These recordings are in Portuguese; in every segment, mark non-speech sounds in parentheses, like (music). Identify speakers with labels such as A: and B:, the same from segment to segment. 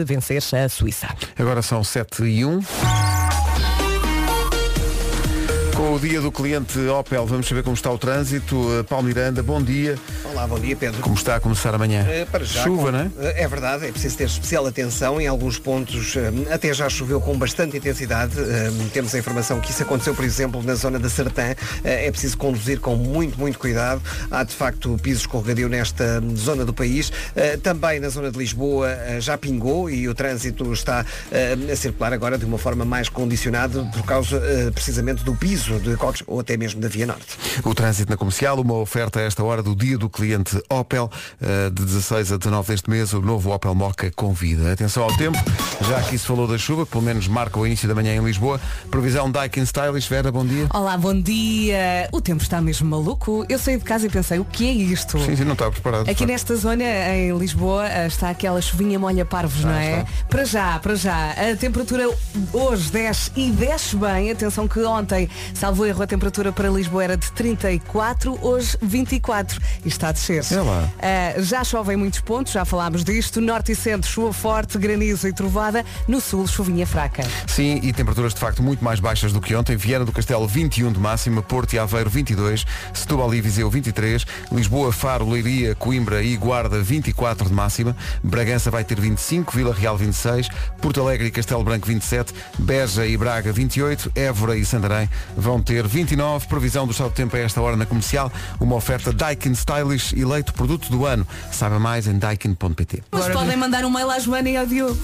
A: de vencer a Suíça.
B: Agora são 7 e 1. Com o dia do cliente Opel, vamos saber como está o trânsito. Uh, Paulo Miranda, bom dia.
C: Olá, bom dia Pedro.
B: Como está a começar amanhã?
C: Eh, para já,
B: Chuva,
C: com-
B: não é?
C: Eh, É verdade, é preciso ter especial atenção. Em alguns pontos eh, até já choveu com bastante intensidade. Eh, Temos a informação que isso aconteceu, por exemplo, na zona da Sertã. Eh, É preciso conduzir com muito, muito cuidado. Há de facto piso escorregadio nesta hum, zona do país. Eh, Também na zona de Lisboa eh, já pingou e o trânsito está eh, a circular agora de uma forma mais condicionada por causa eh, precisamente do piso de Coques ou até mesmo da Via Norte.
B: O trânsito na comercial, uma oferta a esta hora do dia do cliente Opel, eh, de 16 a 19 deste mês, o novo Opel Mokka convida. Atenção ao tempo, já aqui se falou da chuva, que pelo menos marca o início da manhã em Lisboa. Previsão Daikin Stylish, Vera, bom dia.
A: Olá, bom dia. O tempo está mesmo maluco. Eu saí de casa e pensei, o que é isto?
B: Sim, sim, não está preparado.
A: Aqui nesta zona, em Lisboa, ah, está aquela chuvinha molha
B: Ah,
A: parvos, não é? Para já, para já. A temperatura hoje desce e desce bem. Atenção que ontem, salvo erro, a temperatura para Lisboa era de 34, hoje 24. E está a descer.
B: É lá.
A: Ah, já chove em muitos pontos, já falámos disto. Norte e centro, chuva forte, granizo e trovada. No sul, chuvinha fraca.
B: Sim, e temperaturas de facto muito mais baixas do que ontem. Viana do Castelo 21 de máxima, Porto e Aveiro 22, Setúbal e Viseu 23, Lisboa, Faro, Leiria, Coimbra e Guarda 24 de máxima, Bragança vai ter 25, Vila Real 26, Porto Alegre e Castelo Branco 27, Beja e Braga 28, Évora e Santarém vão ter 29. Previsão do estado do tempo a esta hora na comercial, uma oferta Daikin Stylish eleito produto do ano. Saiba mais em daikin.pt.
A: Mas podem mandar um mail à Joana e ao Diogo.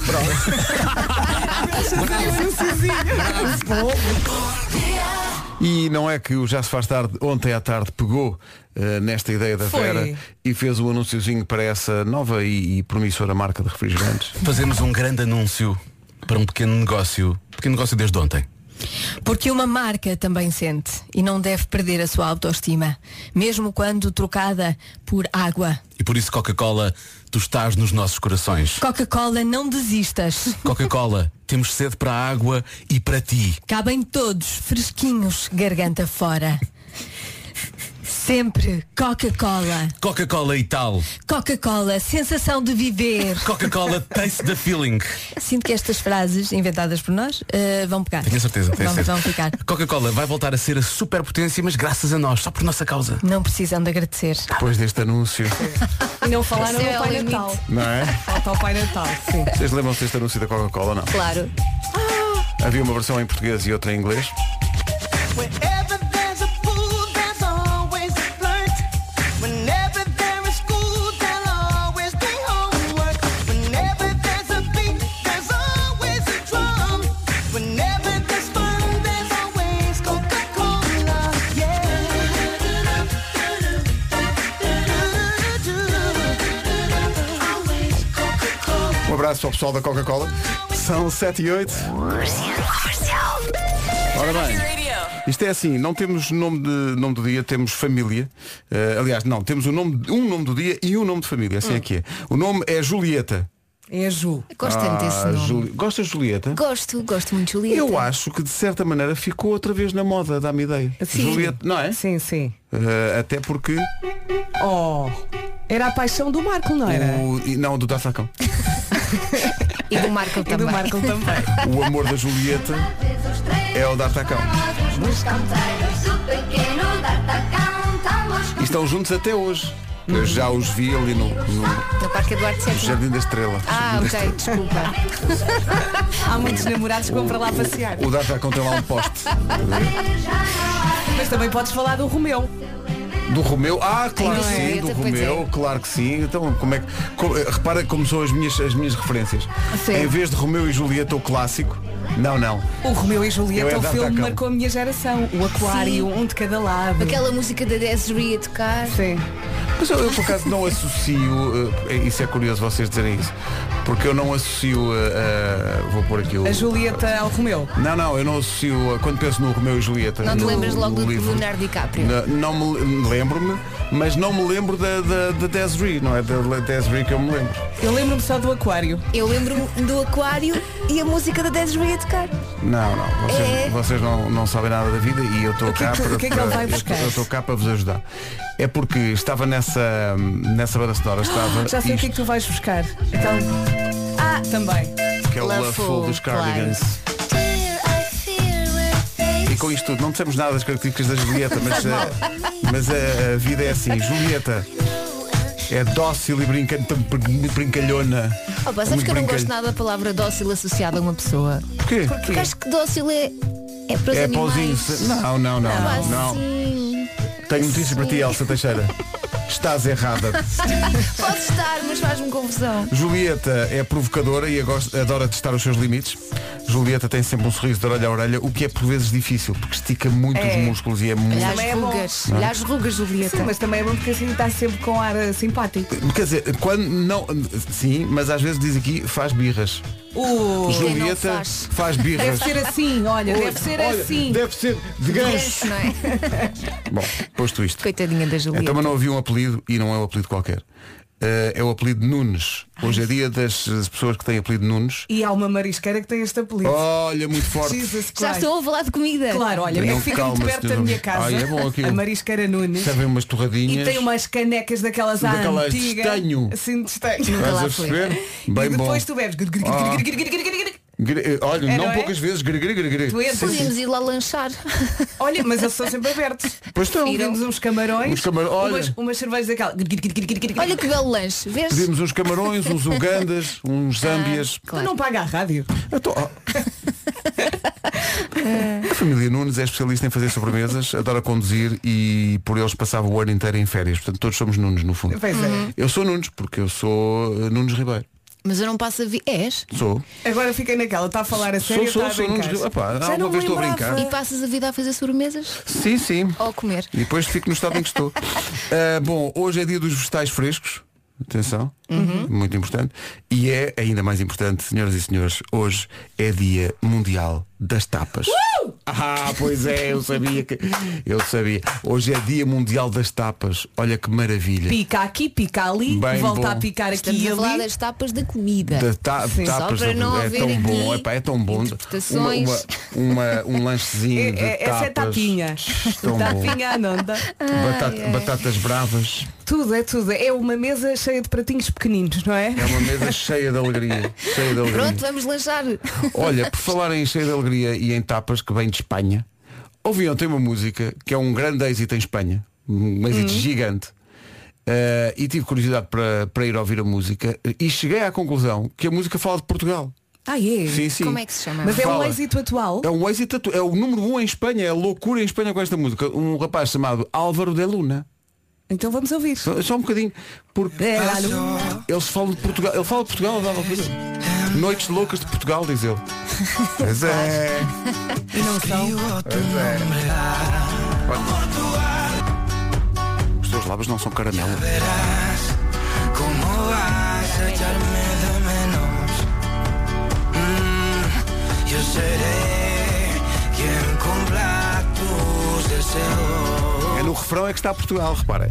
B: E não é que o Já Se Faz Tarde ontem à tarde pegou eh, nesta ideia da
A: Foi.
B: Vera e fez um anúnciozinho para essa nova e, e promissora marca de refrigerantes.
D: Fazemos um grande anúncio para um pequeno negócio. Pequeno negócio desde ontem.
E: Porque uma marca também sente e não deve perder a sua autoestima, mesmo quando trocada por água.
D: E por isso, Coca-Cola, tu estás nos nossos corações.
E: Coca-Cola, não desistas.
D: Coca-Cola, (laughs) temos sede para a água e para ti.
E: Cabem todos, fresquinhos, garganta fora. Sempre Coca-Cola.
D: Coca-Cola e tal.
E: Coca-Cola, sensação de viver.
D: Coca-Cola Taste the Feeling.
E: Sinto que estas frases, inventadas por nós, eh, vão pegar.
D: Tenho a certeza, tenho a
E: vão,
D: certeza.
E: vão ficar.
D: Coca-Cola vai voltar a ser a superpotência, mas graças a nós, só por nossa causa.
E: Não precisam de agradecer.
B: Depois deste anúncio,
A: (laughs) E não falaram
E: Esse
A: no
E: é o
A: Pai
E: limite.
A: Natal.
B: não é?
A: Falta o Pai Natal, sim.
B: Vocês lembram-se deste anúncio da Coca-Cola, não?
E: Claro.
B: Havia uma versão em português e outra em inglês.
F: Wherever there's a pool, there's always a flirt. Whenever there is school, there'll always be homework. Whenever there's a beat, there's always a drum. Whenever there's fun, there's always Coca-Cola. Yeah. Always Coca-Cola.
B: Um abraço para o pessoal da Coca-Cola. São 7 e 8. Ora bem, isto é assim, não temos nome, de, nome do dia, temos família. Eh, aliás, não, temos o nome, de- um nome do dia e um nome de família, assim é que é. O nome é Julieta.
A: É a Ju.
E: Gosto tanto desse
B: Ah,
E: nome.
B: Juli... Gostas de Julieta?
E: Gosto, gosto muito de Julieta.
B: Eu acho que de certa maneira ficou outra vez na moda, dá-me ideia. Julieta, não é?
A: Sim, sim.
B: Eh, até porque
A: Oh, era a paixão do Marco, não era?
B: o. e Não, do Tafacão.
E: E do Marco
A: E
E: também.
A: do
E: (laughs)
A: Marco também.
B: O amor da Julieta é o D'Artacão. E estão juntos até hoje. Eu já os vi ali no, no
E: Hum. No Parque Eduardo VII.
B: Jardim da Estrela.
E: Ah, ok, desculpa.
A: Há muitos namorados que vão para lá passear.
B: O D'Artacão tem lá um poste.
A: Mas também podes falar do Romeu.
B: Do Romeu? Ah, claro
E: Não
B: que
E: é?
B: sim,
E: Eu
B: do
E: também
B: Romeu, claro que sim. Então, como é que. co- eh, repara como são as minhas, as minhas referências.
E: Sim.
B: Em vez de Romeu e Julieta, o clássico. Não, não.
A: O Romeu e
B: Eu
A: Julieta,
B: é
A: o
B: da
A: filme
B: Atacão.
A: marcou a minha geração. O Aquário, um de cada lado.
E: Aquela música da Desiree a tocar.
A: Sim.
B: Mas eu, eu, por acaso não associo, eh, isso é curioso vocês dizerem isso, porque eu não associo, eh, a- vou pôr aqui o...
A: A Julieta ao Romeu.
B: Não, não, eu não associo, a- quando penso no Romeu e Julieta...
E: Não te
B: no-
E: lembras logo
B: no
E: do
B: livro,
E: Leonardo DiCaprio?
B: na- Não, me lembro-me, mas não me lembro da, da, da Desiree, não é da da Desiree que eu me lembro.
A: Eu lembro-me só do Aquário.
E: Eu lembro-me do Aquário e a música da Desiree a tocar.
B: Não, não, vocês,
E: É.
B: vocês não, não sabem nada da vida e eu estou
A: O que é
B: cá
A: que-
B: para,
A: o que é que ele
B: para-
A: vai
B: eu estou-
A: buscar?
B: eu estou cá para vos ajudar. É porque estava nessa, nessa banda sonora, estava
A: (gasps) Já sei o que é
B: isto.
A: que tu vais buscar. Então,
E: Ah,
A: Ah, também.
B: que é o Love Full dos Cardigans. E com isto tudo, não dissemos nada das características da Julieta, mas, a, mas a, a vida é assim. Julieta é dócil e brinca, brincalhona.
A: Oh,
G: Opa, Oh, sabes
B: Muito
G: que eu não
B: brincalho-
G: gosto nada da palavra dócil associada a uma pessoa.
B: Porquê?
G: Porque acho que dócil é, é para os
B: É pauzinho.
G: animais.
B: Não, não, não, não. não.
G: Assim.
B: Tenho notícias para ti, Elsa Teixeira. Estás errada.
G: Pode estar, mas faz-me confusão.
B: Julieta é provocadora e agos- adora testar os seus limites. Julieta tem sempre um sorriso de orelha a orelha, o que é por vezes difícil, porque estica muito os músculos e é muito.
G: Olha
A: Também
G: as
A: é bom.
G: rugas. Olha as rugas, Julieta.
A: Sim, mas também é bom porque assim está sempre com ar eh, simpático.
B: Quer dizer, quando não. Sim, mas às vezes diz aqui, faz birras.
A: Uh,
G: não
B: Julieta
G: faz?
A: deve
B: birras.
A: ser assim, olha, deve ser
B: Olha,
A: assim.
B: Deve ser de gancho.
G: Não é?
B: Bom, posto isto.
G: Coitadinha da Julieta.
B: Então mas não havia um apelido e não é um apelido qualquer. Eh, é o apelido Nunes. Hoje é dia das das pessoas que têm apelido Nunes.
A: E há uma marisqueira que tem este apelido.
B: Olha, muito forte.
A: Jesus
G: Já
A: Christ.
G: estou a falar de comida.
A: Claro, olha, é
B: Não,
A: que fica
B: calma,
A: muito perto da
B: senhora.
A: minha casa.
B: Ai, é bom aquilo.
A: A marisqueira Nunes.
B: Servem umas torradinhas.
A: E tem umas canecas daquelas à
B: Daquelas de
A: antiga.
B: estanho.
A: Assim de estanho.
G: Nunca
B: Estás
G: lá
B: a
G: fui.
B: perceber?
A: e
B: Bem bom.
A: depois tu bebes.
B: Ah. Gre- eh, Olha,
A: É,
B: não
A: não é?
B: poucas vezes. Gre, gre, gre, gre.
A: Tu entras.
G: Podíamos ir lá lanchar.
A: Olha, mas eles são sempre abertos.
B: Pois estão.
A: Pedimos uns camarões,
B: Uns camar- olha.
A: Umas, umas cervejas daquela.
G: Olha que belo lanche, vês?
B: Pedimos uns camarões, uns ugandas, uns
A: Ah.
B: zâmbias.
A: Tu não paga a rádio.
B: Eu tô-
A: (laughs)
B: A família Nunes é especialista em fazer sobremesas, adora conduzir e por eles passava o ano inteiro em férias. Portanto, todos somos Nunes, no fundo.
A: Pois é.
G: Uhum.
B: Eu sou Nunes, porque eu sou eh, Nunes Ribeiro.
G: Mas eu não passo a vi... És?
B: Sou.
A: Agora fiquei naquela. Está a falar a sério,
B: sou, sou,
A: está a
B: sou um Nunes
A: brincar.
B: Ribeiro. Epá,
A: Já
B: alguma
A: não
B: vez estou a
A: lembrava.
B: brincar.
G: E passas a vida a fazer sobremesas?
B: Sim, sim.
G: Ou a comer?
B: E depois fico no estado em que estou.
A: (laughs)
B: Ah, bom, hoje é dia dos vegetais frescos. Atenção,
A: Uhum.
B: muito importante. E é ainda mais importante, senhoras e senhores, hoje é dia mundial das tapas. Ah, pois é, eu sabia que. Eu sabia. Hoje é dia mundial das tapas. Olha que maravilha.
A: Pica aqui, pica ali,
B: Bem
A: volta
B: bom.
A: a picar aqui
G: Estamos
A: e
G: a falar
A: ali.
G: das tapas da comida.
B: Da ta- tapas
G: Só para
B: da-
G: não
B: é
G: haver
B: tão
G: aqui
B: bom, epá, é tão bom. Uma,
G: interpretações.
B: uma- uma- um lanchezinho.
A: (laughs) É-
B: de
A: é-
B: tapas.
A: essa é tapinha.
B: Tão bom.
A: Tapinha Tá assim
G: (laughs)
A: à nonda.
B: Batata- Batatas bravas.
A: Tudo, é tudo. É uma mesa cheia de pratinhos pequeninos, não é?
B: É uma mesa cheia de alegria. Cheia de alegria.
G: Pronto, vamos lanchar.
B: Olha, por falar em cheia de alegria e em tapas que vem de Espanha, ouvi ontem uma música que é um grande êxito em Espanha, um
G: Hum.
B: êxito gigante. eh, e tive curiosidade para, para ir ouvir a música e cheguei à conclusão que a música fala de Portugal.
A: Ah, é?
B: Sim, sim.
G: Como é que se chama?
A: Mas é um
B: Fala.
A: êxito atual.
B: É um êxito, atu- é o número um em Espanha, é a loucura em Espanha com esta música. Um rapaz chamado Álvaro de Luna.
A: Então vamos ouvir.
B: Só, só um bocadinho. Porque
A: É, Luna.
B: eles falam de Portugal. Ele fala de Portugal a dada altura. Noites loucas de Portugal, diz ele. Pois é.
A: E não são.
B: Os teus lábios não são caramelo. É no refrão é que está Portugal, reparem.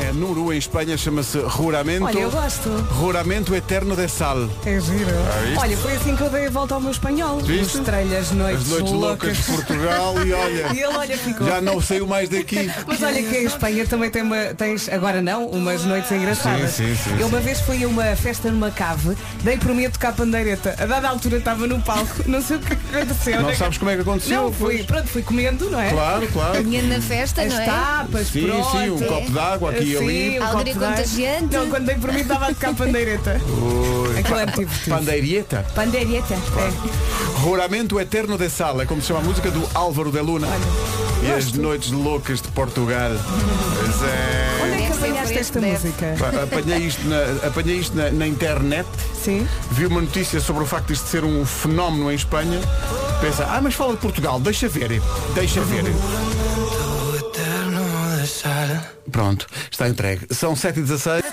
B: É número um em Espanha, chama-se Ruramento.
A: Olha, eu gosto.
B: Ruramento Eterno de Sal.
A: É giro. Olha, foi assim que eu dei a volta ao meu espanhol.
B: Viste?
A: Mostrei-lhe as noites,
B: As noites loucas de Portugal e
A: E
B: olha,
A: ele, olha, ficou.
B: já não saiu mais daqui.
A: Mas olha que em Espanha também tem uma, tens, agora não, umas noites engraçadas.
B: Sim, sim, sim,
A: eu uma vez fui a uma festa numa cave, dei por mim a tocar pandeireta. A dada altura estava no palco, não sei o que aconteceu.
B: Não
A: né?
B: sabes como é que aconteceu?
A: Não, fui,
B: pois.
A: pronto, fui comendo, não é?
B: Claro, claro.
G: Dinheiro na festa,
A: As
G: não é?
A: tapas,
B: Sim,
A: pronto.
B: sim, um copo d'água aqui e
A: Sim,
B: ali.
G: Alegria
A: um copo de ar.
G: contagiante.
A: Não, quando dei por mim estava a tocar pandeireta. Aquilo é muito divertido.
B: Pandeirieta.
A: (laughs) Pandeireta. É.
B: Ruramento Eterno de Sal, é como se chama a música do Álvaro de Luna. E as noites loucas de Portugal. Pois é.
A: Onde é que
G: Deve ser
A: apanhaste
G: fresco,
A: esta
G: deve.
A: música?
B: Pá, Apanhei isto, na, apanhei isto na, na internet,
A: Sim.
B: vi uma notícia sobre o facto de isto ser um fenómeno em Espanha. Pensa, ah, mas fala de Portugal, deixa ver, deixa ver. Pronto, está entregue. São 7h16.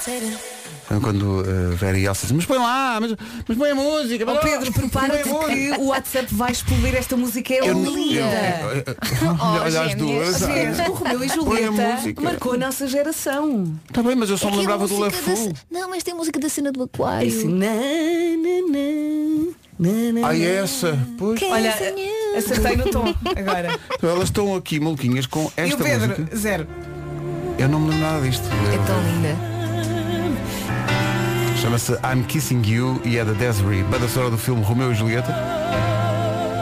B: Quando eh, Vera e Elsa dizem, mas põe lá, mas, mas põe a música.
A: Ó
B: mas-
A: Oh, Pedro, prepara-te
B: põe a música."
A: que o WhatsApp vai explodir esta música. É
B: Eu- eu-
A: linda.
B: eu- eu- Olha olha as
G: gêmeas.
B: duas.
A: Gente, O Romeu
B: é.
A: e
B: Põe a
A: Julieta
B: música.
A: marcou a nossa geração.
B: Está Tá bem, mas eu só
G: É
B: me
G: que a
B: lembrava do
G: música da
B: Lafu.
G: ce- Não, mas tem a música da cena do
A: É
G: aquário.
A: assim, na, na, na, na, na.
B: Ai, essa. Pois.
G: Quem
A: é. Olha,
G: sonhou?
A: acertei no tom agora.
B: Elas estão aqui maluquinhas com
A: E o
B: esta
A: Pedro, Então,
B: música.
A: zero.
B: Eu não me lembro nada disto.
E: É tão linda.
B: Chama-se I'm Kissing You e é da Desiree, banda sonora do filme Romeu e Julieta.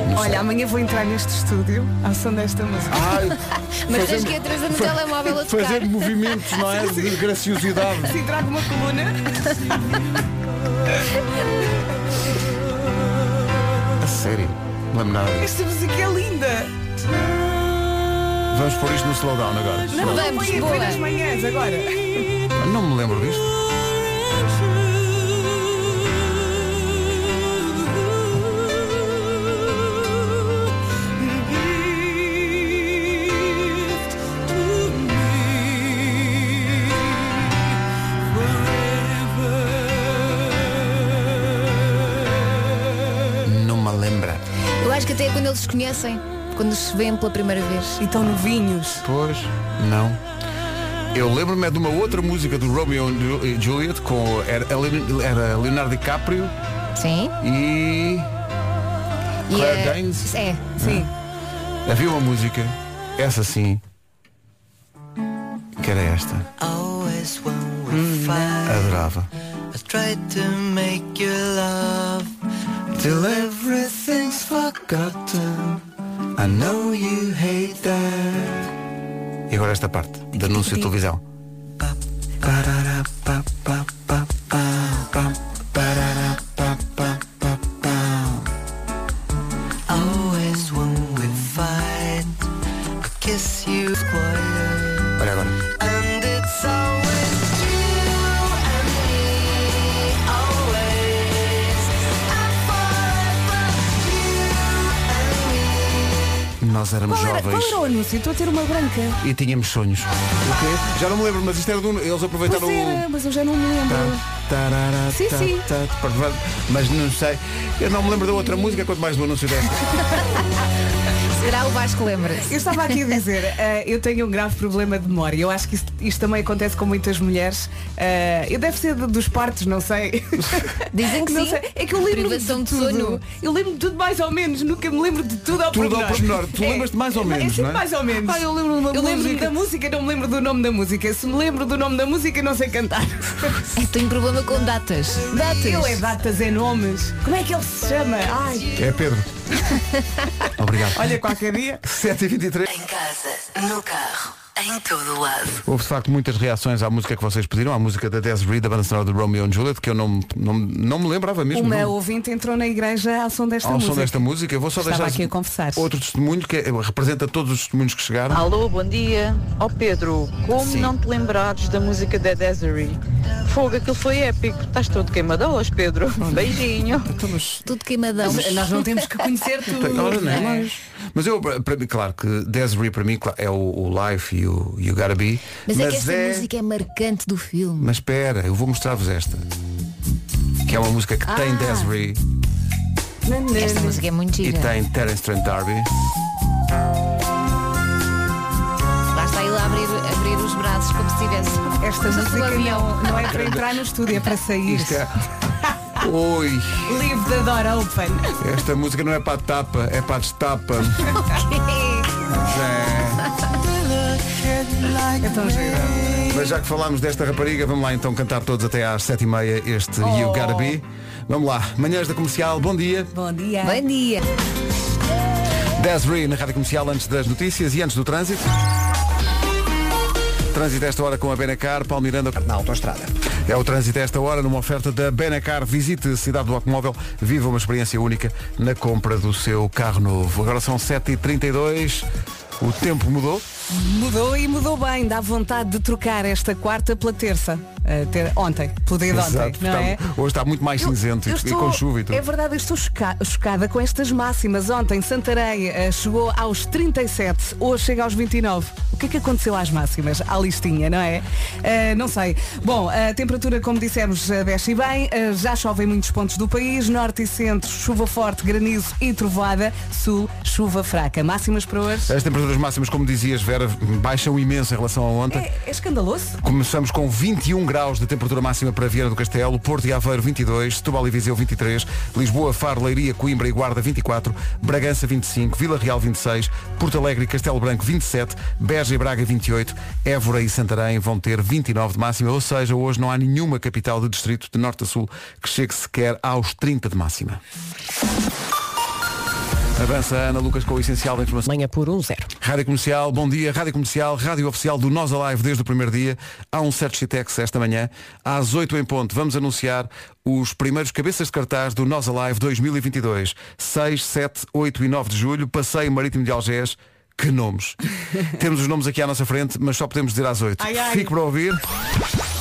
B: Não sei.
A: Olha, amanhã vou entrar neste estúdio ao som desta música.
B: Ai,
G: (laughs) Mas tens que ir atrás no telemóvel a tocar.
B: fazer movimentos,
G: (laughs)
B: não é? De graciosidade.
A: Sim, trago uma coluna.
B: A sério. Não lembro nada disto.
A: Esta música é linda.
B: Vamos pôr isto no slowdown agora.
G: Não, Vamos,
A: Põe- põe nas
G: boa.
A: manhãs agora.
B: Ah, Não me lembro disto. Não me lembra.
G: Eu acho que até é quando eles se conhecem, quando se veem pela primeira vez.
A: E tão novinhos.
B: Pois, não. Eu lembro-me é de uma outra música do Romeo e Juliet com era, era Leonardo DiCaprio
G: Sim.
B: e
G: E
B: Claire
G: é-
B: Danes.
G: É.
A: Sim.
B: Havia uma música, essa sim, que era esta.
F: Always when we fight,
B: Adorava.
F: I try to make you love
B: Till everything's forgotten. I know you hate that. E agora esta parte, de anúncio de televisão.
F: Always when we fight, I kiss you quiet,
B: Olha agora.
F: and it's always you and me, always and forever, you and me.
B: Nós éramos
A: Qual era,
B: jovens
A: qual era o anúncio? Estou a ter uma branca.
B: e tínhamos sonhos. Já não me lembro, mas isto era de um- Eles
A: Pois
B: aproveitaram o.
A: era, mas eu já não me lembro.
B: Tarará,
A: Sim,
B: tá,
A: sim.
B: tá, pronto, vai- Mas não sei. Eu não me lembro da outra música, quanto mais do anúncio desta. Ah.
G: Será o Vasco lembra-se?
A: (laughs) Eu estava aqui a dizer, eh, eu tenho um grave problema de memória. Eu acho que isto, isto também acontece com muitas mulheres. Eh, eu deve ser de- dos partos, não sei.
G: Dizem que
A: (laughs) Não
G: sim.
A: sei. É que eu lembro de
G: Privação de
A: tudo.
G: sono.
A: Eu lembro de tudo mais ou menos. Nunca me lembro de tudo ao
B: Tudo ao
A: pormenor.
B: pormenor. Tu lembras-te mais ou
A: é,
B: menos,
A: É sempre
B: não é?
A: mais ou menos.
B: Ah, eu lembro-me da
A: Eu lembro-me
B: música.
A: da música, não me lembro do nome da música. Se me lembro do nome da música, não
G: (laughs)
A: sei cantar.
G: É, tenho problema com datas. Datas.
A: Eu é datas, é nomes. Como é que ele se chama? Ai,
B: É
A: (laughs)
B: Pedro. Obrigado.
A: olha qualquer dia.
B: 7h23.
F: Em casa, no carro, em todo lado.
B: Houve de facto muitas reações à música que vocês pediram, à música da Desiree, da banda sonora de Romeo and Juliet, que eu não, não, não me lembrava mesmo.
A: Uma
B: não.
A: ouvinte entrou na igreja ao som desta
B: Ao
A: música.
B: som desta música, eu vou só
A: Estava
B: deixar
A: aqui a confessar.
B: outro testemunho que é- representa todos os testemunhos que chegaram.
H: Alô, bom dia. Ó Pedro, como
B: Sim.
H: não te lembrares da música da Desiree? Fogo, aquilo foi épico. Estás todo queimado hoje, Pedro. um
B: (laughs)
H: Beijinho.
B: Então,
G: Tudo queimadão. é
A: Nós não temos que conhecer tudo.
B: Ora, não é
A: não é?
B: mais. Mas eu, para para mim, claro que Desiree para mim claro, é o, o Life e o You Gotta Be.
G: Mas, é que esta música é marcante do filme.
B: Mas espera, eu vou mostrar-vos esta. Que é uma música que
G: Ah,
B: tem Desiree
G: Esta música é muito
B: e
G: gira.
B: tem Terence Trent D'Arby.
G: Lá está ele a abrir, abrir os braços como se tivesse.
A: Esta
G: Mas
A: música
G: o avião.
A: não, não é para entrar no estúdio, é para sair.
B: Isto é. Oi,
A: Leave the door open.
B: esta música não é para a tapa, é para a destapa.
A: É tão giro.
B: Então, Mas já que falámos desta rapariga, vamos lá então cantar todos até às 7h30 este You Gotta Be. Vamos lá, manhãs da comercial, bom dia.
A: Bom dia.
G: Bom dia.
B: 10 na Rádio Comercial antes das notícias e antes do trânsito. Trânsito esta hora com a Benacar, Paulo Miranda.
C: Na autoestrada.
B: É o trânsito a esta hora numa oferta da Benacar. Visite a cidade do automóvel, viva uma experiência única na compra do seu carro novo. Agora são 7h32. O tempo mudou.
A: Mudou e mudou bem. Dá vontade de trocar esta quarta pela terça. Ah, ter- ontem, pelo dia de ontem, não
B: está-
A: é?
B: Hoje está muito mais
A: Eu-
B: cinzento e-
A: eu
B: e,
A: estou-
B: com chuva e tudo.
A: É verdade, eu estou choca- chocada com estas máximas. Ontem Santarém eh, chegou aos 37, hoje chega aos 29. O que é que aconteceu às máximas? À listinha, não é? Eh, não sei. Bom, a temperatura, como dissemos, eh, desce bem. Eh, já chove em muitos pontos do país. Norte e centro, chuva forte, granizo e trovada. Sul, chuva fraca. Máximas para hoje?
B: As temperaturas máximas, como dizias, Vera, baixam imenso em relação a ontem.
A: É, é escandaloso.
B: Começamos com 21 graus de temperatura máxima para Vieira do Castelo, Porto e Aveiro 22, Setúbal e Viseu 23, Lisboa, Faro, Leiria, Coimbra e Guarda 24, Bragança 25, Vila Real 26, Porto Alegre e Castelo Branco 27, Beja e Braga 28, Évora e Santarém vão ter 29 de máxima, ou seja, hoje não há nenhuma capital de distrito de norte a sul que chegue sequer aos 30 de máxima. Avança a Ana Lucas com o essencial da informação.
I: Manhã por 1-0.
B: Rádio Comercial, bom dia. Rádio Comercial, rádio oficial do Nós Alive desde o primeiro dia. Há um certo Chitex esta manhã. Às 8 em ponto vamos anunciar os primeiros cabeças de cartaz do Nós Alive 2022. 6, 7, 8 e 9 de julho, passeio marítimo de Algés. Que
A: (laughs)
B: nomes. Temos os nomes aqui à nossa frente, mas só podemos dizer às 8.
A: Ai, ai.
B: Fico para ouvir.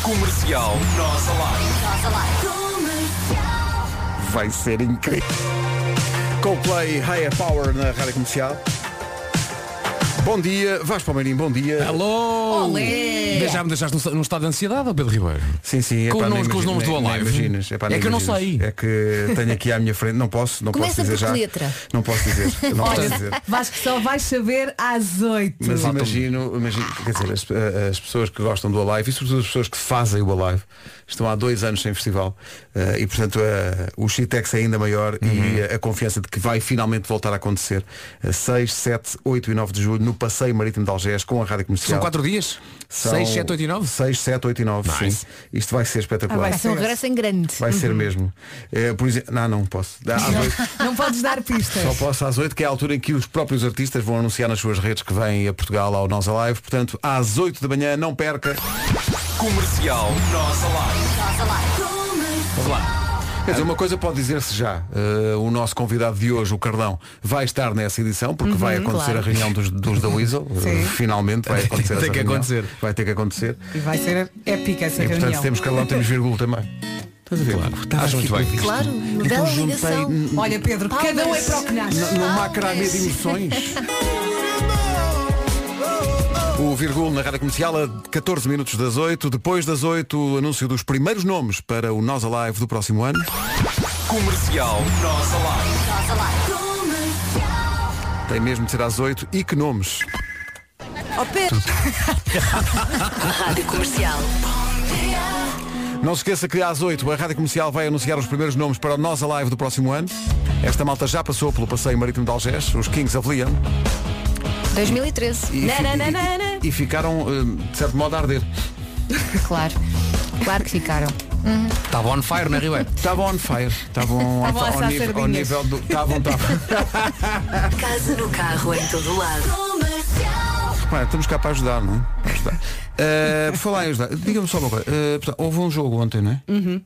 J: Comercial, nós alive.
B: Vai ser incrível. Coldplay Higher Power na Rádio Comercial. Bom dia, Vasco Palmeirim, bom dia.
D: Alô! Já me deixaste num num estado de ansiedade, Pedro Ribeiro?
B: Sim, sim.
D: Com
B: epá,
D: o
B: não
D: nome- com os
B: imagino,
D: nomes
B: nem-
D: do
B: nem
D: Alive.
B: imaginas, epá, nem
D: É que eu não
B: imaginas.
D: sei.
B: É que tenho aqui à minha frente. Não posso, não
G: Começa
B: posso dizer
G: por que
B: já.
G: letra?
B: Não posso dizer. Não posso
A: Olha,
B: dizer.
A: Vasco, só vais saber às 8.
B: Mas imagino, imagino, quer dizer, as, eh, as pessoas que gostam do Alive e sobretudo as pessoas que fazem o Alive estão há dois anos sem festival eh, e portanto eh, o Shitex é ainda maior e
D: Uhum.
B: eh, a confiança de que vai finalmente voltar a acontecer eh, 6, 7, 8 e 9 de julho no Passeio Marítimo de Algés com a Rádio Comercial.
D: São quatro dias? Seis, sete, oito e nove?
B: 6, 7, 8 e 9, sim. Isto vai ser espetacular.
A: Ah, vai
G: Vai ser um regresso em grande.
B: Vai ser mesmo. Eh, por exemplo, não, não posso. Dá às oito.
A: Uhum. Não podes dar pistas.
B: Só posso às 8, que é a altura em que os próprios artistas vão anunciar nas suas redes que vêm a Portugal ao Nós Alive. Portanto, às 8 da manhã, não perca.
J: Comercial, nós alive.
D: Vamos lá.
B: Quer dizer, uma coisa pode dizer-se já. Eh, o nosso convidado de hoje, o Cardão, vai estar nessa edição, porque vai acontecer
G: claro.
B: a reunião dos, dos da Weasel. Eh,
A: Uhum, Sim.
B: finalmente vai acontecer.
D: Tem
B: essa
D: que
B: reunião.
D: acontecer.
B: Vai ter que acontecer.
A: E vai ser épica essa
B: E portanto,
A: reunião.
B: temos Cardão, temos vírgula também. Estás a ver? Estava
D: Acho
B: aqui
D: muito bem.
B: previsto.
G: Claro, uma
B: Então
G: bela
B: juntei
G: ligação.
B: n-
A: Olha, Pedro, cada um é
G: Palmas.
A: para o que nasce.
B: No, no macramê de emoções. O Virgul na Rádio Comercial a 14 minutos das 8, depois das 8, o anúncio dos primeiros nomes para o Nós Alive do próximo ano.
J: Comercial, nós alive.
B: Tem mesmo de ser às 8 e que nomes?
G: Ó Pedro. Rádio Comercial.
B: Não se esqueça que às 8 a Rádio Comercial vai anunciar os primeiros nomes para o Nós Alive do próximo ano. Esta malta já passou pelo passeio marítimo de Algés, os Kings of Leon,
G: 2013.
B: e,
G: Na,
B: fi-
G: na, na,
B: e-
G: na, na.
B: e ficaram, eh, de certo modo, a arder.
G: Claro. Claro que ficaram.
D: Estava on fire, não é, Ribeiro?
B: Estavam on fire.
A: (laughs)
B: Estavam
A: Estavam a
B: ao,
A: assar
B: nível, ao
A: sardinhas.
B: nível do. Estavam, estavam.
A: (laughs)
G: Casa no carro, em todo lado.
B: Repara, estamos cá para ajudar, não é? Para ajudar. Eh, por falar em ajudar, diga-me só uma coisa. Eh, portanto, houve um jogo ontem, não é?
A: Uhum.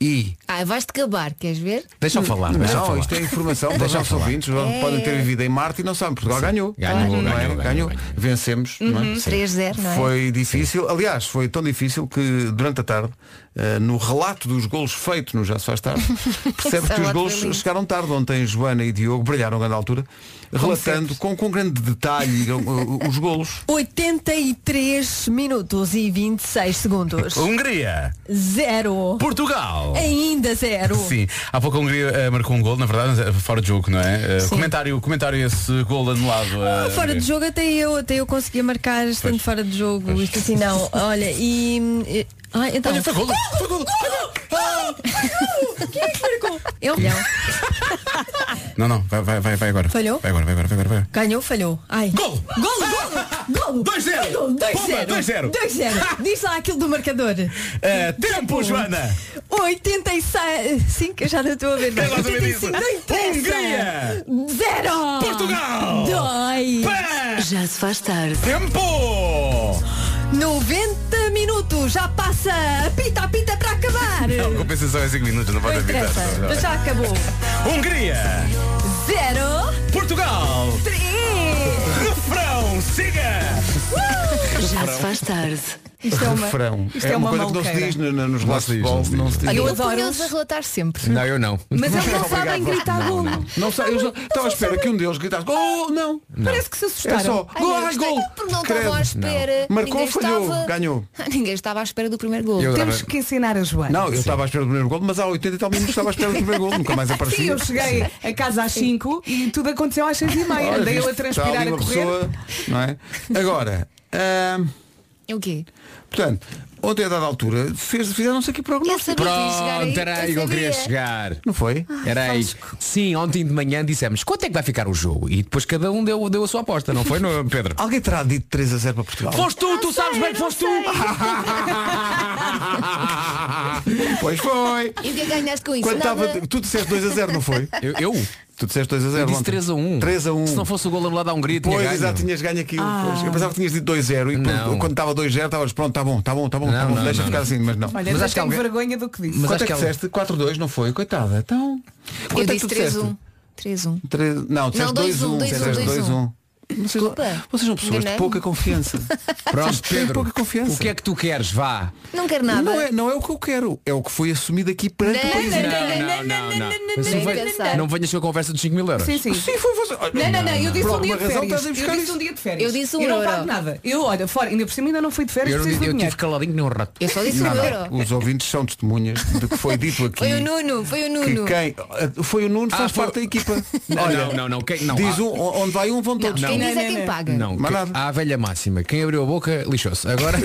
B: E.
G: Ah, vais-te acabar, queres ver?
D: Deixa eu falar, deixa eu
B: Não,
D: falar.
B: isto é informação para os
D: Deixa eu
B: nossos
D: falar.
B: ouvintes. Podem
A: É.
B: ter vivido em Marte e não sabem. Portugal ganhou.
D: Ganhou,
B: Não é?
D: ganhou, ganhou, ganhou.
B: Vencemos. não
A: Uhum.
B: é?
G: 3-0, não é?
B: Foi difícil. Aliás, foi tão difícil que durante a tarde, eh, no relato dos golos feitos no Já Se Faz Tarde,
G: (laughs)
B: percebe
G: Essa
B: que os
G: relato
B: golos
G: foi lindo.
B: chegaram tarde. Ontem Joana e Diogo brilharam a grande altura, relatando com, com grande detalhe eh, os golos.
E: 83 minutos e 26 segundos.
K: Um.
D: Hungria,
E: Zero.
D: Portugal.
E: Ainda zero.
D: Sim, há pouco a Hungria eh, marcou um gol, na verdade, eh, fora de jogo, não é? Eh,
E: Sim.
D: comentário, comentário esse gol anulado. eh,
E: Ah, fora de jogo até eu, até eu conseguia marcar estando fora de jogo. Isto assim
D: (laughs)
E: não. Olha, e. e- Ah, então.
D: Olha, foi gol, foi Ah, gol.
E: Quem é que marcou? Eu. Não.
D: Não, não, vai, vai, vai, vai agora.
E: Falhou?
D: Vai agora, vai agora, vai agora. Vai. agora.
E: Ganhou, falhou. Ai.
D: Gol!
E: Gol! Gol! Gol!
D: 2-0. Ah, Pumba, 2-0.
E: 2-0!
D: (laughs)
E: 2-0! Diz lá aquilo do marcador.
D: Eh, tempo, Joana!
E: 86. Sim, que eu já não estou a ver. bem.
D: Eu gosto de ver isso.
E: 85, não interessa!
D: Hungria.
E: Zero!
D: Portugal.
E: Dói!
D: Pé!
G: Já se faz tarde.
D: Tempo!
E: 90 minutos! Já passa! Apita, apita para acabar!
D: Não, compensação é 5 minutos, não pode
E: Não
D: evitar.
E: interessa, mas já acabou.
D: Hungria!
E: Zero,
D: Portugal!
E: três,
D: Refrão!
J: Siga!
E: Uh!
I: Já se faz tarde.
E: Isto é uma,
B: Refrão.
E: isto é uma
B: coisa que não se
E: maluqueira.
B: diz no- no- nos relatos de
K: diz,
B: futebol.
K: não se
B: Não se diz.
E: Eu
B: Não.
E: adoro eles a relatar sempre.
K: Não, eu não.
E: Mas eles não sabem
B: Obrigado.
E: gritar gol.
B: Não sei, eu já- estava à espera que um deles gritasse gol, não.
E: Parece que se assustaram.
B: É só
G: Ai,
B: gol,
G: não,
B: ai,
G: isto é
B: gol.
G: que Porque não
B: Credo.
G: estavam à espera.
B: Não. Marcou,
G: Ninguém
B: falhou,
G: estava-
B: ganhou.
G: Ah, Ninguém estava à espera do primeiro gol.
B: Eu
A: Temos
B: dava-
A: que ensinar a Joana.
B: Não, eu estava à espera do primeiro gol, mas há 80 e tal minutos estava à espera do primeiro gol, nunca mais aparecia.
A: (laughs) Sim, eu cheguei a casa às 5 e tudo aconteceu às 6 e meia.
B: Olha,
A: Andei eu
B: viste,
A: a transpirar
B: está ali
A: a
B: uma
A: correr.
B: pessoa, não é? Agora, ahm,
G: É o quê?
B: portanto, ontem a dada altura fez, fizeram-se aqui
G: Eu
B: prognóstico.
G: sabia que ia chegar aí.
K: Pronto, era aí que eu queria
G: sabia.
K: chegar.
B: Não foi?
E: Ah,
K: Era aí. Sim, ontem de manhã dissemos quanto é que vai ficar o jogo? E depois cada um deu, deu a sua aposta, não foi, não,
E: (laughs)
K: Pedro?
B: Alguém terá dito 3 a 0 para Portugal?
K: Foste tu, tu sabes bem que foste tu!
B: (laughs) Pois foi!
G: E o que é que ganhaste com isso?
B: Quando
G: Nada.
B: estava, tu disseste 2 a 0, não foi?
K: Eu? eu?
B: Tu disseste 2 a 0.
K: Eu disse
B: ontem.
K: 3 a 1.
B: 3 a 1.
K: Se não fosse o gol anulado a Hungria, tinha
B: Pois,
K: ganho.
B: Um. exato, tinhas ganho aquilo. pois. Eu pensava que tinhas dito 2-0 e
K: Não.
B: pronto, quando estava 2-0 estavas pronto, está bom, está bom, está bom, tá
K: Não,
B: bom
K: não,
B: deixa
K: não,
B: ficar
K: não.
B: assim, mas não.
A: Olha,
K: Mas
A: mas
K: acho que
A: tenho
K: alguém-
A: vergonha do que disse.
K: Mas
B: Quanto
K: acho
B: é que
K: que ela-
B: disseste? 4-2, não foi? Coitada, então. Quanto
G: Eu
B: é que
G: disse
B: tu disseste?
G: 3-1. 3-1.
B: 3... Não, disseste
G: 2-1,
B: 2-1. disseste 2-1. Vocês,
G: Desculpa.
B: vocês são pessoas de
G: Enganei-me.
B: pouca confiança.
K: Pronto,
B: Têm
K: Pedro,
B: pouca confiança.
K: o que é que tu queres? Vá.
G: Não quero nada.
B: Não é, não é o que eu quero, é o que foi assumido aqui perante o
G: Não,
B: país.
G: não,
K: não, não, não. Mas
G: Nem
K: não ve-
G: pensar.
K: Não venhas com a conversa dos 5 mil euros.
A: Sim, sim.
B: Sim, foi você. Olha,
A: Não, não, não, eu disse
B: Por
A: um
B: alguma
A: dia de
B: razão
A: férias.
B: estás a buscar
A: Eu disse
B: isso.
A: um dia de férias.
G: Eu disse um
A: eu não
G: euro.
A: pago nada. Eu, olha, fora, ainda por cima ainda não fui de férias,
K: Eu, não-
A: preciso do
K: eu
A: dinheiro.
K: tive caladinho que nem um rato.
G: Eu só disse um
B: Não, não,
G: euro.
B: Os ouvintes são testemunhas do que foi dito aqui.
G: Foi o Nuno, foi o
B: que
G: Nuno.
B: quem foi o Nuno faz
K: foi-
B: parte da equipa
K: Não,
B: Olha,
K: não, não, não, quem- não,
B: diz
K: há-
B: um onde vai um vão todos
G: Quem
K: Não.
G: diz é quem paga.
K: Não,
B: Mais
K: que-
B: nada.
K: há a velha máxima. Quem abriu a boca
B: (laughs)
K: lixou-se. Agora,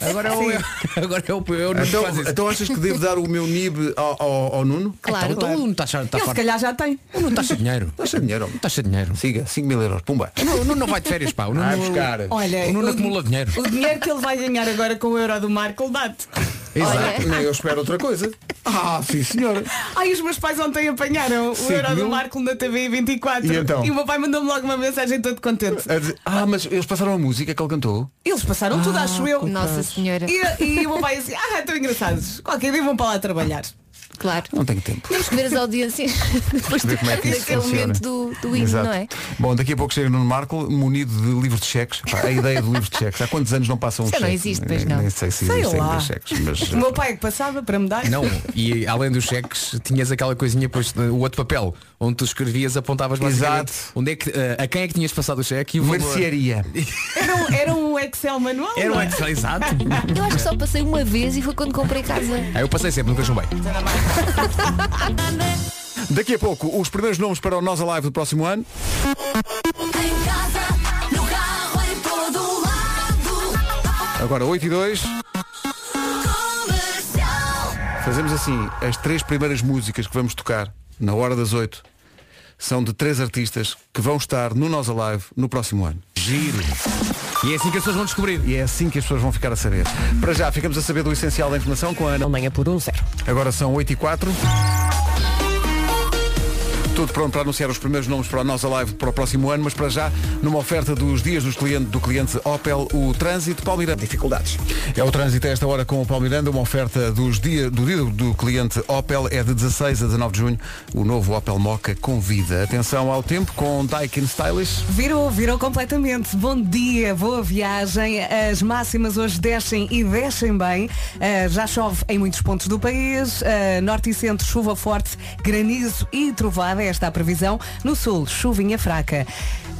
K: agora é o eu. Agora é o eu. Não
B: então,
K: faz isso.
B: então achas que devo dar o meu nib ao, ao- ao Nuno
G: Claro.
K: Então, então o Nuno está cheio está
A: Ele se
K: farto.
A: calhar já tem.
K: O Nuno está cheio de
B: (laughs)
K: dinheiro.
B: Dá seu dinheiro
K: Não
B: homem.
K: está cheio de dinheiro.
B: siga 5 mil euros pumba
K: O Nuno- o Nuno não vai de férias, pá. O Nuno,
B: Vai buscar.
A: Olha,
K: o Nuno
A: o-
K: acumula dinheiro.
A: O dinheiro que ele vai ganhar agora com o euro do Marco, dá-te.
K: Exato.
B: não eu espero outra coisa ah sim senhora
A: Ai, os meus pais ontem apanharam o
B: Cinco
A: euro
B: mil?
A: do Marco na TV 24.
B: E então?
A: o meu pai mandou-me logo uma mensagem todo contente.
B: A dizer, ah mas eles passaram a música que ele cantou
A: Eles passaram tudo,
K: Ah,
A: acho eu.
G: Nossa Senhora.
A: E, e o meu pai assim, ah, estão engraçados. Qualquer dia vão para lá trabalhar.
G: Claro.
B: não tenho tempo
G: Temos que ver as audiências (laughs) depois
B: Ver como é que isso
G: daquele
B: funciona.
G: momento do, do hino,
B: Exato.
G: não é?
B: Bom, daqui a pouco chega Nuno Marco munido de livro de cheques. Pá, a ideia do livro de cheques. Há quantos anos não passam um
G: Isso não
B: cheque?
G: existe, pois
B: Nem-
G: não.
B: Nem sei se
A: Sei
B: existem
A: lá.
B: ainda cheques. Mas,
A: O meu pai é que passava para me dar.
K: Não, e além dos cheques, tinhas aquela coisinha, pois, o outro papel, onde tu escrevias, apontavas basicamente
B: Exato.
K: onde é que, eh, a quem é que tinhas passado o cheque e o valor.
B: Mercearia.
A: Era um, era um Excel manual.
K: Era
A: não
K: um
A: é?
K: Excel, exato.
B: (laughs)
G: Eu acho que só passei uma vez e foi quando comprei casa.
K: Aí eu passei sempre, nunca chumbei.
B: eh, Daqui a pouco, os primeiros nomes para o Nós Alive do próximo ano. Agora 8 e 2. Fazemos assim, as três primeiras músicas que vamos tocar na hora das 8 são de três artistas que vão estar no Nós Alive no próximo ano.
K: Giro. E é assim que as pessoas vão descobrir.
B: E é assim que as pessoas vão ficar a saber. Para já, ficamos a saber do essencial da informação com a Ana.
A: Amanhã por um zero.
B: Agora são 8 e 4. Tudo pronto para anunciar os primeiros nomes para a nossa live para o próximo ano, mas para já, numa oferta dos dias dos clientes, do cliente Opel, o trânsito Palmeiranda.
C: Dificuldades.
B: É o trânsito a esta hora com o Palmeiranda, uma oferta dos dia, do dia do cliente Opel é de 16 a 19 de junho. O novo Opel Moca convida. Atenção ao tempo com Daikin Stylish.
A: Virou, virou completamente. Bom dia, boa viagem. As máximas hoje descem e descem bem. Ah, já chove em muitos pontos do país. Ah, norte e centro, chuva forte, granizo e trovada. Esta é a previsão. No sul, chuvinha fraca.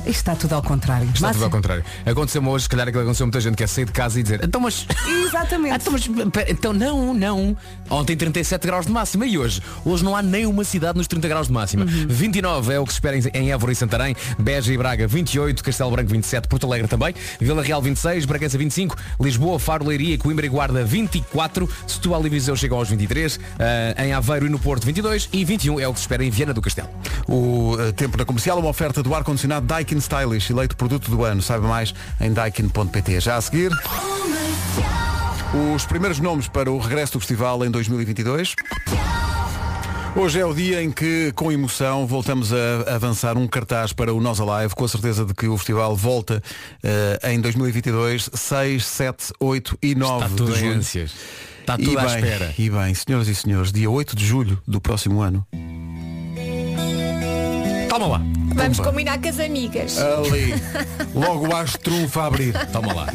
A: Isto está tudo ao contrário.
K: Está tudo
A: Máxima-
K: ao contrário. Aconteceu-me hoje, se calhar aquilo que aconteceu a muita gente, que é sair de casa e dizer, então mas.
A: Exatamente.
K: Então, mas, pera, então não, não. Ontem 37 graus de máxima e hoje? Hoje não há nenhuma cidade nos 30 graus de máxima. 29 é o que se espera em, em Évora e Santarém, Beja e Braga 28, Castelo Branco 27, Porto Alegre também, Vila Real 26, Bragança 25, Lisboa, Faro, Leiria, Coimbra e Guarda 24, Setúbal e Viseu chegam aos 23, ah, em Aveiro e no Porto 22 e 21 é o que se espera em Viana do Castelo.
B: O eh, tempo na comercial, uma oferta do ar-condicionado Daikin Stylish, eleito produto do ano. Saiba mais em daikin.pt. Já a seguir, os primeiros nomes para o regresso do festival em 2022. Hoje é o dia em que, com emoção, voltamos a avançar um cartaz para o Nós Alive, com a certeza de que o festival volta eh, em 2022, 6, 7, 8 e 9
K: tudo
B: de
K: em
B: junho.
K: ânsias. Está
B: E
K: tudo à
B: bem,
K: espera.
B: E bem, senhoras e senhores, dia 8 de julho do próximo ano,
K: Toma lá.
L: Vamos
K: Pumba.
L: combinar com as amigas.
B: Ali. Logo o astro trunfo a abrir. Toma lá.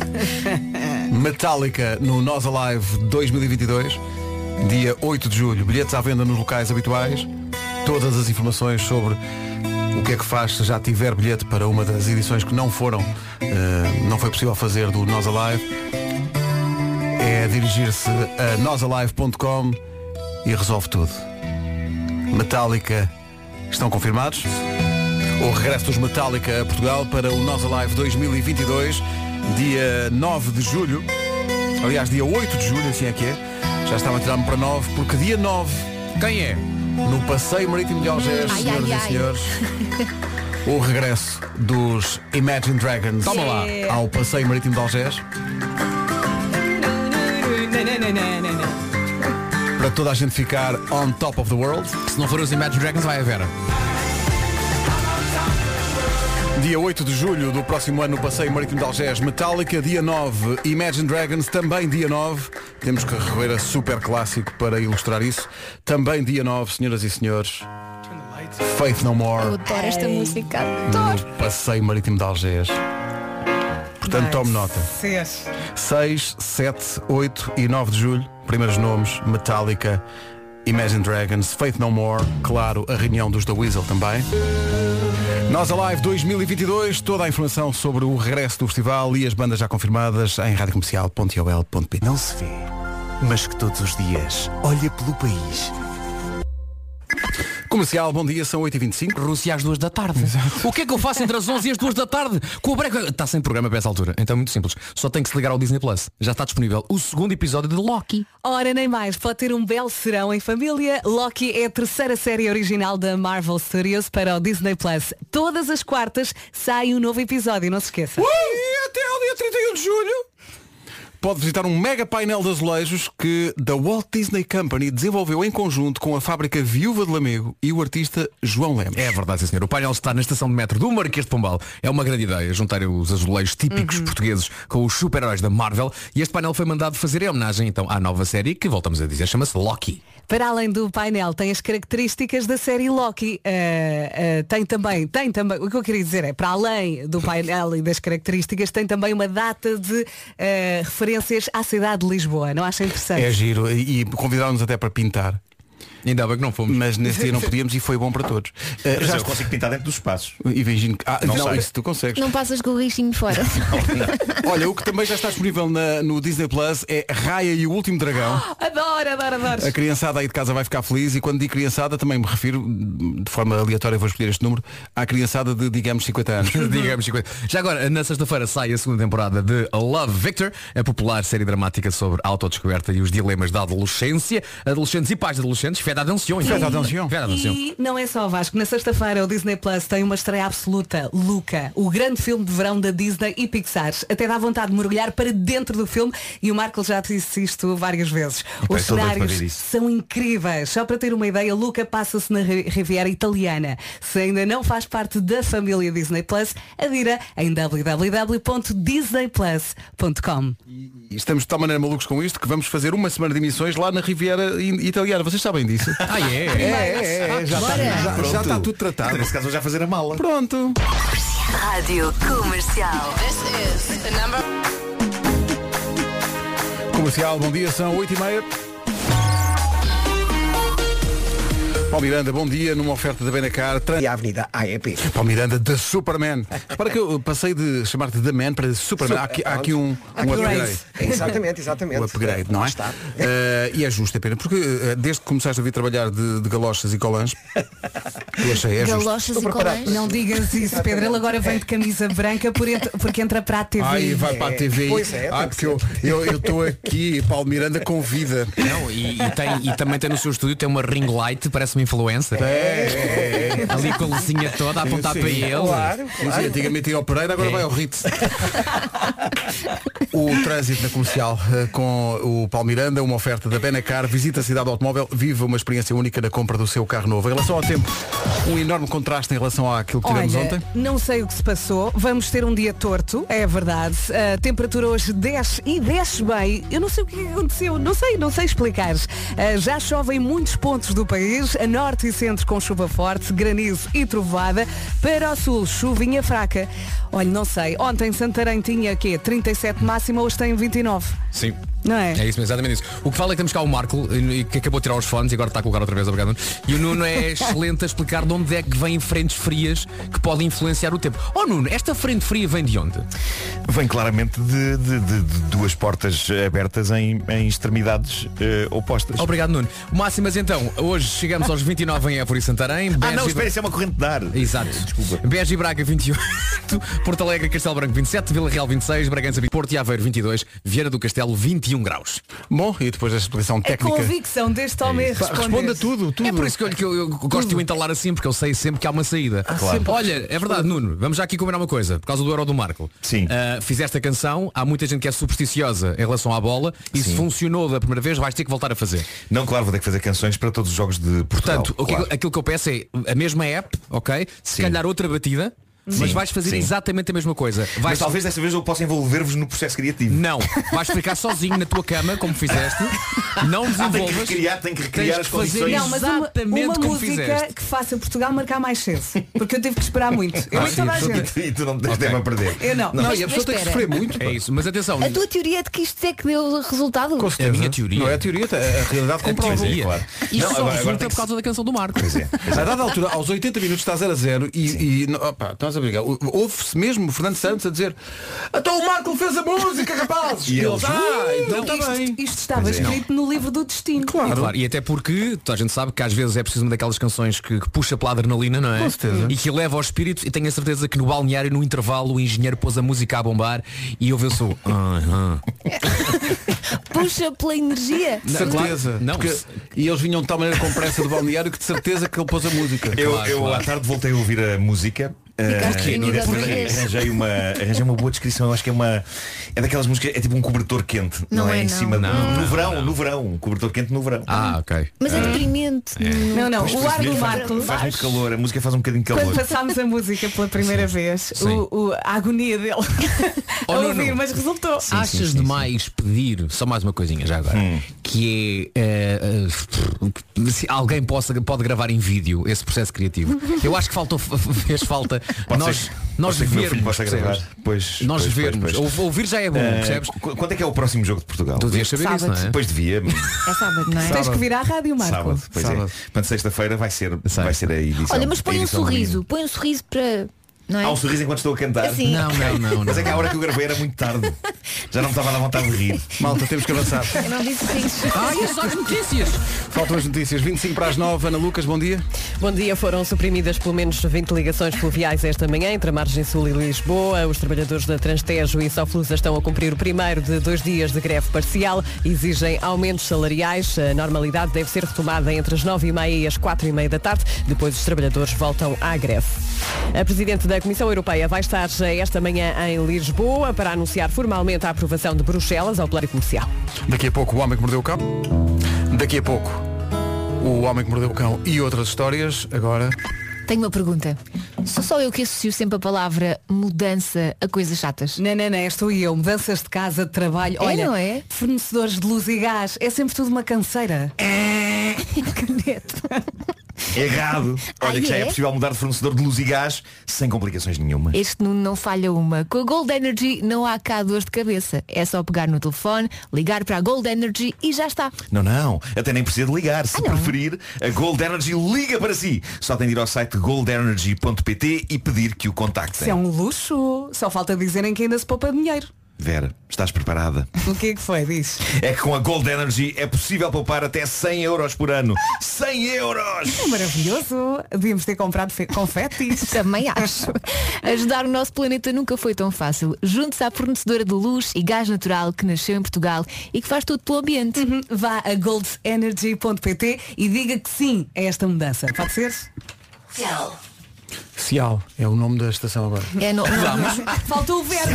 B: Metallica no Nós Alive 2022, dia 8 de julho. Bilhetes à venda nos locais habituais. Todas as informações sobre o que é que faz se já tiver bilhete para uma das edições que não foram, eh, não foi possível fazer do Nós Alive, é dirigir-se a nosalive.com e resolve tudo. Metallica estão confirmados. O regresso dos Metallica a Portugal para o Nós Alive 2022, dia 9 de julho. Aliás, dia 8 de julho, assim é que é. Já estava a tirar-me para 9, porque dia 9, quem é? No Passeio Marítimo de Algés,
L: Ai,
B: senhoras
L: ai,
B: e
L: ai.
B: senhores, o regresso dos Imagine Dragons
L: Toma lá.
B: ao Passeio Marítimo de Algés. Para toda a gente ficar on top of the world. Se não for os Imagine Dragons, vai a Vera. Dia 8 de julho do próximo ano, Passeio Marítimo de Algés Metallica. Dia 9, Imagine Dragons. Também dia 9. Temos que recorrer a super clássico para ilustrar isso. Também dia 9, senhoras e senhores. Faith No
L: Eu
B: More.
L: adoro esta música. Adoro.
B: No Passeio Marítimo de Algés.
K: Então
B: Portanto, tome nota. 6, 7, 8 e 9 de julho, primeiros nomes, Metallica, Imagine Dragons, Faith No More, claro, a reunião dos The Weasel também. Nós Alive 2022, toda a informação sobre o regresso do festival e as bandas já confirmadas em radiocomercial.ol.pt. Não se vê, mas que todos os dias olha pelo país. Comercial, bom dia, são 8h25.
K: Rússia às 2 da tarde. O que é que eu faço entre as 11 e as 2 da tarde? Com o break... Está sem programa para essa altura. Então é muito simples. Só tem que se ligar ao Disney Plus. Já está disponível o segundo episódio de Loki.
A: Ora, nem mais, pode ter um belo serão em família. Loki é a terceira série original da Marvel Studios para o Disney Plus. Todas as quartas sai um novo episódio, não se esqueça.
B: E até ao dia 31 de julho pode visitar um mega painel de azulejos que da Walt Disney Company desenvolveu em conjunto com a fábrica Viúva de Lamego e o artista João Lemos.
K: É verdade, sim, senhor. O painel está na estação de metro do Marquês de Pombal. É uma grande ideia juntar os azulejos típicos portugueses com os super-heróis da Marvel. E este painel foi mandado fazer em homenagem então à nova série que voltamos a dizer chama-se Loki.
A: Para além do painel, tem as características da série Loki. Eh, eh, tem também, tem também, o que eu queria dizer é, para além do painel e das características, tem também uma data de eh, referências à cidade de Lisboa. Não acha interessante?
B: É giro e e convidaram-nos até para pintar.
K: Ainda bem que não fomos. é,
B: Mas nesse
K: (laughs)
B: dia não podíamos e foi bom para todos. Eh,
M: Mas eu consigo pintar dentro dos espaços.
B: E Imagino que... Ah, não,
M: Não sei.
B: isso tu consegues.
L: Não passas com o rixinho fora.
B: Olha, o que também já está disponível na- no Disney Plus é Raia e o Último Dragão.
A: (gasps) Adoro, adoro, adoro.
B: A criançada aí de casa vai ficar feliz e quando digo criançada também me refiro, de forma aleatória vou escolher este número, à criançada de, digamos, 50 anos.
K: (laughs) Digamos 50. Já agora, na sexta-feira sai a segunda temporada de A Love Victor, a popular série dramática sobre a autodescoberta e os dilemas da adolescência, adolescentes e pais de adolescentes, fé da atenção.
A: Fé da
K: atenção. Fé da atenção.
A: E não é só Vasco, na sexta-feira o Disney Plus tem uma estreia absoluta, Luca, o grande filme de verão da Disney e Pixar. Até dá vontade de mergulhar para dentro do filme e o Marco já te disse isto várias vezes.
M: pá,
A: Os
M: estou doido para ver
A: cenários
M: isso.
A: são incríveis. Só para ter uma ideia, Luca passa-se na Ri- Riviera Italiana. Se ainda não faz parte da família Disney Plus, adira em www.disneyplus.com.
B: E Estamos de tal maneira malucos com isto que vamos fazer uma semana de emissões lá na Riviera I- Italiana. Vocês sabem disso?
K: Ah,
B: É,
K: é?
B: é, é. Já está,
K: Bora.
B: já- já
K: Pronto.
B: está tudo tratado.
K: (laughs)
B: Nesse caso, já fazer a mala. Pronto.
I: Rádio Comercial.
G: This is the number.
B: Comercial, bom dia, são 8h30. Paulo Miranda, bom dia, numa oferta da Benacar e a Avenida AEP. Paulo Miranda, da Superman. (laughs) Para que eu passei de chamar-te da Man para Superman. Há aqui, há aqui um,
C: Há
B: um
C: aqui um
B: upgrade.
C: raise. Exatamente, exatamente.
B: O upgrade, não é?
C: Está.
B: Eh, e é justo a pena, porque eh, desde que começaste a vir trabalhar de, de galochas e colãs, eu achei, é justo.
A: Não digas isso, Pedro. Ele agora vem de camisa branca por ent- porque entra para a TV.
B: Ai, vai para a TV. Ai, porque eu eu- eu estou aqui, Paulo Miranda convida.
K: Não, e, e tem- e também tem no seu estúdio, tem uma ring light, parece uma
B: É,
K: influencer. Ali com a luzinha toda a apontar
B: Sim,
K: para
B: sim.
K: ele.
B: Claro, É. claro. Antigamente ia ao Pereira, agora vai ao Ritz. O trânsito na comercial eh, com o Palmiranda, uma oferta da Benacar, visita a cidade do automóvel, viva uma experiência única na compra do seu carro novo. Em relação ao tempo, Um enorme contraste em relação àquilo que tivemos
A: Olha,
B: ontem.
A: não sei o que se passou. Vamos ter um dia torto, é verdade. A temperatura hoje 10 e 10 bem. Eu não sei o que é que aconteceu, não sei, não sei explicar. Ah, já chove em muitos pontos do país, a norte e centro com chuva forte, granizo e trovada. Para o sul, chuvinha fraca. Olha, não sei. Ontem Santarém tinha quê? 37 máxima, hoje tem 29.
K: Sim.
A: Não é?
K: É isso mesmo, exatamente isso. O que vale é que temos cá o Marco, e- e que acabou de tirar os fones e agora está a colocar outra vez, obrigado. Nuno. E o Nuno é excelente a explicar de onde é que vêm frentes frias que podem influenciar o tempo. Oh Nuno, esta frente fria vem de onde?
M: Vem claramente de, de- de- de duas portas abertas em, em extremidades eh, opostas.
K: Obrigado, Nuno. Máximas então, hoje chegamos aos 29 em Évora e Santarém.
M: Ah,
K: Beja
M: não,
K: e-
M: espera, isso é uma corrente de ar.
K: Exato. Desculpa. Beja e Braga 28, (laughs) Porto Alegre, Castelo Branco 27, Vila Real 26, Bragança 20, Porto e Aveiro 22, Vieira do Castelo 21 graus.
B: Bom, e depois desta explicação
A: é A convicção deste homem é responder.
B: tudo,
K: É por isso que eu, que eu- eu gosto de o entalar assim, porque eu sei sempre que há uma saída.
A: Claro. sempre.
K: Olha, é verdade, Nuno, vamos já aqui combinar uma coisa, por causa do Euro do Marco. Sim. fizeste a canção, há muita gente que é supersticiosa em relação à bola, e se
M: Sim.
K: funcionou da primeira vez, vais ter que voltar a fazer.
M: Não, claro, vou ter que fazer canções para todos os jogos de Portugal.
K: Portanto, o que-
M: claro.
K: aquilo que eu peço é a mesma app, ok? Se calhar outra batida, mas
M: Sim,
K: vais fazer
M: sim.
K: exatamente a mesma coisa. Vais
M: Mas talvez dessa vez eu possa envolver-vos no processo criativo.
K: Não, vais ficar sozinho na tua cama, como fizeste. Não
M: (laughs) Ah, tem
K: desenvolvas.
M: que recriar, tem que recriar
K: Tens
M: as
K: que fazer
M: condições.
A: Não, mas uma,
K: exatamente
A: uma
K: como
A: música
K: fizeste.
A: que faça Portugal marcar mais cedo. Porque eu tive que esperar muito. Eu e toda a gente.
M: E Ah, tu não me tens tempo a perder.
A: Eu não.
K: Não,
A: Mas-
K: e a
A: mas
K: pessoa tem que
A: espera.
K: sofrer muito. É isso, mas atenção.
L: A tua teoria é de que isto é que deu resultado?
K: certeza. A minha teoria.
B: Não é a teoria, a, a realidade
A: um
B: comprova.
K: Pois é,
M: claro.
K: Isto só resulta por causa da canção do Marco.
B: A dada altura, aos 80 minutos está 0 a 0 e, e não- opa, estás a brigar. O- Ouve-se mesmo o Fernando Santos a dizer Então o Marco fez a música, rapazes!
K: E eles,
B: ah,
K: "Uh,
B: então está
A: isto,
B: bem.
A: tá isto estava
K: Pois é, não.
A: escrito no livro do destino.
K: E, claro, e até porque toda a gente sabe que às vezes é preciso uma daquelas canções que, que puxa pela adrenalina, não é?
B: Com certeza.
K: E que eleva ao espírito e tenho a certeza que no balneário, no intervalo, o engenheiro pôs a música a bombar e ouviu-se o. "Ah, ah".
L: Puxa pela energia.
B: De certeza.
K: Não,
B: Porque-
K: se-
B: E eles vinham de tal maneira com pressa do balneário que de certeza que ele pôs a música.
M: Eu, eu à tarde voltei a ouvir a música.
B: Ficaste
M: eh,
B: tímido
M: e desta
B: outra
M: vez
B: vez.
M: arranjei uma arranjei uma boa descrição eu acho que é uma é daquelas músicas é tipo um cobertor quente não,
L: Não
M: é,
L: é,
M: em
L: não.
M: cima
L: Não,
M: do,
L: não,
M: no verão no verão um cobertor quente no verão
K: ah ok
L: Mas é deprimente.
A: Não, não,
M: Pois,
A: o
M: pois,
A: ar do
M: faz-
A: Marco.
M: faz muito calor a música faz um bocadinho de
A: Quando
M: calor
A: passámos a música pela primeira vez, o- o- a agonia
M: (laughs)
A: dele (laughs)
M: Oh,
A: a
K: Nuno.
A: ouvir, mas resultou. Ah,
K: Achas demais pedir, só mais uma coisinha já agora,
M: Hum.
K: que é eh, eh, se alguém possa, pode gravar em vídeo esse processo criativo. Eu acho que faltou, fez falta
M: (laughs) Pode
K: nós,
M: ser- pode
K: nós
M: ser que o meu filho
K: vermos.
M: possa gravar.
K: percebes?
M: Pois,
K: nós
M: pois, pois,
K: vermos.
M: pois.
K: Ou- Ouvir já é bom,
M: Eh,
K: percebes?
M: qu- quando é que é o próximo jogo de Portugal
K: Tu devias saber isso,
A: Sábado. não é?
M: pois devia
A: É sábado, não
M: é?
A: Tens que
M: Sábado.
A: vir à rádio, Marco.
M: sábado pois
K: Sábado.
M: é portanto sexta-feira vai ser vai ser a edição
L: Olha, mas
M: a
L: põe um
M: edição do menino.
L: sorriso. Põe um sorriso para. assim, Não é?
M: Há um (laughs) sorriso enquanto estou a cantar.
L: Sim. Não,
M: Ok.
L: não, não,
M: Mas é
L: não.
M: que a hora que eu gravei era muito tarde. Já não me estava a dar vontade de rir.
B: Malta, Então temos que avançar.
L: Eu não disse isso.
K: Ai, é só as notícias.
B: Faltam as notícias. 25 para as 9. Ana Lucas, bom dia.
N: Bom dia, foram suprimidas pelo menos 20 ligações fluviais esta manhã entre a Margem Sul e Lisboa. Os trabalhadores da Transtejo e Soflusa estão a cumprir o primeiro de dois dias de greve parcial. Exigem aumentos salariais. A normalidade deve ser retomada entre as 9h30 e as 4h30 da tarde. Depois os trabalhadores voltam à greve. A Presidente da Comissão Europeia vai estar esta manhã em Lisboa para anunciar formalmente a aprovação de Bruxelas ao plano comercial.
B: Daqui a pouco o homem que mordeu o cão. Daqui a pouco o homem que mordeu o cão e outras histórias. Agora.
L: Tenho uma pergunta. Sou só eu que associo sempre a palavra mudança a coisas chatas.
A: Não, não, não, estou eu. Mudanças de casa, de trabalho.
L: É,
A: Olha,
L: não é?
A: fornecedores de luz e gás. É sempre tudo uma canseira. É.
M: Errado. É Olha,
L: Ai,
M: que já é?
L: é?
M: possível mudar de fornecedor de luz e gás sem complicações nenhuma.
L: Este Nuno não falha uma. Com a Gold Energy não há cá dor de cabeça. É só pegar no telefone, ligar para a Gold Energy e já está.
M: Não, não. Até nem precisa de ligar. Se
B: Ah,
M: preferir, a Gold Energy liga para si. Só tem de ir ao site goldenergy.pt e pedir que o
A: Isso
M: contactem.
A: é um luxo. Só falta dizerem que ainda se poupa dinheiro.
M: Vera, estás preparada?
A: (laughs) O que é que foi? Diz.
M: É que com a Gold Energy é possível poupar até 100 euros por ano. 100 euros!
A: É maravilhoso. Devíamos ter comprado fe-
K: (laughs)
A: (laughs) confetes.
L: Também (laughs) acho. Ajudar o nosso planeta nunca foi tão fácil. Junte-se à fornecedora de luz e gás natural que nasceu em Portugal e que faz tudo pelo ambiente.
A: Vá a goldenergy.pt e diga que sim a esta mudança. Pode ser?
I: Tchau.
B: Cial é o nome da estação agora.
E: É no...
B: Vamos.
A: Faltou o verbo.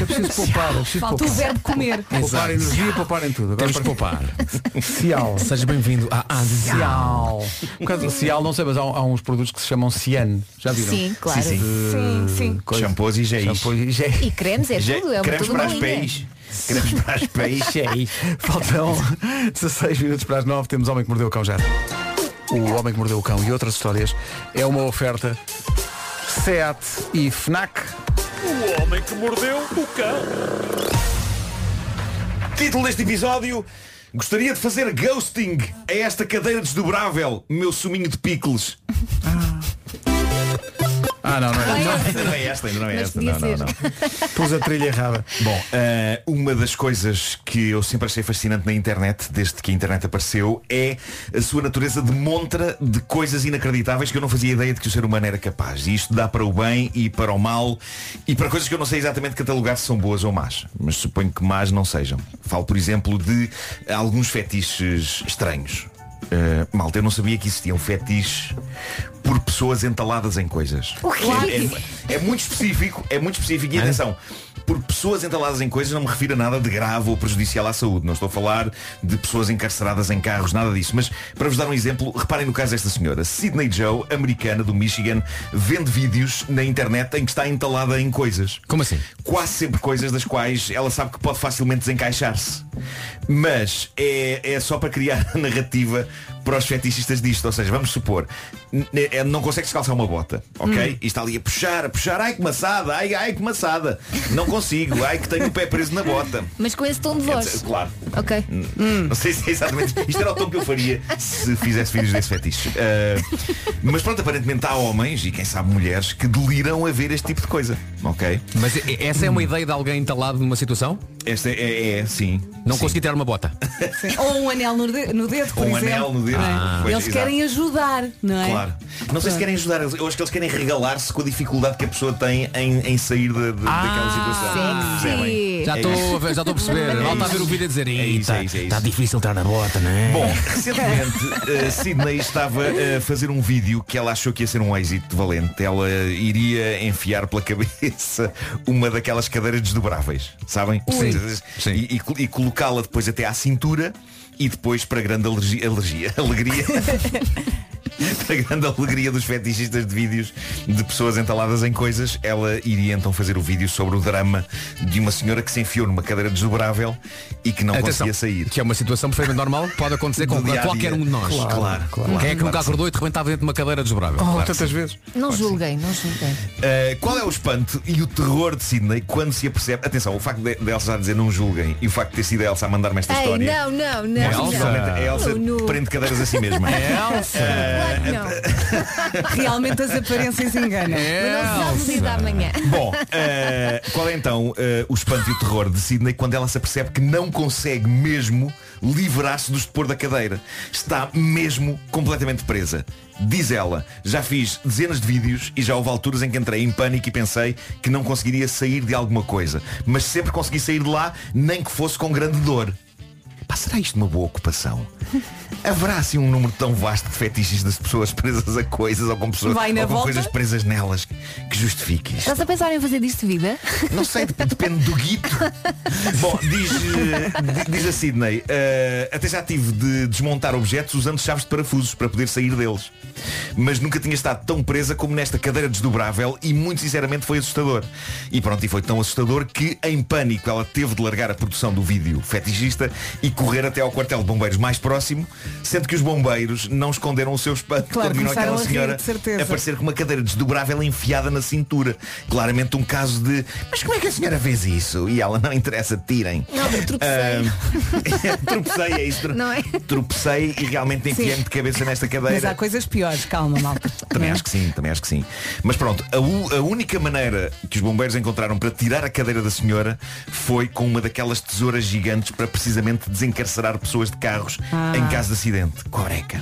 B: É preciso poupar, é preciso
A: Faltou o
B: poupar.
A: verbo (laughs) comer.
B: Poupar energia, poupar em tudo. Agora
K: Temos que
B: para- Cial.
K: Seja bem-vindo à Ásia.
B: Cial. Por causa do Cial, não sei, mas há, há uns produtos que se chamam Cian. Já viram?
L: Sim, claro. Sim, sim.
B: De-
A: Eh,
L: Sim, sim.
B: coisa-
M: Shampoos e
K: é
M: géis.
B: Shampoos e géis.
L: E cremes é
M: Já-
L: tudo, é uma
M: queremos
L: tudo uma
M: para as
L: linha.
M: PIs. Queremos para as PIs.
K: É
B: Géis. é Faltam (laughs) 16 minutos para as 9. Temos Homem que Mordeu o Cão já. O Homem que Mordeu o Cão e outras histórias é uma oferta SEAT e FNAC.
J: O homem que mordeu o cão.
M: Título deste episódio Gostaria de fazer ghosting a esta cadeira desdobrável, meu suminho de picles.
B: Ah, não, não
M: é.
B: Não,
M: Ainda não é esta, ainda não é
B: Mas
M: esta.
B: podia
M: Não, não,
B: ser.
M: não.
B: Pus a trilha errada.
M: Bom, eh, uma das coisas que eu sempre achei fascinante na internet, desde que a internet apareceu, é a sua natureza de montra de coisas inacreditáveis que eu não fazia ideia de que o ser humano era capaz. E isto dá para o bem e para o mal e para coisas que eu não sei exatamente catalogar se são boas ou más. Mas suponho que más não sejam. Falo, por exemplo, de alguns fetiches estranhos. Eh, malta, eu não sabia que existiam fetiches por pessoas entaladas em coisas.
J: O quê?
M: É, é- é muito específico, é muito específico. E atenção, por pessoas entaladas em coisas não me refiro a nada de grave ou prejudicial à saúde. Não estou a falar de pessoas encarceradas em carros, nada disso. Mas para vos dar um exemplo, reparem no caso desta senhora. Sidney Joe, americana do Michigan, vende vídeos na internet em que está entalada em coisas.
K: Como assim?
M: Quase sempre coisas das quais ela sabe que pode facilmente desencaixar-se. Mas é, é só para criar (laughs) a narrativa para os fetichistas disto. Ou seja, vamos supor, n- n- não consegue descalçar uma bota, ok?
J: Hum.
M: E está ali a puxar, a puxar, ai que maçada, ai, ai que maçada. Não consigo, ai que tenho o pé preso na bota.
L: Mas com esse tom de
M: É,
L: voz.
M: claro.
L: Ok.
M: Não sei se é exatamente. Isto era o tom que eu faria se fizesse vídeos desse fetiche. Ah, mas pronto, aparentemente há homens e quem sabe mulheres que deliram a ver este tipo de coisa. Ok?
K: Mas e- essa é uma ideia de alguém entalado numa situação?
M: Esta é, é, sim.
K: Não consegui ter uma bota.
A: Sim. Ou um anel no, de- no dedo, por
M: Ou um
A: exemplo.
M: anel no dedo.
A: Não é?
M: Ah, pois,
A: Eles
M: exato.
A: querem ajudar, não é?
M: Claro. Não sei se querem ajudar, eu acho que eles querem regalar-se com a dificuldade que a pessoa tem em, em sair da- da- daquela situação. Percebem?
K: Já
M: É
K: estou a
M: isso.
K: ver- já estou a perceber.
M: É
K: Malta a
M: isso.
K: ver o vídeo a dizer,
M: É isso, é
K: "Eita,
M: isso, é isso.
K: está difícil estar na bota, não é?
M: Bom, recentemente eh, Sidney estava a fazer um vídeo que ela achou que ia ser um êxito valente. Ela iria enfiar pela cabeça uma daquelas cadeiras desdobráveis, sabem?
J: Sim.
M: E, e col- e colocá-la depois até à cintura e depois para grande alergia, alergia (laughs) alegria. Para grande alegria dos fetichistas de vídeos de pessoas entaladas em coisas, ela iria então fazer o vídeo sobre o drama de uma senhora que se enfiou numa cadeira desdobrável e que não
K: Atenção,
M: conseguia sair.
K: Que é uma situação perfeitamente normal, pode acontecer com
M: Do dia a
K: qualquer
M: dia.
K: um de nós.
M: Claro, claro, claro.
K: Quem é que
M: Claro
K: nunca
M: que sim.
K: acordou e de repente estava dentro de uma cadeira desbrável?
M: Oh, Claro que tantas sim.
K: vezes.
L: Não julguem, não julguem.
M: Uh, qual é o espanto e o terror de Sidney quando se apercebe? Atenção, o facto de, de Elsa já dizer não julguem e o facto de ter sido a Elsa a mandar-me esta
L: Ei,
M: história.
L: não, não, não.
M: Mostra
L: não.
M: especialmente A Elsa
L: Não, não.
M: prende cadeiras a si
K: (laughs)
M: mesma.
K: Elsa.
M: Uh,
A: Realmente as aparências enganam.
L: Mas não se dá amanhã.
M: Bom, eh, qual é então eh, o espanto e o terror de Sidney quando ela se apercebe que não consegue mesmo livrar-se do estupor da cadeira? Está mesmo completamente presa. Diz ela, já fiz dezenas de vídeos e já houve alturas em que entrei em pânico e pensei que não conseguiria sair de alguma coisa. Mas sempre consegui sair de lá, nem que fosse com grande dor. Pá, será isto uma boa ocupação? (laughs) Haverá assim um número tão vasto de fetiches das pessoas presas a coisas ou com pessoas
L: Vai na
M: ou com
L: volta?
M: coisas presas nelas que justifique isto.
L: Estás a pensar em fazer disto (laughs) vida?
M: Não sei, depende do guito. Bom, diz, eh, di- diz a Sidney, eh, até já tive de desmontar objetos usando chaves de parafusos para poder sair deles. Mas nunca tinha estado tão presa como nesta cadeira desdobrável e muito sinceramente foi assustador. E pronto, e foi tão assustador que em pânico ela teve de largar a produção do vídeo fetichista e correr até ao quartel de bombeiros mais próximo, sendo que os bombeiros não esconderam o seu espanto
A: Claro,
M: quando viram
A: começaram
M: aquela
A: a rir,
M: senhora
A: de certeza.
M: aparecer com uma cadeira desdobrável é enfiada na cintura. Claramente um caso de mas como é que a senhora fez isso? E ela não interessa, tirem.
J: Não, eu
M: Eh, tropecei. (laughs) tropecei, é isso.
A: Não é?
M: Tropecei e realmente enfiei-me de cabeça nesta
A: Mas há
M: cadeira.
A: coisas piores, calma,
K: (laughs)
A: malta.
L: É?
M: Também acho que sim, também acho que sim. Mas pronto, a, u- a única maneira que os bombeiros encontraram para tirar a cadeira da senhora foi com uma daquelas tesouras gigantes para precisamente desen- encarcerar pessoas de carros
O: Ah.
M: em caso de acidente. Coreca.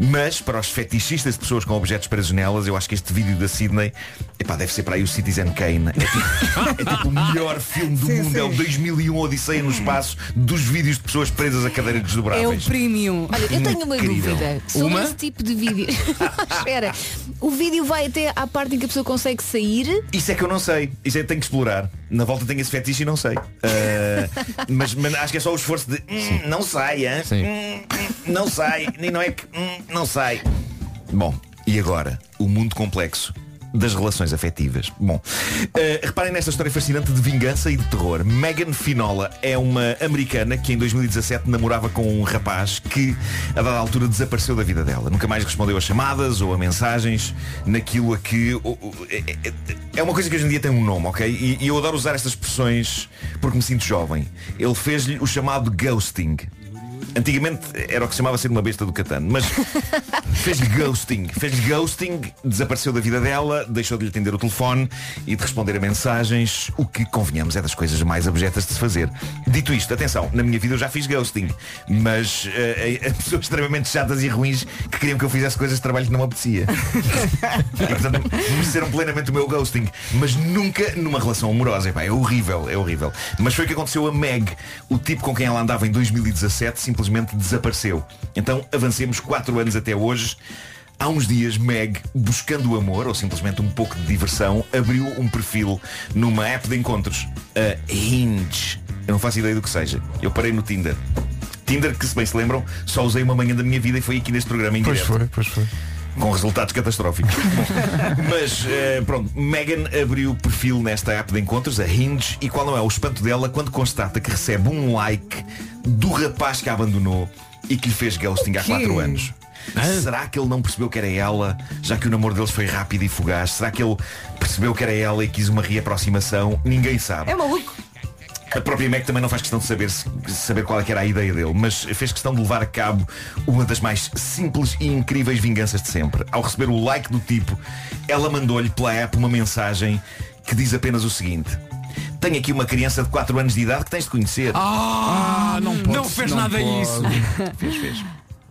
M: Mas para os fetichistas de pessoas com objetos para janelas, eu acho que este vídeo da Sydney epá, deve ser para aí o Citizen Kane. É
L: (laughs)
M: tipo, é tipo o melhor filme do mundo, é o 2001 Odisseia no espaço dos vídeos de pessoas presas a cadeira
A: É o
M: desdobráveis. Um
A: premium.
L: Olha, eu tenho uma
M: Incrível.
L: dúvida sobre
M: Uma?
L: esse tipo de vídeo. (laughs) Espera, o vídeo vai até à parte em que a pessoa consegue sair.
M: Isso é que eu não sei. Isso é que tenho que explorar. Na volta tenho esse fetiche e não sei. Ah, mas, mas acho que é só o esforço de "Hum, não sai, hein? Hum, hum, não sai. Nem não é que hum, não sai. Bom, e agora? O mundo complexo das relações afetivas. Bom, eh, reparem nesta história fascinante de vingança e de terror. Megan Finola é uma americana que em 2017 namorava com um rapaz que a dada altura desapareceu da vida dela. Nunca mais respondeu a chamadas ou a mensagens naquilo a que... o- o- é- é- É uma coisa que hoje em dia tem um nome, ok? E, e eu adoro usar estas expressões porque me sinto jovem. Ele fez-lhe o chamado ghosting. Antigamente era o que se chamava ser uma besta do Catano, mas fez-lhe ghosting. Fez-lhe ghosting, desapareceu da vida dela, deixou de lhe atender o telefone e de responder a mensagens, o que, convenhamos, é das coisas mais abjetas de se fazer. Dito isto, atenção, na minha vida eu já fiz ghosting, mas eh, eh, pessoas extremamente chatas e ruins que queriam que eu fizesse coisas de trabalho que não me apetecia. E, portanto, mereceram plenamente o meu ghosting. Mas nunca numa relação amorosa. Epá, é horrível, é horrível. Mas foi o que aconteceu a Meg. O tipo com quem ela andava em 2017 simplesmente desapareceu. Então avancemos 4 anos até hoje. Há uns dias, Meg, buscando o amor ou simplesmente um pouco de diversão, abriu um perfil numa app de encontros. A Hinge. Eu não faço ideia do que seja. Eu parei no Tinder. Tinder, que se bem se lembram, só usei uma manhã da minha vida e foi aqui neste programa em
B: Pois
M: direto
B: foi, pois foi.
M: com resultados catastróficos. Bom, Mas eh, pronto, Megan abriu o perfil nesta app de encontros, a Hinge, e qual não é o espanto dela quando constata que recebe um like do rapaz que a abandonou e que lhe fez ghosting há
O: quê?
M: 4 anos. Será que ele não percebeu que era ela, já que o namoro deles foi rápido e fugaz? Será que ele percebeu que era ela e quis uma reaproximação? Ninguém sabe.
A: É maluco.
M: A própria Mac também não faz questão de saber, se- saber qual é que era a ideia dele, mas fez questão de levar a cabo uma das mais simples e incríveis vinganças de sempre. Ao receber o like do tipo, ela mandou-lhe pela app uma mensagem que diz apenas o seguinte. Tenho aqui uma criança de 4 anos de idade que tens de conhecer.
K: Ah, não pode, não fez não nada pode. isso.
M: Fez, fez.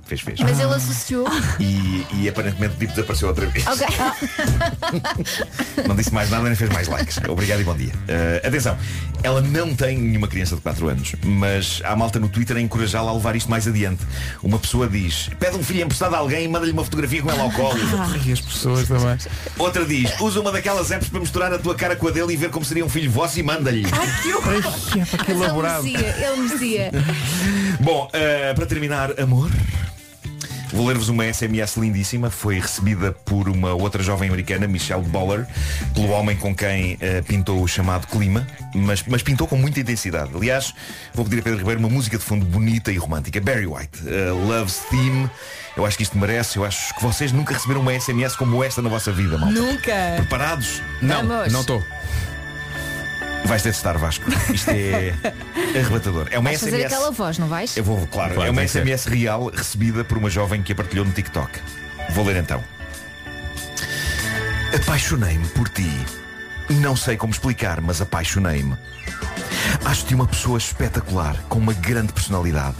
M: Fez, fez.
L: Mas ele associou.
M: Ah, E, e aparentemente o tipo desapareceu outra vez.
L: Ok.
M: (laughs) Não disse mais nada nem fez mais likes. Obrigado e bom dia. Eh, atenção, ela não tem nenhuma criança de 4 anos, mas há malta no Twitter a encorajá-la a levar isto mais adiante. Uma pessoa diz, pede um filho emprestado a alguém e manda-lhe uma fotografia com ela ao colo.
L: Ah.
B: E as pessoas também.
M: Outra diz, usa uma daquelas apps para misturar a tua cara com a dele e ver como seria um filho vosso e manda-lhe.
L: Mas Ele merecia,
M: (laughs)
L: ele merecia.
M: Bom, eh, para terminar, amor. Vou ler-vos uma SMS lindíssima. Foi recebida por uma outra jovem americana, Michelle Boller, pelo homem com quem eh, pintou o chamado clima, mas, mas pintou com muita intensidade. Aliás, vou pedir a Pedro Ribeiro uma música de fundo bonita e romântica. Barry White, eh, Love's Theme. Eu acho que isto merece. Eu acho que vocês nunca receberam uma SMS como esta na vossa vida, mal.
A: Nunca.
M: Preparados?
A: Não, Vamos. não
M: estou. Vais ter de estar Vasco. Isto
L: (laughs)
M: é arrebatador. É uma
L: Vais fazer
M: SMS.
L: aquela voz, não vais?
M: Eu vou, claro,
L: Claro,
M: é uma
L: tem que ser.
M: SMS real recebida por uma jovem que a partilhou no TikTok. Vou ler então. Apaixonei-me por ti. Não sei como explicar, mas apaixonei-me. Acho-te uma pessoa espetacular, com uma grande personalidade.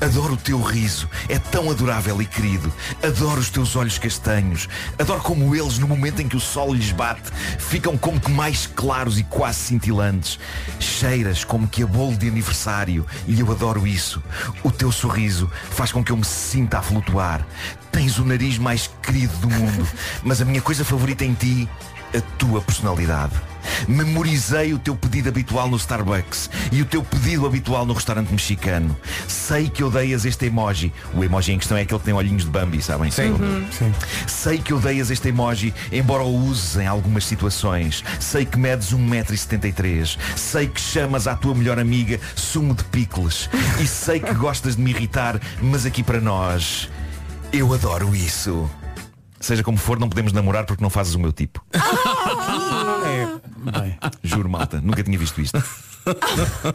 M: Adoro o teu riso, é tão adorável e querido. Adoro os teus olhos castanhos. Adoro como eles, no momento em que o sol lhes bate, ficam como que mais claros e quase cintilantes. Cheiras como que a bolo de aniversário e eu adoro isso. O teu sorriso faz com que eu me sinta a flutuar. Tens o nariz mais querido do mundo, mas a minha coisa favorita em ti a tua personalidade. Memorizei o teu pedido habitual no Starbucks e o teu pedido habitual no restaurante mexicano. Sei que odeias este emoji. O emoji em questão é aquele que tem olhinhos de Bambi, sabem?
B: Sim. Uhum. Sim.
M: Sei que odeias este emoji, embora o uses em algumas situações. Sei que medes 1,73m. Sei que chamas à tua melhor amiga sumo de picles. E sei que gostas de me irritar, mas aqui para nós, eu adoro isso. Seja como for, não podemos namorar porque não fazes o meu tipo. Juro, malta, nunca tinha visto isto.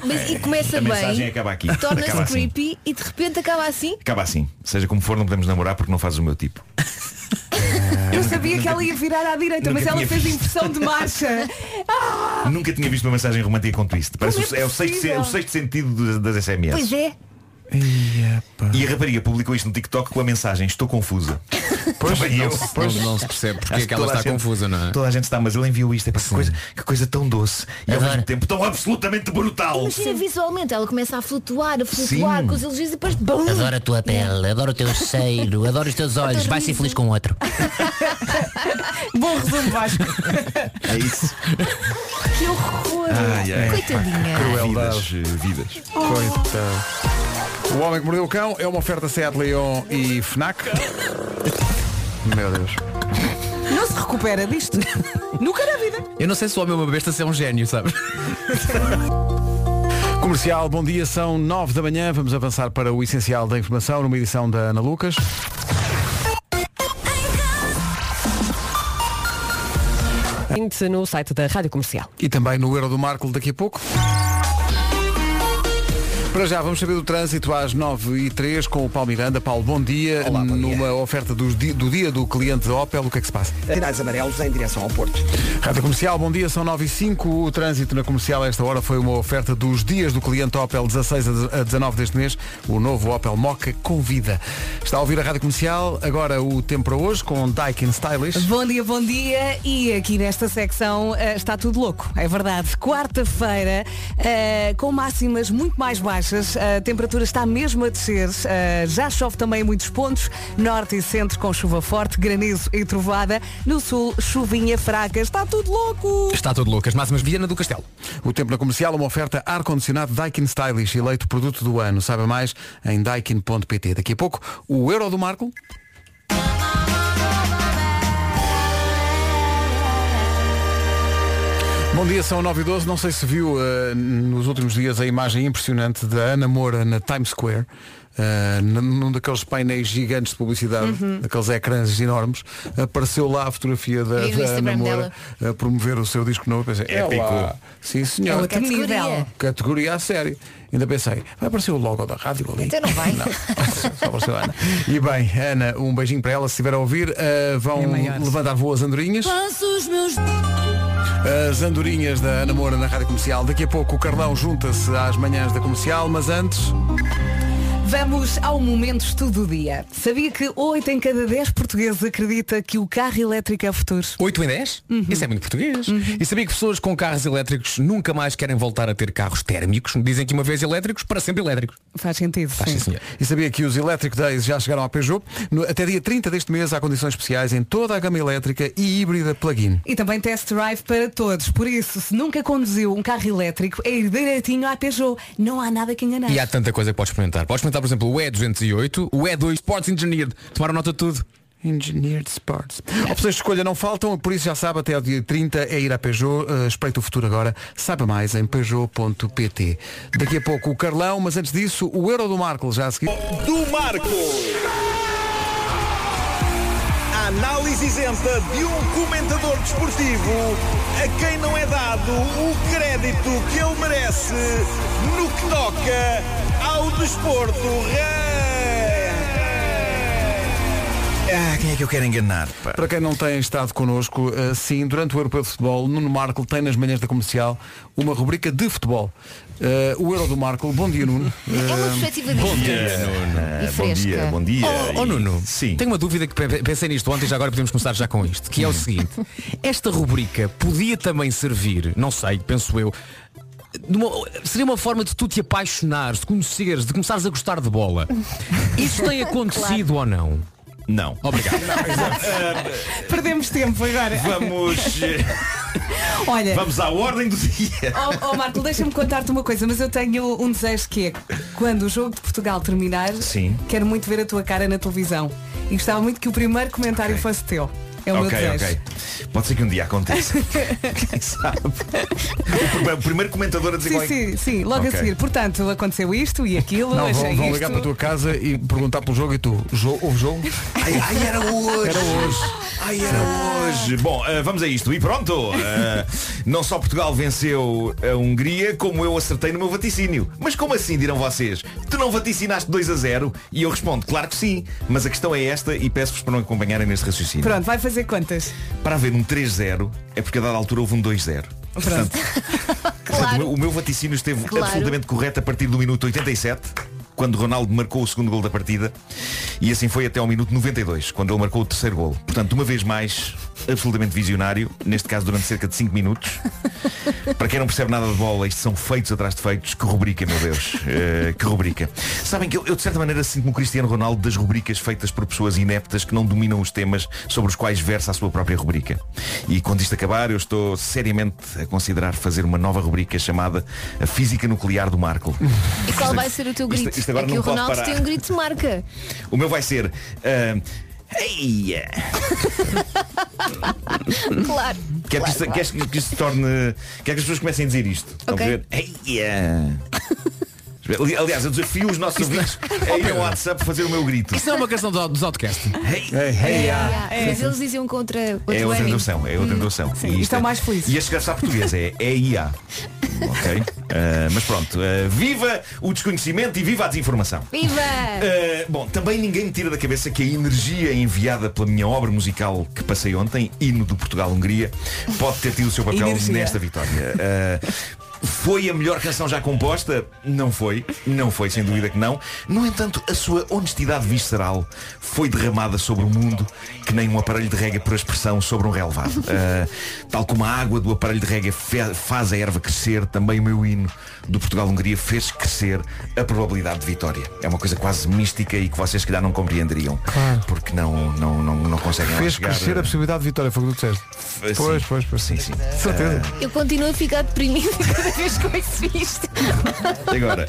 L: Mas e começa
M: A
L: bem.
M: mensagem acaba aqui.
L: Torna-se
M: Acaba assim.
L: creepy e de repente acaba assim.
M: Acaba assim. Seja como for, não podemos namorar porque não fazes o meu tipo.
A: Eu sabia que ela ia virar à direita,
M: Nunca
A: mas ela
M: tinha
A: fez
M: visto.
A: impressão de marcha.
M: Nunca tinha visto uma mensagem romântica com twist. Parece
A: Como
M: o-
A: é
M: é o sexto, sen-
A: possível?
M: o sexto sentido do- das SMS.
L: Pois é.
M: E a rapariga publicou isto no TikTok com a mensagem Estou confusa.
K: Pois,
M: Também
K: não
M: eu.
K: se- pois, não se percebe porque é
M: Acho
K: que ela
M: toda a
K: está confusa, não é?
M: Toda a gente está, mas ele enviou isto. É, pá, que, coisa, que coisa tão doce e ao mesmo tempo tão absolutamente brutal.
L: Imagina visualmente, ela começa a flutuar, a flutuar
M: Sim.
L: com os elogios e depois bum!
O: Adoro a tua pele, adoro o teu cheiro, adoro os teus olhos, vai ser feliz com outro.
A: (laughs) Bom resumo, Vasco.
M: É isso.
L: Que horror!
B: Ai, ai,
L: Coitadinha.
B: pá, Crueldade.
M: Vidas, eh, vidas.
B: Coitado. O Homem que Mordeu o Cão é uma oferta Seat Leon e FNAC. Meu Deus.
A: Não se recupera disto. Nunca na vida.
K: Eu não sei se o homem é uma besta se é um gênio, sabes?
B: Comercial, bom dia, são 9 da manhã. Vamos avançar para o essencial da informação numa edição da Ana Lucas.
N: Seguinte no site da Rádio Comercial.
B: E também no Euro do Marco daqui a pouco. Para já, vamos saber do trânsito às 9 e três com o Paulo Miranda. Paulo, bom dia. Numa oferta dos di- do dia do cliente da Opel, o que é que se passa?
C: Sinais amarelos em direção ao Porto.
B: Rádio Comercial, bom dia, são 9 e 5. O trânsito na comercial a esta hora foi uma oferta dos dias do cliente Opel 16 a a 19 deste mês. O novo Opel Moca convida. Está a ouvir a Rádio Comercial, agora o tempo para hoje com Daikin Stylish.
A: Bom dia, bom dia. E aqui nesta secção eh, está tudo louco, é verdade. Quarta-feira, eh, com máximas muito mais baixas, a temperatura está mesmo a descer. eh, já chove também em muitos pontos, norte e centro com chuva forte, granizo e trovada. No sul, chuvinha fraca. Está tudo louco!
K: Está tudo louco. As máximas Viana do Castelo.
B: O tempo na comercial, uma oferta ar-condicionado Daikin Stylish, eleito produto do ano. Saiba mais em daikin.pt. Daqui a pouco, o Euro do Marco. Bom dia, são 9 e 12. Não sei se viu eh, nos últimos dias a imagem impressionante da Ana Moura na Times Square. eh, num- num daqueles painéis gigantes de publicidade,
F: Uhum.
B: daqueles ecrãs enormes, apareceu lá a fotografia da,
F: Vi no
B: da Ana
F: Instagram
B: Moura a promover o seu disco novo. Pensei,
F: Épico.
B: "Ela, Sim, senhor.
F: É outra Categoria. nível.
B: Categoria a sério. Ainda pensei, vai aparecer o logo da rádio ali. Então não (laughs) vai. Só apareceu a Ana. E bem, Ana, um beijinho para ela. Se estiver a ouvir, eh, vão levantar voas andorinhas.
F: Passo os meus.
B: As andorinhas da Ana Moura na Rádio Comercial. Daqui a pouco o Carlão junta-se às manhãs da Comercial, mas antes...
A: Vamos ao momento estudo do dia. Sabia que 8 em cada (laughs) 10 portugueses acredita que o carro elétrico é o futuro?
K: 8 em 10? Isso é muito português. E sabia que pessoas com carros elétricos nunca mais querem voltar a ter carros térmicos? Dizem que uma vez elétricos, para sempre elétricos.
A: Faz sentido. sim.
B: E sabia que os Electric Days já chegaram à Peugeot. No- até dia 30 deste mês há condições especiais em toda a gama elétrica e híbrida plug-in.
A: E também test drive para todos. Por isso, se nunca conduziu um carro elétrico, é ir direitinho à Peugeot. Não há nada que enganar.
K: E há tanta coisa que podes experimentar. Podes experimentar, por exemplo, o E208, o E2 Sports Engineered. Tomaram nota de tudo.
B: Engineered Sports. Opções de escolha não faltam, por isso já sabe, até ao dia 30 é ir à Peugeot. Eh, espreita o futuro agora. Saiba mais em peugeot.pt. Daqui a pouco o Carlão, mas antes disso, o Euro do Marco já a seguir.
J: Do Marco. Análise isenta de um comentador desportivo a quem não é dado o crédito que ele merece no que toca ao desporto.
M: É. Ah, quem é que eu quero enganar? pá?
B: Para quem não tem estado connosco, eh, sim, durante o Europeu de Futebol, Nuno Marco tem nas manhãs da comercial uma rubrica de futebol. Eh, o Euro do Marco, bom dia Nuno.
K: É uma perspectiva Bom diferente. dia, Nuno. E
M: Ah, bom dia,
K: fresca.
M: bom dia.
K: Oh, oh, Nuno,
M: Sim.
K: (laughs) tenho uma dúvida que pe- pensei nisto ontem e já agora podemos começar já com isto,
B: Hum.
K: que é o seguinte. Esta rubrica podia também servir, não sei, penso eu, de uma- seria uma forma de tu te apaixonares, de conheceres, de começares a gostar de bola. Isso
A: (laughs)
K: tem acontecido ou não?
M: Não.
K: Obrigado.
A: Perdemos tempo agora.
M: Vamos. eh,
A: Olha.
M: Vamos à ordem do dia.
A: Oh, oh, Marco, deixa-me contar-te uma coisa, mas eu tenho um desejo que é quando o jogo de Portugal terminar,
M: Sim.
A: quero muito ver a tua cara na televisão. E gostava muito que o primeiro comentário fosse teu. É o meu
M: ok,
A: desejo.
M: ok. Pode ser que um dia
A: (laughs)
M: aconteça. Quem sabe? O primeiro- O primeiro comentador a dizer
A: Sim,
M: qual é que-
A: sim, sim, logo
M: Ok.
A: a seguir. Portanto, aconteceu isto e aquilo,
B: Não,
A: achei
B: vão, vão
A: é isto.
B: ligar para a tua casa e perguntar pelo jogo e tu, jo houve jogo?
M: Ai, ai, era hoje. Era hoje. Ai, era hoje. Bom, ah, vamos a isto. E pronto. Ah, não só Portugal venceu a Hungria, como eu acertei no meu vaticínio. Mas como assim, dirão vocês? Tu não vaticinaste 2 a 0? E eu respondo, claro que sim. Mas a questão é esta e peço-vos para não acompanharem neste raciocínio.
A: Pronto, vai fazer contas.
M: Para haver um 3-0, é porque a dada altura houve um 2-0. Portanto, portanto, o meu- o meu vaticínio esteve
A: Claro.
M: absolutamente correto a partir do minuto 87. quando Ronaldo marcou o segundo gol da partida e assim foi até ao minuto 92, quando ele marcou o terceiro gol. Portanto, uma vez mais, absolutamente visionário, neste caso durante cerca de 5 minutos. Para quem não percebe nada de bola, isto são feitos atrás de feitos. Que rubrica, meu
L: (laughs)
M: Deus. Eh, que rubrica. Sabem que eu, eu, de certa maneira sinto-me o Cristiano Ronaldo das rubricas feitas por pessoas ineptas que não dominam os temas sobre os quais versa a sua própria rubrica. E quando isto acabar, eu estou seriamente a considerar fazer uma nova rubrica chamada A Física Nuclear do Marco.
L: (laughs) E qual vai ser o teu
M: Isto-
L: grito?
M: isto agora
L: é que
M: não
L: o
M: pode
L: Ronaldo
M: parar.
L: tem um grito de
M: (laughs)
L: marca.
M: O meu vai ser. ah, Eia!
L: claro.
M: Quero que, isto, queres que- que isto se torne. Quero que as pessoas comecem a dizer isto. Estão
L: Ok.
M: a ver? Eia! Ali- Aliás, eu desafio os nossos ouvintes a ir ao WhatsApp fazer o meu grito.
K: Isso não é uma canção do- dos outcasts.
L: É, Mas eles diziam contra outro
M: É outra
L: ânimo.
M: tradução, é outra tradução. E
L: estão mais felizes.
M: E a chegar-se à portuguesa é
L: (laughs)
M: EIA. ok? Ah, mas pronto, ah, viva o desconhecimento e viva a desinformação.
L: Viva!
M: Uh, bom, também ninguém me tira da cabeça que a energia enviada pela minha obra musical que passei ontem, Hino do Portugal-Hungria, pode ter tido o seu papel
J: Energia.
M: nesta vitória. Uh, foi a melhor canção já composta? Não foi, não foi, sem dúvida que não. No entanto, a sua honestidade visceral foi derramada sobre o mundo que nem um aparelho de rega por expressão sobre um relevado. Uh, tal como a água do aparelho de rega fe- faz a erva crescer, também o meu hino do Portugal-Hungria fez crescer a probabilidade de vitória. É uma coisa quase mística e que vocês, se calhar, não compreenderiam. Porque não, não, não, não conseguem lá
B: Fez
M: chegar.
B: crescer a possibilidade de vitória, foi o que tu disseste.
M: Sim.
B: Pois, pois, pois.
M: Sim, sim.
B: Certeza.
L: Eu continuo a ficar deprimida (laughs) cada vez que eu ouço isto.
M: Agora,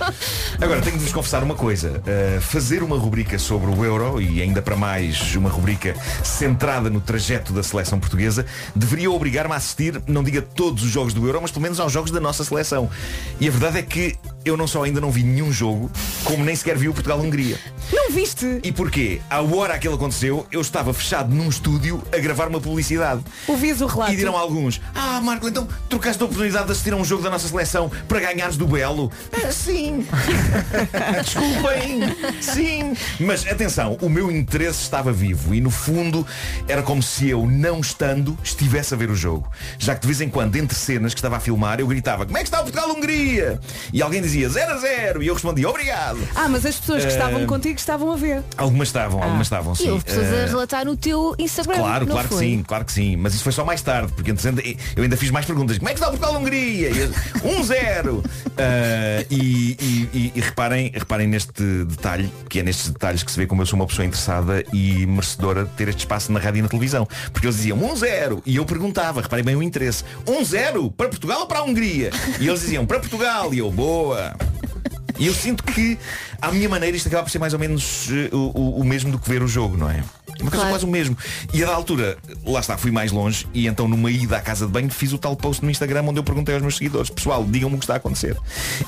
M: agora tenho de vos confessar uma coisa. Uh, fazer uma rubrica sobre o Euro e ainda para mais uma rubrica centrada no trajeto da seleção portuguesa deveria obrigar-me a assistir, não diga todos os jogos do Euro, mas pelo menos aos jogos da nossa seleção. E a verdade é que eu não só ainda não vi nenhum jogo, como nem sequer vi o Portugal-Hungria.
A: Não viste?
M: E porquê? À hora que ele aconteceu, eu estava fechado num estúdio a gravar uma publicidade.
A: Ouvis o relato.
M: E dirão alguns, ah Marco, então trocaste a oportunidade de assistir a um jogo da nossa seleção para ganhares do Belo. "Ah, Sim. (laughs) Desculpem. Sim. Mas atenção, o meu interesse estava vivo e no fundo era como se eu, não estando, estivesse a ver o jogo. Já que de vez em quando, entre cenas que estava a filmar, eu gritava, como é que está o Portugal-Hungria? E alguém dizia 0 a 0 e eu respondia, obrigado.
A: Ah, mas as pessoas que
M: Eh,
A: estavam contigo estavam a ver.
M: Algumas estavam, algumas
A: Ah.
M: estavam, sim.
L: E houve pessoas a
M: Eh,
L: relatar no teu Instagram.
M: Claro,
L: não
M: claro
L: foi?
M: que sim, claro que sim. Mas isso foi só mais tarde, porque antes ainda- eu ainda fiz mais perguntas. Como é que está o Portugal-Hungria?
L: (laughs)
M: 1-0! Ah, e, e- e- e reparem, reparem neste detalhe, que é nestes detalhes que se vê como eu sou uma pessoa interessada e merecedora de ter este espaço na rádio e na televisão. Porque eles diziam 1-0 e eu perguntava, reparem bem o interesse, 1-0 para Portugal ou para a Hungria? E eles diziam para Portugal e eu, boa! E eu sinto que, à minha maneira, isto acaba por ser mais ou menos eh, o, o- o mesmo do que ver o jogo, não é? Uma coisa quase o mesmo. E a da altura, lá está, fui mais longe e então numa ida à casa de banho fiz o tal post no Instagram onde eu perguntei aos meus seguidores, pessoal, digam-me o que está a acontecer.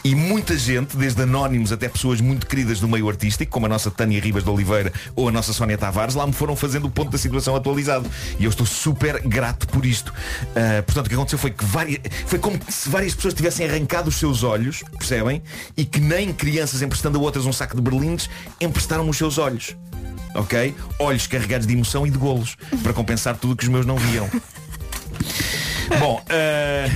M: E muita gente, desde anónimos até pessoas muito queridas do meio artístico, como a nossa Tânia Ribas de Oliveira ou a nossa Sónia Tavares, lá me foram fazendo o ponto da situação atualizado. E eu estou super grato por isto. Ah, portanto, o que aconteceu foi que várias, foi como se várias pessoas tivessem arrancado os seus olhos, percebem? E que nem crianças emprestando a outras um saco de berlindes emprestaram os seus olhos. Ok? Olhos carregados de emoção e de golos para compensar tudo o que os meus não viam. (laughs) Bom, eh,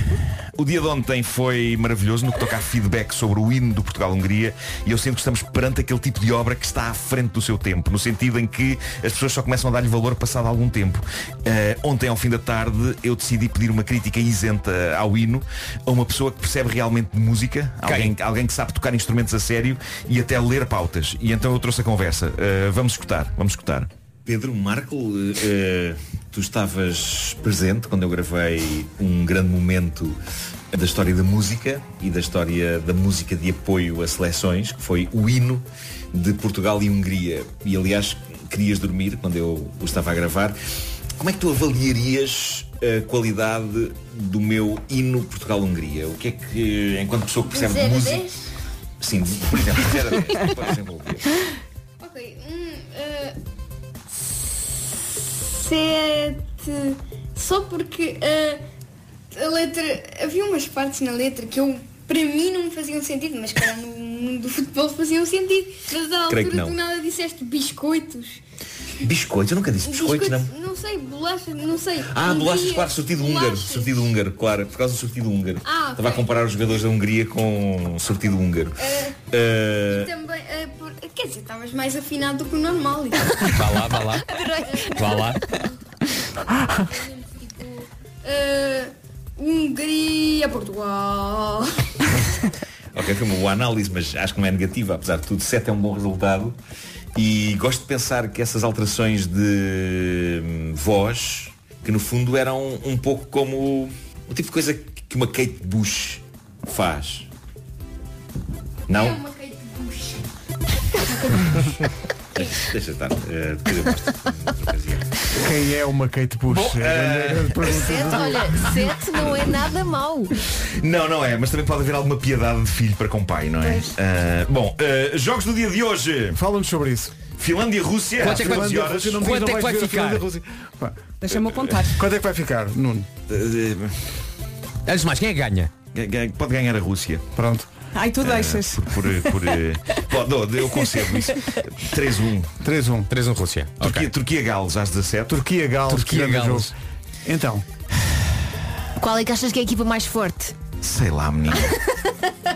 M: o dia de ontem foi maravilhoso no que toca a feedback sobre o hino do Portugal-Hungria e eu sinto que estamos perante aquele tipo de obra que está à frente do seu tempo, no sentido em que as pessoas só começam a dar-lhe valor passado algum tempo. Eh, ontem, ao fim da tarde, eu decidi pedir uma crítica isenta ao hino a uma pessoa que percebe realmente de música, alguém, alguém que sabe tocar instrumentos a sério e até ler pautas. E então eu trouxe a conversa. Eh, vamos escutar, vamos escutar. Pedro Marco, eh, tu estavas presente quando eu gravei um grande momento da história da música e da história da música de apoio a seleções, que foi o hino de Portugal e Hungria. E aliás, querias dormir quando eu o estava a gravar. Como é que tu avaliarias a qualidade do meu hino Portugal-Hungria? O que é que, enquanto pessoa que percebe de
F: zero a
M: música...
F: 10?
M: Sim, por exemplo, zero a dez, por exemplo.
F: Ok. Hum, eh, sete. Só porque eh, a letra. Havia umas partes na letra que eu. Para mim não me faziam sentido, mas cara, no mundo do futebol faziam sentido. Mas à altura
M: Creio que não.
F: do nada disseste biscoitos.
M: Biscoitos, eu nunca disse biscoitos, não.
F: Não sei, bolachas, não sei.
M: Ah,
F: Um
M: bolachas,
F: dia-
M: claro, sortido húngaro.
F: bolachas.
M: Sortido húngaro, claro, por causa do sortido húngaro.
F: Ah, ok.
M: Estava a comparar os jogadores da Hungria com sortido húngaro.
F: Eh,
M: Eh,
F: Também, eh,
P: Estavas mais afinado do que o normal.
F: então.
M: (laughs)
K: Vá lá, vá lá.
P: Adorei.
K: Vá lá.
P: Eh, Hungria, Portugal.
M: (laughs) Ok, foi uma boa análise, mas acho que não é negativa, apesar de tudo, 7 é um bom resultado. E gosto de pensar que essas alterações de hum, voz, que no fundo eram um pouco como o tipo de coisa que uma Kate Bush faz.
P: É
M: Não?
P: uma Kate Bush.
M: (laughs) Deixa deixa estar. eh, depois eu mostro.
P: (laughs)
B: Quem é uma Kate Bush?
M: Bom,
B: É a grande pergunta
L: Sete,
B: do-
L: olha, sete não é nada mau.
M: Não, não é, mas também pode haver alguma piedade de filho para com pai, não é? Ah, bom, ah, jogos do dia de
F: eh,
M: hoje.
B: Fala-nos sobre isso.
M: Finlândia-Rússia.
B: Quanto é que vai- Rússia, não me diz, não vais ver a Finlândia-Rússia.
A: Deixa-me apontar.
M: Quanto é que vai ficar, Nuno? Antes de mais, quem é que ganha? Pode ganhar a Rússia.
B: Pronto.
A: Ai,
M: É.
A: tu deixas.
M: Por, por,
F: (laughs)
M: eh, pô, dou- eu concedo isso. 3-1.
B: 3-1.
M: 3-1 Rússia. Turquia, Turquia-Gales às 17.
B: Turquia-Gales.
M: Turquia-Gales.
B: Então.
L: Qual é que achas que é a equipa mais forte?
M: Sei lá, menino.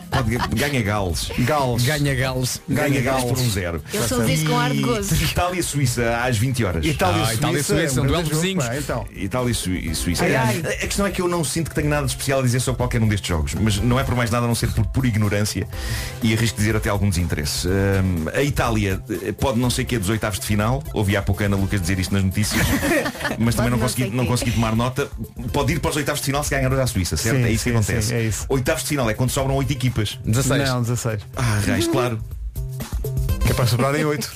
M: Pode, ganha Gales.
B: Gales.
M: Ganha Gales. Ganha Gales por um zero.
L: Eu sou disso com ar de gozo.
M: E Itália-Suíça às 20 horas.
B: Itália e Ah, Itália e Suíça, Suíça, um um grande duelo de jogo, vizinhos. pá, então.
M: Itália e Sui- e Suíça.
B: Ai, ai.
M: A a questão é que eu não sinto que tenho nada de especial a dizer sobre qualquer um destes jogos, mas não é por mais nada a não ser por, por ignorância e arrisco dizer até algum desinteresse. Hum, a Itália eh, pode não sei que é dos oitavos de final, ouvi há pouco a Ana Lucas dizer isto nas
B: (laughs)
M: notícias, mas também não, consegui, não consegui tomar nota. Pode ir para os oitavos de final se ganhar hoje à Suíça, certo?
B: Sim,
M: é isso que
B: sim,
M: acontece.
B: sim, é isso.
M: Oitavos de final é quando sobram oito equipas.
B: 16. Não, 16.
M: Ah, raios,
B: Uhum.
M: claro.
B: Que é para sobrar em 8.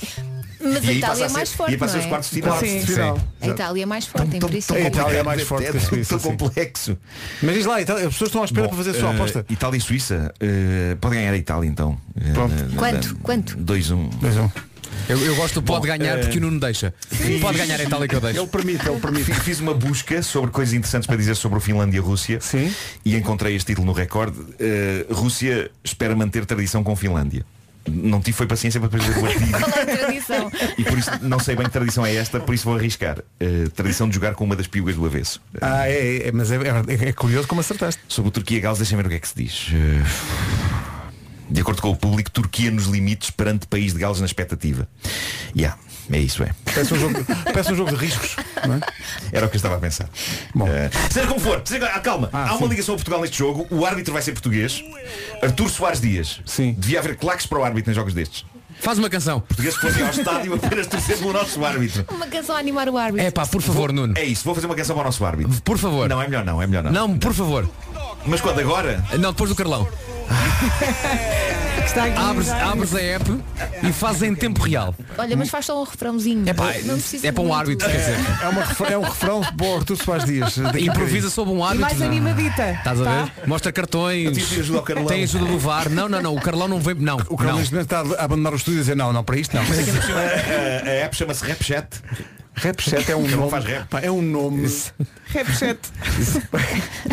L: Mas
M: E
L: a
M: aí
L: Itália
M: passa
L: é
M: a ser-
L: mais
M: e aí
L: forte.
M: passa
L: não
M: aos
L: é?
M: quartos de final. Sim. Sim.
L: A Itália é mais forte, em princípio.
B: A Itália é mais forte que a Suíça.
M: Tão complexo.
B: Mas diz lá, Itália, as pessoas estão à espera
M: Bom,
B: para fazer a sua
M: eh,
B: aposta.
M: Itália e Suíça. eh, pode ganhar a Itália então. Eh, um. eh,
L: Quanto? Quanto?
M: 2-1.
B: 2-1.
M: Eu, eu gosto
K: do pode ganhar
B: eh,
K: porque o Nuno deixa. Pode ganhar a Itália que eu deixo.
B: Ele permite, ele permite.
M: Fiz uma busca sobre coisas interessantes para dizer sobre o Finlândia-Rússia Sim. e encontrei este título no recorde. Eh, Rússia espera manter tradição com Finlândia. Não tive foi paciência para depois ler o artigo.
L: Qual é a tradição?
M: E por isso não sei bem que tradição é esta, por isso vou arriscar. Eh, tradição de jogar com uma das piugas do avesso.
B: Ah, é, é, é, mas é, é- é curioso como acertaste.
M: Sobre o Turquia-Gales, deixa ver o que é que se diz. Eh, De acordo com o público, Turquia nos limites perante país de Gales na expectativa. Yeah, é isso, é.
B: Parece um jogo, parece um jogo de (laughs) riscos. não é?
M: Era o que eu estava a pensar. Eh, seja como for, seja- ah, calma, há uma ligação a Portugal neste jogo, o árbitro vai ser português. Artur Soares Dias. Sim. Devia haver claques para o árbitro em jogos destes.
K: Faz uma canção.
M: Portugueses que fossem ao estádio apenas torcer pelo nosso árbitro.
L: Uma canção a animar o árbitro.
M: pá, por favor, Nuno. É isso, vou fazer uma canção para o nosso árbitro.
K: Por favor.
M: Não, é melhor não, é melhor não.
K: Não, por favor.
M: Mas quando agora?
K: Não, depois do Carlão. Abres, abres a app e fazes em tempo real.
M: É
L: Olha, mas faz só um refrãozinho.
K: É pá,
L: Não precisa
K: é para um
L: muito.
K: árbitro, quer dizer.
B: É, uma refra- é um refrão bom, Artur Soares Dias. Daqui a
K: Improvisa
B: bocadinho.
K: sobre um árbitro.
A: mais animadita.
K: Estás a
A: Tá.
K: ver? Mostra cartões.
B: tive ajuda ao Carlão.
K: Tem ajuda do VAR. Não, não, não. O Carlão não vem. Não.
B: O Carlos
K: não.
B: neste momento está a abandonar o estúdio e dizer não, não, para isto não.
M: A, a app chama-se RapChat.
B: RapChat é um
M: Ele não
B: nome.
M: faz rap.
B: Pá, é um nome.
A: Repchete.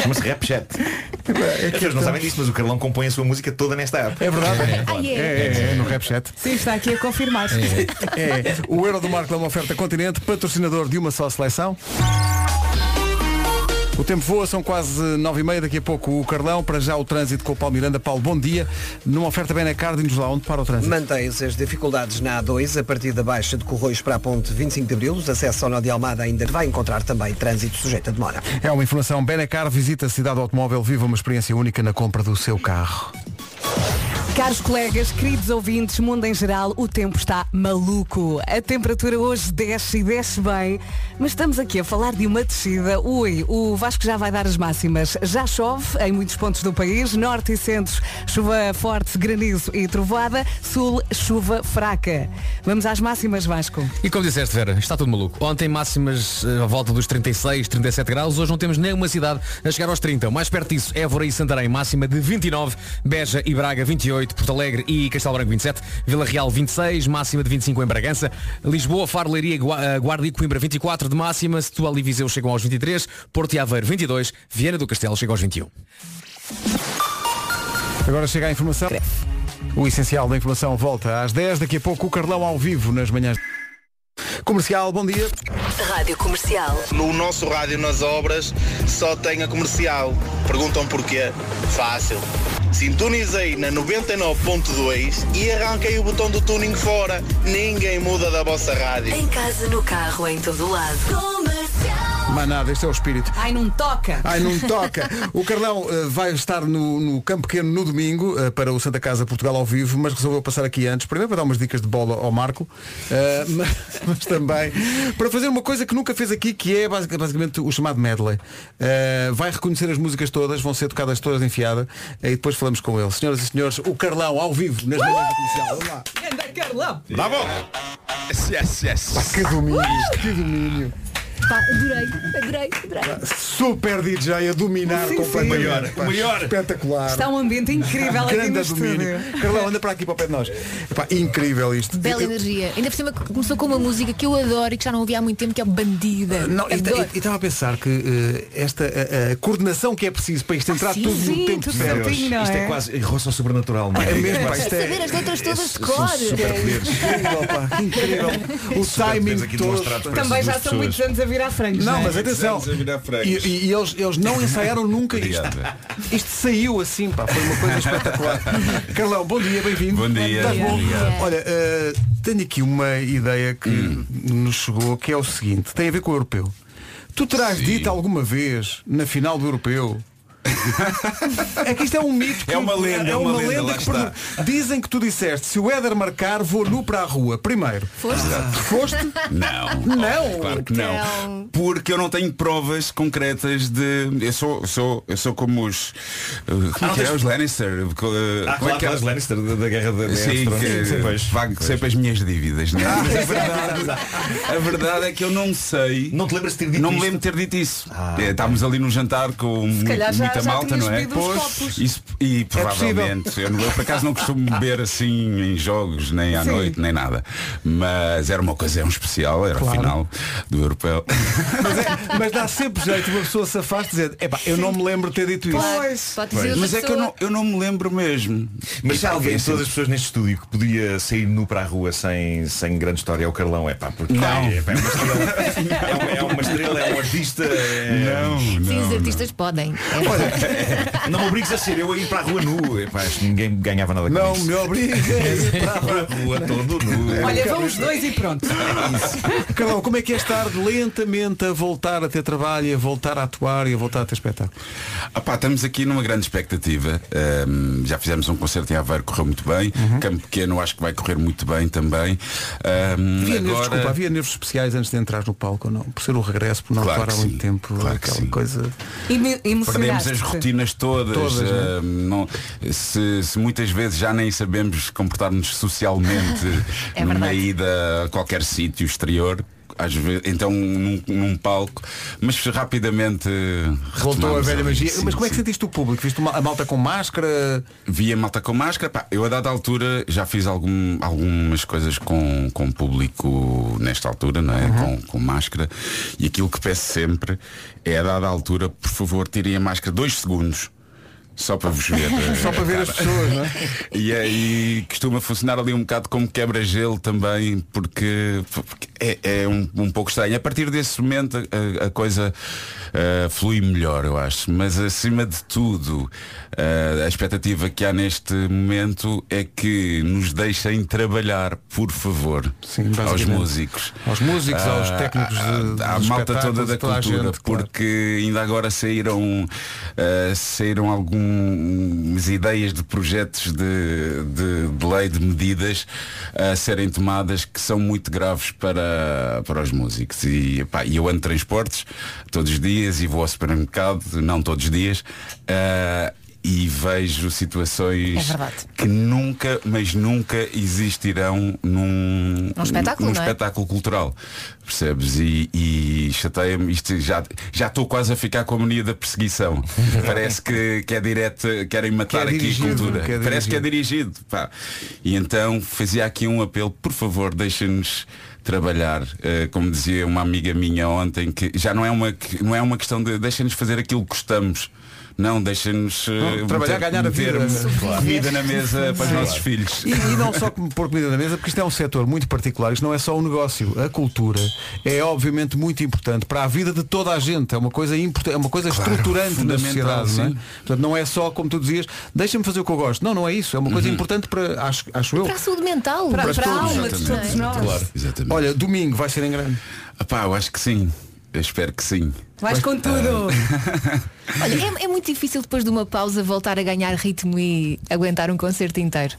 M: Chama-se RapChat. As pessoas não sabem disso, mas o Carlão compõe a sua música toda nesta app.
B: É verdade.
L: Ai, é.
B: É, é, é, no RapChat.
A: Sim, está aqui a confirmar.
B: É. O Euro do Marco é uma oferta continente, patrocinador de uma só seleção. O tempo voa, são quase nove e meia, daqui a pouco o Carlão, para já o trânsito com o Paulo Miranda. Paulo, bom dia. Numa oferta bem na cara, diz lá onde para o trânsito.
C: Mantêm-se as dificuldades na A2 a partir da Baixa de Corroios para a Ponte 25 de Abril. Os acessos ao Nó de Almada ainda vai encontrar também trânsito sujeito a demora.
B: É uma informação bem na cara, visita a cidade do automóvel, viva uma experiência única na compra do seu carro.
A: Caros colegas, queridos ouvintes, mundo em geral, o tempo está maluco. A temperatura hoje desce e desce bem, mas estamos aqui a falar de uma descida. Ui, o Vasco já vai dar as máximas. Já chove em muitos pontos do país, norte e centros, chuva forte, granizo e trovada, sul, chuva fraca. Vamos às máximas, Vasco.
K: E como disseste, Vera, está tudo maluco. Ontem máximas eh, à volta dos 36, 37 graus. Hoje não temos nenhuma cidade a chegar aos 30. O mais perto disso, é Évora e Santarém, máxima de 29. Beja e Braga, 28. Porto Alegre e Castelo Branco, 27. Vila Real, 26. Máxima de 25 em Bragança. Lisboa, Faro, Leiria, Gua- eh, Guarda e Coimbra, 24 de máxima. Setúbal e Viseu chegam aos 23. Porto e Aveiro, 22. Viana do Castelo chega aos 21.
B: Agora chega a informação. O essencial da informação volta às 10, daqui a pouco o Carlão ao vivo nas manhãs. Comercial, bom dia.
I: Rádio Comercial.
Q: No nosso rádio nas obras só tem a comercial. Perguntam porquê? Fácil. Sintonizei na 99.2 e arranquei o botão do tuning fora. Ninguém muda da vossa rádio.
I: Em casa, no carro, em todo lado.
B: Mais nada, este é o espírito.
A: Ai, não toca.
B: Ai, não toca. O Carlão eh, vai estar no, no Campo Pequeno no domingo eh, para o Santa Casa Portugal ao vivo, mas resolveu passar aqui antes, primeiro para dar umas dicas de bola ao Marco, eh, (laughs) mas, mas também para fazer uma coisa que nunca fez aqui, que é basic- basicamente o chamado medley. Eh, vai reconhecer as músicas todas, vão ser tocadas todas enfiada eh, e depois falamos com ele. Senhoras e senhores, o Carlão ao vivo nas manhãs da comercial. Vamos lá.
A: Anda, Carlão.
B: Bravo! Yes, yes, yes. que domínio, que domínio.
L: Pá, adorei, adorei, adorei.
B: Super DJ a dominar
A: Sim, sim.
B: completamente.
A: O maior,
B: Pá,
A: o maior.
B: Espetacular.
A: Está um ambiente incrível aqui no
B: Grande
A: estúdio.
B: domínio. Carlão, anda para aqui para o pé de nós. Pá, incrível isto.
L: Bela
B: Eu-
L: energia. Ainda por cima que começou com uma música que eu adoro e que já não ouvi há muito tempo, que é Bandida.
B: Não, e ta-
L: Adoro.
B: e- e estava a pensar que eh, esta a- a coordenação que é preciso para isto entrar
L: Ah, sim,
B: tudo
L: sim,
B: no tempo
L: tudo
B: certo.
L: certinho, não
M: Isto é,
L: é?
M: quase roça ao sobrenatural. não
B: É mesmo, pá, isto é-
L: Saber as letras todas de
M: são
L: cor.
M: superpoderes.
B: Incrível, pá, incrível. O timing
M: aqui
B: todo.
M: demonstrados para
A: Também já são muitos anos a virar frangos.
B: Não,
A: é?
B: mas atenção. E, e- e eles, eles não ensaiaram nunca isto. Isto saiu assim, pá, foi uma coisa espetacular. Carlão, bom dia, bem-vindo.
D: Bom dia.
B: Estás bom?
D: Bom dia.
B: Olha, eh, tenho aqui uma ideia que nos chegou, que é o seguinte, tem a ver com o europeu. Tu terás dito alguma vez, na final do europeu, é que isto é um mito. que-
J: É uma lenda,
B: é uma, lenda,
J: lá
B: que
J: está.
B: perdura. Dizem que tu disseste, se o Éder marcar, vou nu para a rua. Primeiro.
L: Foste?
B: Foste?
D: Não.
B: Não.
D: Claro que não. Porque eu não tenho provas concretas de. Eu sou, sou, eu sou como os. uh, Como é que é? Os Lannister. uh, co- uh,
M: Ah,
D: como é que é?
M: claro, os Lannister da, da guerra da da Guerra dos
D: Sim,
M: Tronos.
D: que,
M: Sim, pois. Ah,
D: pago sempre as minhas
M: (laughs)
D: dívidas. Não? é? Mas a, verdade, a verdade é que eu não sei. Não te lembras de ter dito Não me lembro de ter dito isso.
M: Ah,
D: É, estávamos ali num jantar com mu-
A: calhar já-
D: muita
A: já
D: malta,
A: tinhas
D: não é?
A: bebido uns copos.
D: isso,
M: É
D: e provavelmente. eu, não- eu, por acaso não costumo beber assim em jogos, nem à
A: Sim.
D: noite, nem nada. Mas era uma ocasião especial, era
B: Claro.
D: a final do europeu.
B: Mas, é- mas dá sempre jeito uma pessoa se afaste dizendo, epá, eu não me lembro de ter dito isso.
D: Mas é que eu não, eu não me lembro mesmo.
M: Mas se
D: E
M: alguém,
D: talvez-
M: todas as pessoas neste estúdio que podia sair nu para a rua sem, sem grande história é o Carlão, é pá, porque
D: Não.
M: É, pá, é uma estrela, é, uma, é uma estrela, é um artista. é-
L: Sim, os artistas podem. É.
M: Não me obrigues a ser eu a ir para a rua nu. Epá, acho que ninguém ganhava nada com
B: Não
M: isso.
B: me obrigues
M: para a rua todo nu.
A: Olha, vão os dois e pronto.
B: Carlão, como é que é estar lentamente a voltar a ter trabalho, e a voltar a atuar e a voltar a ter espetáculo?
D: Ah pá, estamos aqui numa grande expectativa. Ahm, já fizemos um concerto em Aveiro, correu muito bem.
B: Uhum.
D: Campo Pequeno acho que vai correr muito bem também. Ahm,
B: Havia nervos,
D: agora-
B: desculpa, havia nervos especiais antes de entrar no palco ou não? Por ser o regresso, por não
D: Claro
B: atuar há
D: que
B: muito
D: sim,
B: tempo,
D: claro que
B: aquela
D: sim.
B: coisa.
A: E
D: Perdemos as rotinas todas.
B: Todas, não é?
D: ahm, não- se, se muitas vezes já nem sabemos comportar-nos
B: (laughs)
D: socialmente
L: É
D: numa
L: verdade.
D: ida a qualquer sítio exterior. Às vezes, então num, num palco, mas rapidamente
B: Voltou a
D: retomamos
B: velha magia.
D: sim,
B: Mas como é que
D: sim.
B: sentiste o público? Viste uma- a malta com máscara?
D: Vi a malta com máscara, pá, eu a dada altura já fiz algum- algumas coisas com, com público nesta altura, não é?
B: Uhum.
D: Com, com máscara. E aquilo que peço sempre é a dada altura, por favor, tirem a máscara dois segundos. Só para
B: (laughs)
D: vos ver. a-
B: Só para ver
D: a
B: as
D: cara.
B: pessoas,
D: (laughs)
B: não é?
D: E aí costuma funcionar ali um bocado como quebra-gelo também, porque, porque é, é um, um pouco estranho. A partir desse momento a, a coisa ah, flui melhor, eu acho. Mas acima de tudo, ah, a expectativa que há neste momento é que nos deixem trabalhar, por favor, aos
B: basicamente.
D: músicos.
B: Aos músicos, aos
D: Ah,
B: técnicos de-
D: à, à
B: dos
D: malta toda
B: espetáculos,
D: da
B: toda a
D: cultura,
B: gente, claro.
D: porque ainda agora saíram eh, saíram algumas ideias de projetos de, de, de lei, de medidas a serem tomadas que são muito graves para, para os músicos. E epá, e eu ando de transportes todos os dias e vou ao supermercado, não todos os dias. eh, e vejo situações
L: É verdade.
D: que nunca, mas nunca existirão num,
L: Num espetáculo,
D: num
L: não é?
D: espetáculo cultural. Percebes? E, e chateia-me, isto já já estou quase a ficar com a mania da
B: (laughs)
D: perseguição. Parece que, que é direto, querem matar
B: Que é
D: aqui
B: dirigido,
D: a cultura.
B: que é
D: Parece que é dirigido. pá. E então fazia aqui um apelo, por favor, deixem-nos trabalhar. Eh, como dizia uma amiga minha ontem, que já não é uma, que- não é uma questão de deixem-nos fazer aquilo que gostamos. Não, deixem-nos eh,
B: Não, trabalhar, ganhar a
D: meter
B: vida.
D: comida na mesa para os
B: Sim.
D: nossos filhos.
B: E, e não só com- pôr comida na mesa, porque isto é um setor muito particular, isto não é só um negócio. A cultura é obviamente muito importante para a vida de toda a gente. É uma coisa importante, é uma coisa
D: Claro,
B: estruturante na
D: fundamental,
B: sociedade. Não é?
D: sim.
B: Portanto, não é só, como tu dizias, deixa-me fazer o que eu gosto. Não, não é isso. É uma coisa importante para, acho, acho eu.
L: Para a saúde mental,
B: Para- para
L: a
B: todos,
L: alma de
D: exatamente.
L: todos nós.
D: Claro, exatamente.
B: Olha, domingo vai ser em grande.
D: Apá, eu acho que sim. Eu espero que sim.
A: Vais com tudo.
L: Olha, é, é muito difícil depois de uma pausa voltar a ganhar ritmo e aguentar um concerto inteiro.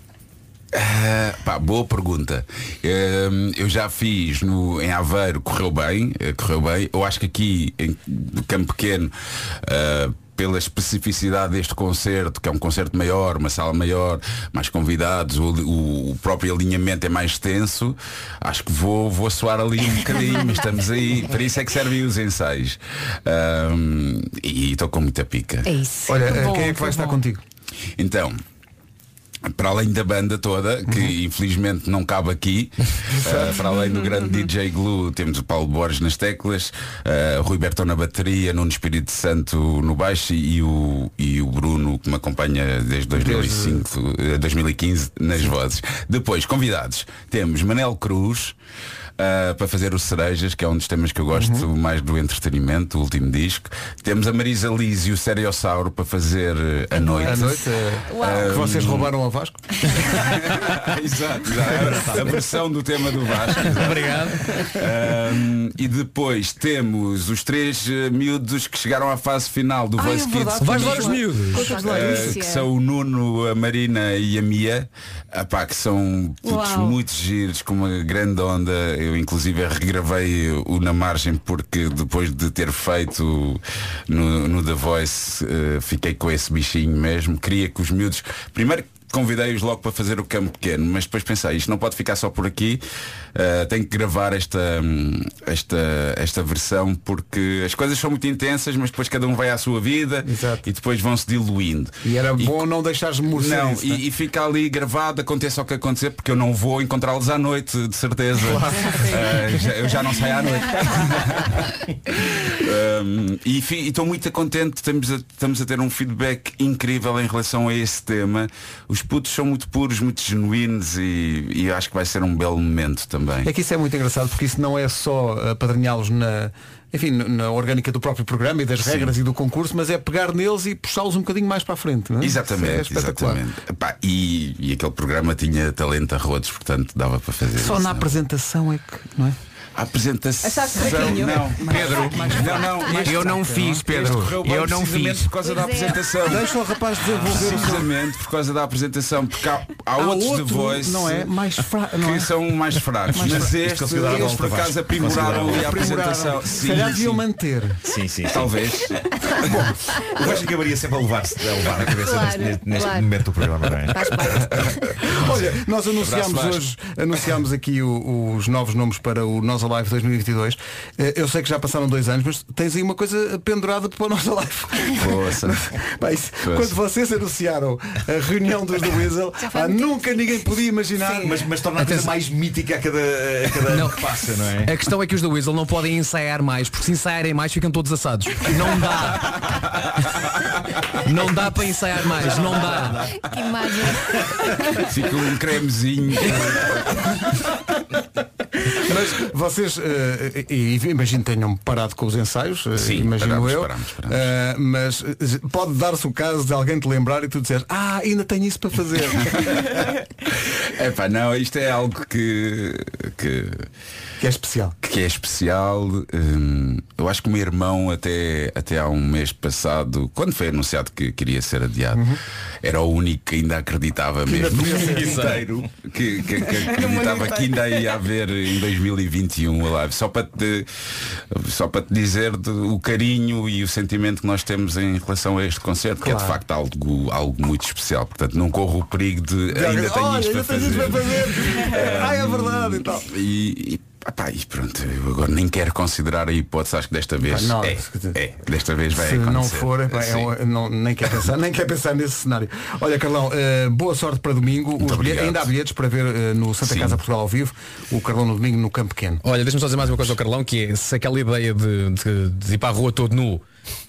D: Ah, pá, boa pergunta. Ehm, eu já fiz no, em Aveiro, correu bem, eh, correu bem. Eu acho que aqui em Campo Pequeno, ah, pela especificidade deste concerto, que é um concerto maior, uma sala maior, mais convidados, o, o- o próprio alinhamento é mais tenso, acho que vou, vou soar ali um bocadinho, mas estamos aí. Para isso é que servem os ensaios. Ahm, e estou com muita pica.
L: É isso.
B: Olha,
D: Que
B: eh,
D: bom,
B: quem é que
D: que
B: vai estar
D: bom.
B: contigo?
D: Então, para além da banda toda, que infelizmente não cabe (laughs) aqui, eh, para além do grande DJ Glue, temos o Paulo Borges nas teclas, eh, Rui Bertão na bateria, Nuno Espírito Santo no baixo e o, e o Bruno, que me acompanha desde 2005, eh, 2015, nas vozes. Depois, convidados, temos Manel Cruz. eh, para fazer o Cerejas, que é um dos temas que eu gosto mais do entretenimento, o último disco. Temos a Marisa Liz e o Seriosauro para fazer eh, a noite.
B: À noite. eh,
D: Uau.
B: Que vocês roubaram a Vasco?
D: (laughs) Exato, exato. A versão do tema do Vasco. (laughs) Obrigado. e depois temos os três eh, miúdos que chegaram à fase final do
K: Ah,
D: Voice
K: é
D: Kids.
K: verdade. Vais lá os miúdos. Conta-nos lá
D: Eh,
K: isso.
D: que são o Nuno, a Marina e a Mia. Ah, pá, que são putos
K: Uau.
D: muito giros, com uma grande onda. Eu inclusive regravei o Na Margem porque depois de ter feito no, no The Voice eh, fiquei com esse bichinho mesmo. Queria que os miúdos. Primeiro convidei-os logo para fazer o campo pequeno, mas depois pensei, isto não pode ficar só por aqui, eh, tenho que gravar esta, hum, esta, esta versão porque as coisas são muito intensas, mas depois cada um vai à sua vida e depois vão se diluindo.
B: E era bom não deixares morrer.
D: Não,
B: isso, né?
D: e, e fica ali gravado, aconteça o que acontecer, porque eu não vou encontrá-los à noite, de certeza. Ah, já- eu já não saio à
B: (laughs)
D: noite. Um, e fi- e estou muito contente, estamos a, estamos a ter um feedback incrível em relação a esse tema. Os putos são muito puros, muito genuínos e, e acho que vai ser um belo momento também.
B: É que isso é muito engraçado porque isso não é só apadrinhá-los na, enfim, na orgânica do próprio programa e das
D: Sim.
B: regras e do concurso, mas é pegar neles e puxá-los um bocadinho mais para a frente.
D: Hum?
B: Não é?
D: Exatamente,
B: Isso é espetacular.
D: exatamente. Epá, e, e aquele programa tinha talento a rodos, portanto dava para fazer.
B: Só
D: isso,
B: na
D: não é?
B: apresentação é que, não é?
D: A apresentação.
B: Achaste fraquinho?
D: Não,
B: Mais
D: Pedro.
B: fraco, mais fraco.
D: não, não, mais
B: Eu não
D: fraco,
B: fiz,
D: é?
B: Pedro.
D: Este correu bem
B: Eu não
D: precisamente
B: fiz.
D: Por causa da
B: Pois é.
D: apresentação.
B: Deixa o rapaz desenvolver o seu-
D: Precisamente por causa da apresentação. Porque há, há outros
B: outro,
D: de voice.
B: não é? Mais fraco, não
D: que
B: é?
D: são mais fracos.
B: Mais
D: mas
B: fraco.
D: este,
B: Isto considerado
D: eles
B: a
D: por
B: volta,
D: acaso
B: Vasco.
D: aprimoraram ali a
B: Aprimoraram.
D: apresentação.
B: Se calhar deviam manter.
M: Sim, sim.
D: Talvez.
M: Bom, o Vasco acabaria sempre a levar-se a levar a cabeça
B: Claro,
M: neste, neste- neste
B: claro.
M: momento do programa, não é?
B: Olha, (laughs) nós anunciámos
M: Abraço,
B: hoje, anunciámos aqui o- os novos nomes para o Nós Alive 2022. Eh, Eu sei que já passaram dois anos, mas tens aí uma coisa pendurada para o Nós Alive.
D: Poça.
B: (laughs) Pá, isso-
D: Pois.
B: quando vocês anunciaram a reunião dos do Weasel, pá, nunca ninguém podia imaginar.
M: Mas, mas torna a coisa
B: Atenção.
M: mais mítica a cada, a cada ano que passa, não é?
K: A questão é que os da Weasel não podem ensaiar mais, porque se ensaiarem mais ficam todos assados. Não dá.
M: (laughs)
K: Não dá para ensaiar mais, não dá.
L: Que imagem.
D: Fica
B: (laughs)
D: um cremezinho.
B: Mas vocês, eh, e- e imagino que tenham parado com os ensaios, eh,
D: Sim,
B: imagino
D: parámos,
B: eu.
D: parámos,
B: Eh, mas eh, pode dar-se o caso de alguém te lembrar e tu disseres, ah, ainda tenho isso para fazer.
D: (laughs) É pá, não, isto é algo que. que
B: que é especial.
D: Que é especial. hum, eu acho que o meu irmão até, até há um mês passado, quando foi anunciado que queria ser adiado,
B: Uhum.
D: era o único que ainda acreditava
M: Que ainda
D: mesmo
M: podia ser.
D: inteiro que, que- que
M: No mundo
D: acreditava
M: inteiro.
D: que ainda ia haver em 2021 a live. Só para te, só para te dizer de- o carinho e o sentimento que nós temos em relação a este concerto, que é de
B: Claro.
D: facto algo, algo muito especial. Portanto, não corro o perigo de
B: Olha,
D: ainda tenho isto
B: ainda
D: para
B: tenho isto
D: (laughs) fazer.
B: para fazer. ah, é verdade e tal.
D: E, e, pá, Epá, e pronto, eu agora nem quero considerar a hipótese, acho que desta vez
B: não,
D: é, é, desta vez vai
B: Se
D: acontecer.
B: não for, epá, é
D: Sim.
B: um- não- nem, quer pensar, nem quer pensar nesse cenário. Olha, Carlão, eh, boa sorte para domingo. Os bilhetes,
K: obrigado.
B: ainda há bilhetes para ver eh, no Santa Casa Portugal ao vivo, o Carlão no domingo no Campo Pequeno.
K: Olha, deixa-me só dizer mais uma coisa ao Carlão, que é se aquela ideia de, de- de ir para a rua todo nu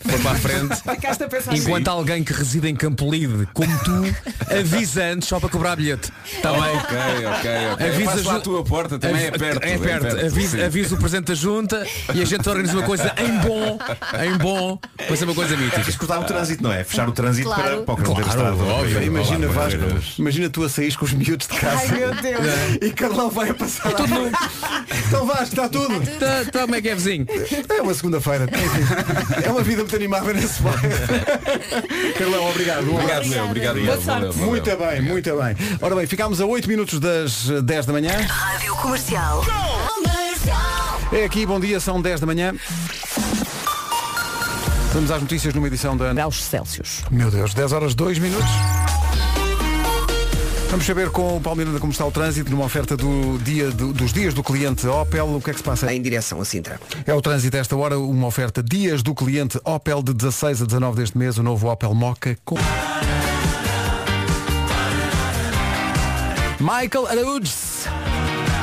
K: for para a
D: (laughs)
K: frente,
A: Ficaste a pensar
K: enquanto alguém que reside em Campolide, como tu, avisa antes só para cobrar bilhete. Está bem?
D: Ok, ok, ok. Faz
K: Avisas
D: lá
K: ju-
D: a tua porta, também é perto,
K: É
D: é
K: perto.
D: perto,
K: avisa,
D: sim.
K: avisa o presidente da junta e a gente organiza uma coisa em bom, em bom, mas é uma coisa mítica.
M: Cortar o trânsito, não é? Fechar o trânsito
K: Claro.
M: para, para o carro
K: Claro, óbvio.
B: imagina,
K: Olá,
B: Vasco,
K: Deus.
B: imagina tu a sair com os miúdos de casa
K: Ai, meu Deus. É
B: e Carlão vai a passar.
K: Tudo É nu.
B: Então Vasco, está tudo.
M: Tá,
K: Está como é que é vizinho?
B: É uma segunda-feira. Enfim, É uma vida muito animada nesse bairro.
K: (laughs)
B: Carlão, obrigado. Um
D: Obrigado,
B: abraço.
D: meu, obrigado,
B: Boa
D: meu,
B: sorte.
D: valeu, valeu.
B: Muito bem, muito bem. Ora bem, ficámos a 8 minutos das eh, 10 da manhã.
I: Rádio Comercial.
B: É aqui, bom dia, são 10 da manhã. Vamos às notícias numa edição da Ana.
N: Aos Celsius.
B: Meu Deus, 10 horas 2 minutos. Vamos saber com o Palmeiras como está o trânsito numa oferta do dia, do- dos dias do cliente Opel. O que é que se passa?
C: Em direção a Sintra.
B: É o trânsito a esta hora, uma oferta dias do cliente Opel de 16 a 19 deste mês, o novo Opel Moca com... Michael Araújo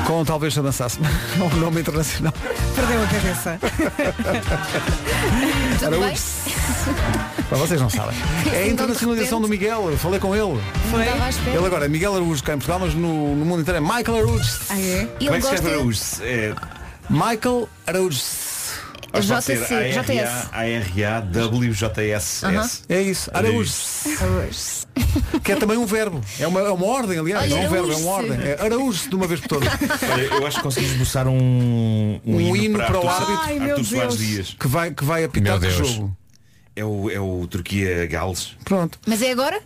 B: com talvez se (laughs) dançasse um nome internacional.
A: Perdeu a cabeça.
B: Tudo bem? Para vocês não sabem. É a internacionalização do Miguel, eu falei com ele.
A: Foi?
B: Ele agora é Miguel Araújo cá em Portugal, mas no, no mundo inteiro é Michael Araújo.
A: Ah, é?
M: Como é que se escreve Araújo? É...
B: Michael Araújo.
M: Ou pode ser A-R-A-W-J-S-S.
B: É isso, Araújo. Que é também um verbo. É uma, é uma ordem, aliás.
M: Olha,
B: não é um verbo, é uma
M: Araújo.
B: ordem. É Araújo de uma vez por todas.
M: Olha, eu acho que consegui esboçar um,
B: Um hino para o
M: Artur-
B: hábito. Ai, meu
M: Artur Soares
B: Deus.
M: Dias.
B: Que vai, que vai apitar que jogo.
M: É o, é o Turquia Gales.
B: Pronto.
L: Mas é agora?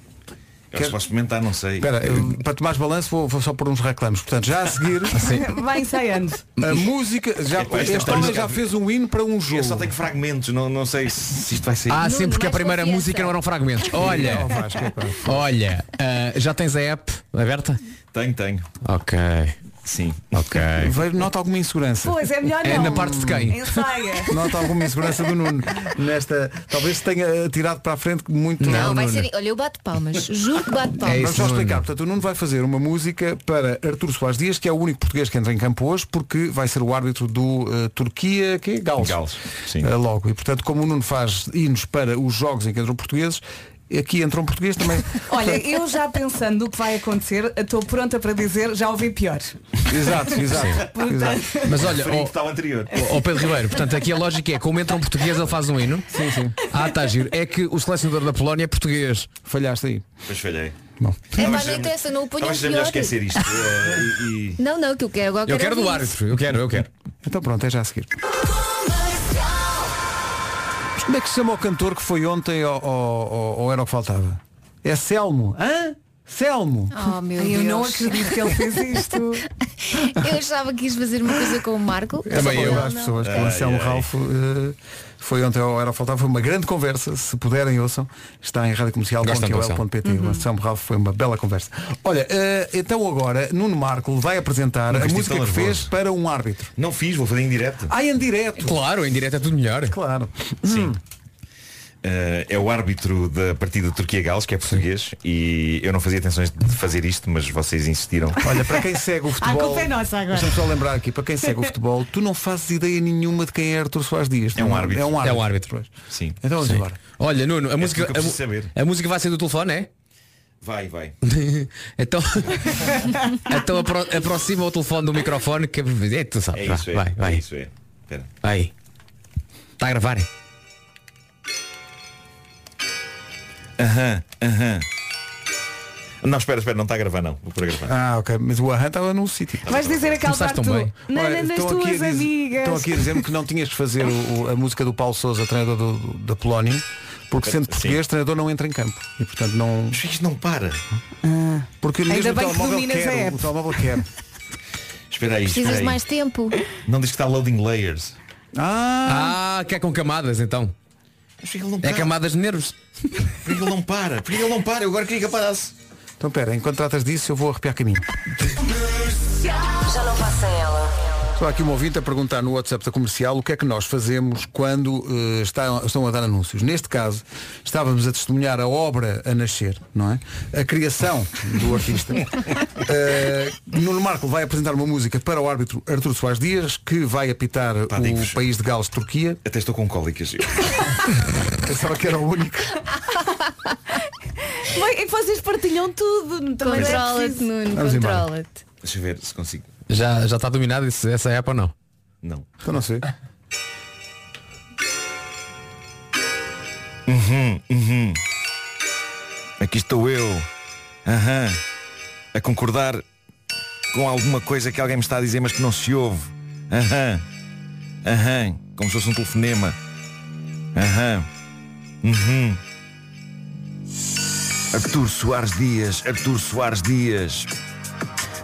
M: Eu acho que posso experimentar, não sei.
B: Espera, eu, para tomar balanço vou, vou só pôr uns reclamos. Portanto, já a seguir,
A: Vai ensaiando.
B: a música. Já,
M: Epá, isto é
B: este homem
M: complicado.
B: já fez um hino para um jogo.
M: Eu só tenho fragmentos, não, não sei se isto vai sair.
K: Ah, sim, porque a primeira música não eram fragmentos. Olha,
M: Não, Vasco, é pá.
K: olha, ah, já tens a app aberta?
M: Tenho, tenho.
K: Ok.
M: Sim.
K: Ok.
B: Vai- Nota alguma insegurança.
A: Pois, é melhor
K: É
A: não.
K: na parte de quem?
A: Ensaia.
B: Nota alguma insegurança do Nuno. Nesta, talvez se tenha tirado para a frente muito.
L: Não, vai ser. Olha, eu bato palmas. Juro que bato palmas.
B: Vamos só explicar, portanto, o Nuno vai fazer uma música para Artur Soares Dias, que é o único português que entra em campo hoje, porque vai ser o árbitro do eh, Turquia, que é Gales.
M: Gales, sim.
B: Eh, logo. E portanto, como o Nuno faz hinos para os jogos em que entram portugueses, aqui entra um português
K: (laughs)
B: também.
A: Olha, eu já pensando no que vai acontecer, estou pronta para dizer, já ouvi pior.
B: Exato, exato.
A: Portanto-
B: exato.
K: Mas olha,
M: Referindo
K: ó-
M: que está o anterior.
K: Ó ó Pedro Ribeiro, portanto aqui a lógica é como entra um português ele faz um hino. Sim, sim. Ah, tá giro. É que o selecionador da Polónia é português.
B: Falhaste aí.
M: Mas falhei.
L: É,
M: Talvez
L: mas não
M: seja-
L: interessa, não o ponham
M: Talvez seja melhor
L: pior.
M: esquecer
L: (laughs)
M: isto. eh, e- e-
L: Não, não, que eu quero agora.
K: Eu quero do
L: ouvir
K: árbitro, eu quero, eu quero.
B: Então pronto, é já a seguir. Mas como é que se chama o cantor que foi ontem ou, era o que faltava? É Selmo. Hã? Selmo.
L: isso. Oh meu
A: Eu
L: Deus.
A: não acredito que ele fez (laughs) isto.
L: (laughs) Eu achava que quis fazer uma coisa com o Marco.
B: Também É eu
L: Não,
B: às
L: não.
B: pessoas com o
M: Ai,
B: Anselmo
M: ai.
B: Ralph eh, foi ontem ao Era Faltava, foi uma grande conversa, se puderem ouçam, está em
K: Gosto tanto do
B: radiocomercial.ol.pt
L: Uhum.
B: O Anselmo Ralph foi uma bela conversa. Olha, eh, então agora Nuno Marco vai apresentar
M: Nunca
B: a
M: estive
B: música que
M: tão
B: fez
M: Tá nervoso.
B: para um árbitro.
M: Não fiz, vou fazer em direto.
B: Ah, em direto.
K: Claro, em direto é tudo melhor.
B: Claro.
M: Sim. Eh, é o árbitro da partida Turquia-Gales, que é português, e eu não fazia intenções de fazer isto, mas vocês insistiram.
B: Olha, para quem segue
L: (laughs) Ah,
B: o futebol.
A: culpa é nossa agora.
B: Deixa-me só lembrar aqui,
A: (laughs)
B: para quem segue o futebol, tu não fazes ideia nenhuma de quem é Arthur Soares Dias.
M: É um
B: não
M: árbitro.
B: É um árbitro.
K: É um árbitro.
M: Sim.
B: Então vamos
K: Sim.
B: embora.
K: Olha, Nuno, a música,
M: tudo que eu preciso saber.
K: a, a música vai ser do telefone, é?
M: Vai, vai.
K: Então, então apro- aproxima o telefone do microfone que é, tu sabes.
M: É
K: vá,
M: isso, é.
K: vai, vai.
M: É isso, é. Espera.
K: Vai. Está a gravar?
M: Aham, aham. Não, espera, espera, não está a gravar não. Vou para gravar.
B: Ah, ok. Mas o Aham estava num sítio.
A: Vais dizer aquela
K: Começaste
A: parte
K: tão
A: tu.
K: bem.
A: Não,
B: Olha,
A: não, das
B: estão aqui a
A: tuas
B: dizer-
A: amigas.
B: Estão aqui a dizer-me que não tinhas de fazer o- o- a música do Paulo Sousa, treinador do- do- da Polónia, porque sendo português, treinador não entra em campo. E portanto não.
M: Mas isto não para.
B: Porque mesmo
A: Ah. Ainda
B: o
A: bem que
B: telemóvel
A: dominas a
B: quer.
A: app.
B: O telemóvel quer.
M: Espera aí, espera
L: Precisas
M: aí.
L: de mais tempo.
M: Não diz que está loading layers.
B: Ah,
K: Ah, que é com camadas então.
M: Mas ele não
K: É
M: para.
K: camadas de nervos.
M: Porque ele não para. Porque ele não para. Eu agora queria que ele parasse.
B: então espera, enquanto tratas disso eu vou arrepiar caminho.
I: Já não passa ela.
B: Só há aqui um ouvinte a perguntar no WhatsApp da comercial o que é que nós fazemos quando eh, está- estão a dar anúncios. Neste caso, estávamos a testemunhar a obra a nascer, não é? A criação do artista. Eh, Nuno Marco vai apresentar uma música para o árbitro Artur Soares Dias, que vai apitar o país de Gales-Turquia.
M: Até estou com um cólicas.
B: Pensava que era o único.
R: Bem, é que vocês partilham tudo. também não é
L: Controla-te,
R: preciso.
L: Nuno,
K: Vamos embora.
L: controla-te.
M: Deixa eu ver se consigo.
K: Já, já está dominado esse- essa app ou não?
M: Não.
B: Então não sei.
M: Uhum, uhum. Aqui estou eu. Aham. A concordar com alguma coisa que alguém me está a dizer, mas que não se ouve. Aham. Aham. Como se fosse um telefonema. Aham. Uhum. Artur Soares Dias, Artur Soares Dias.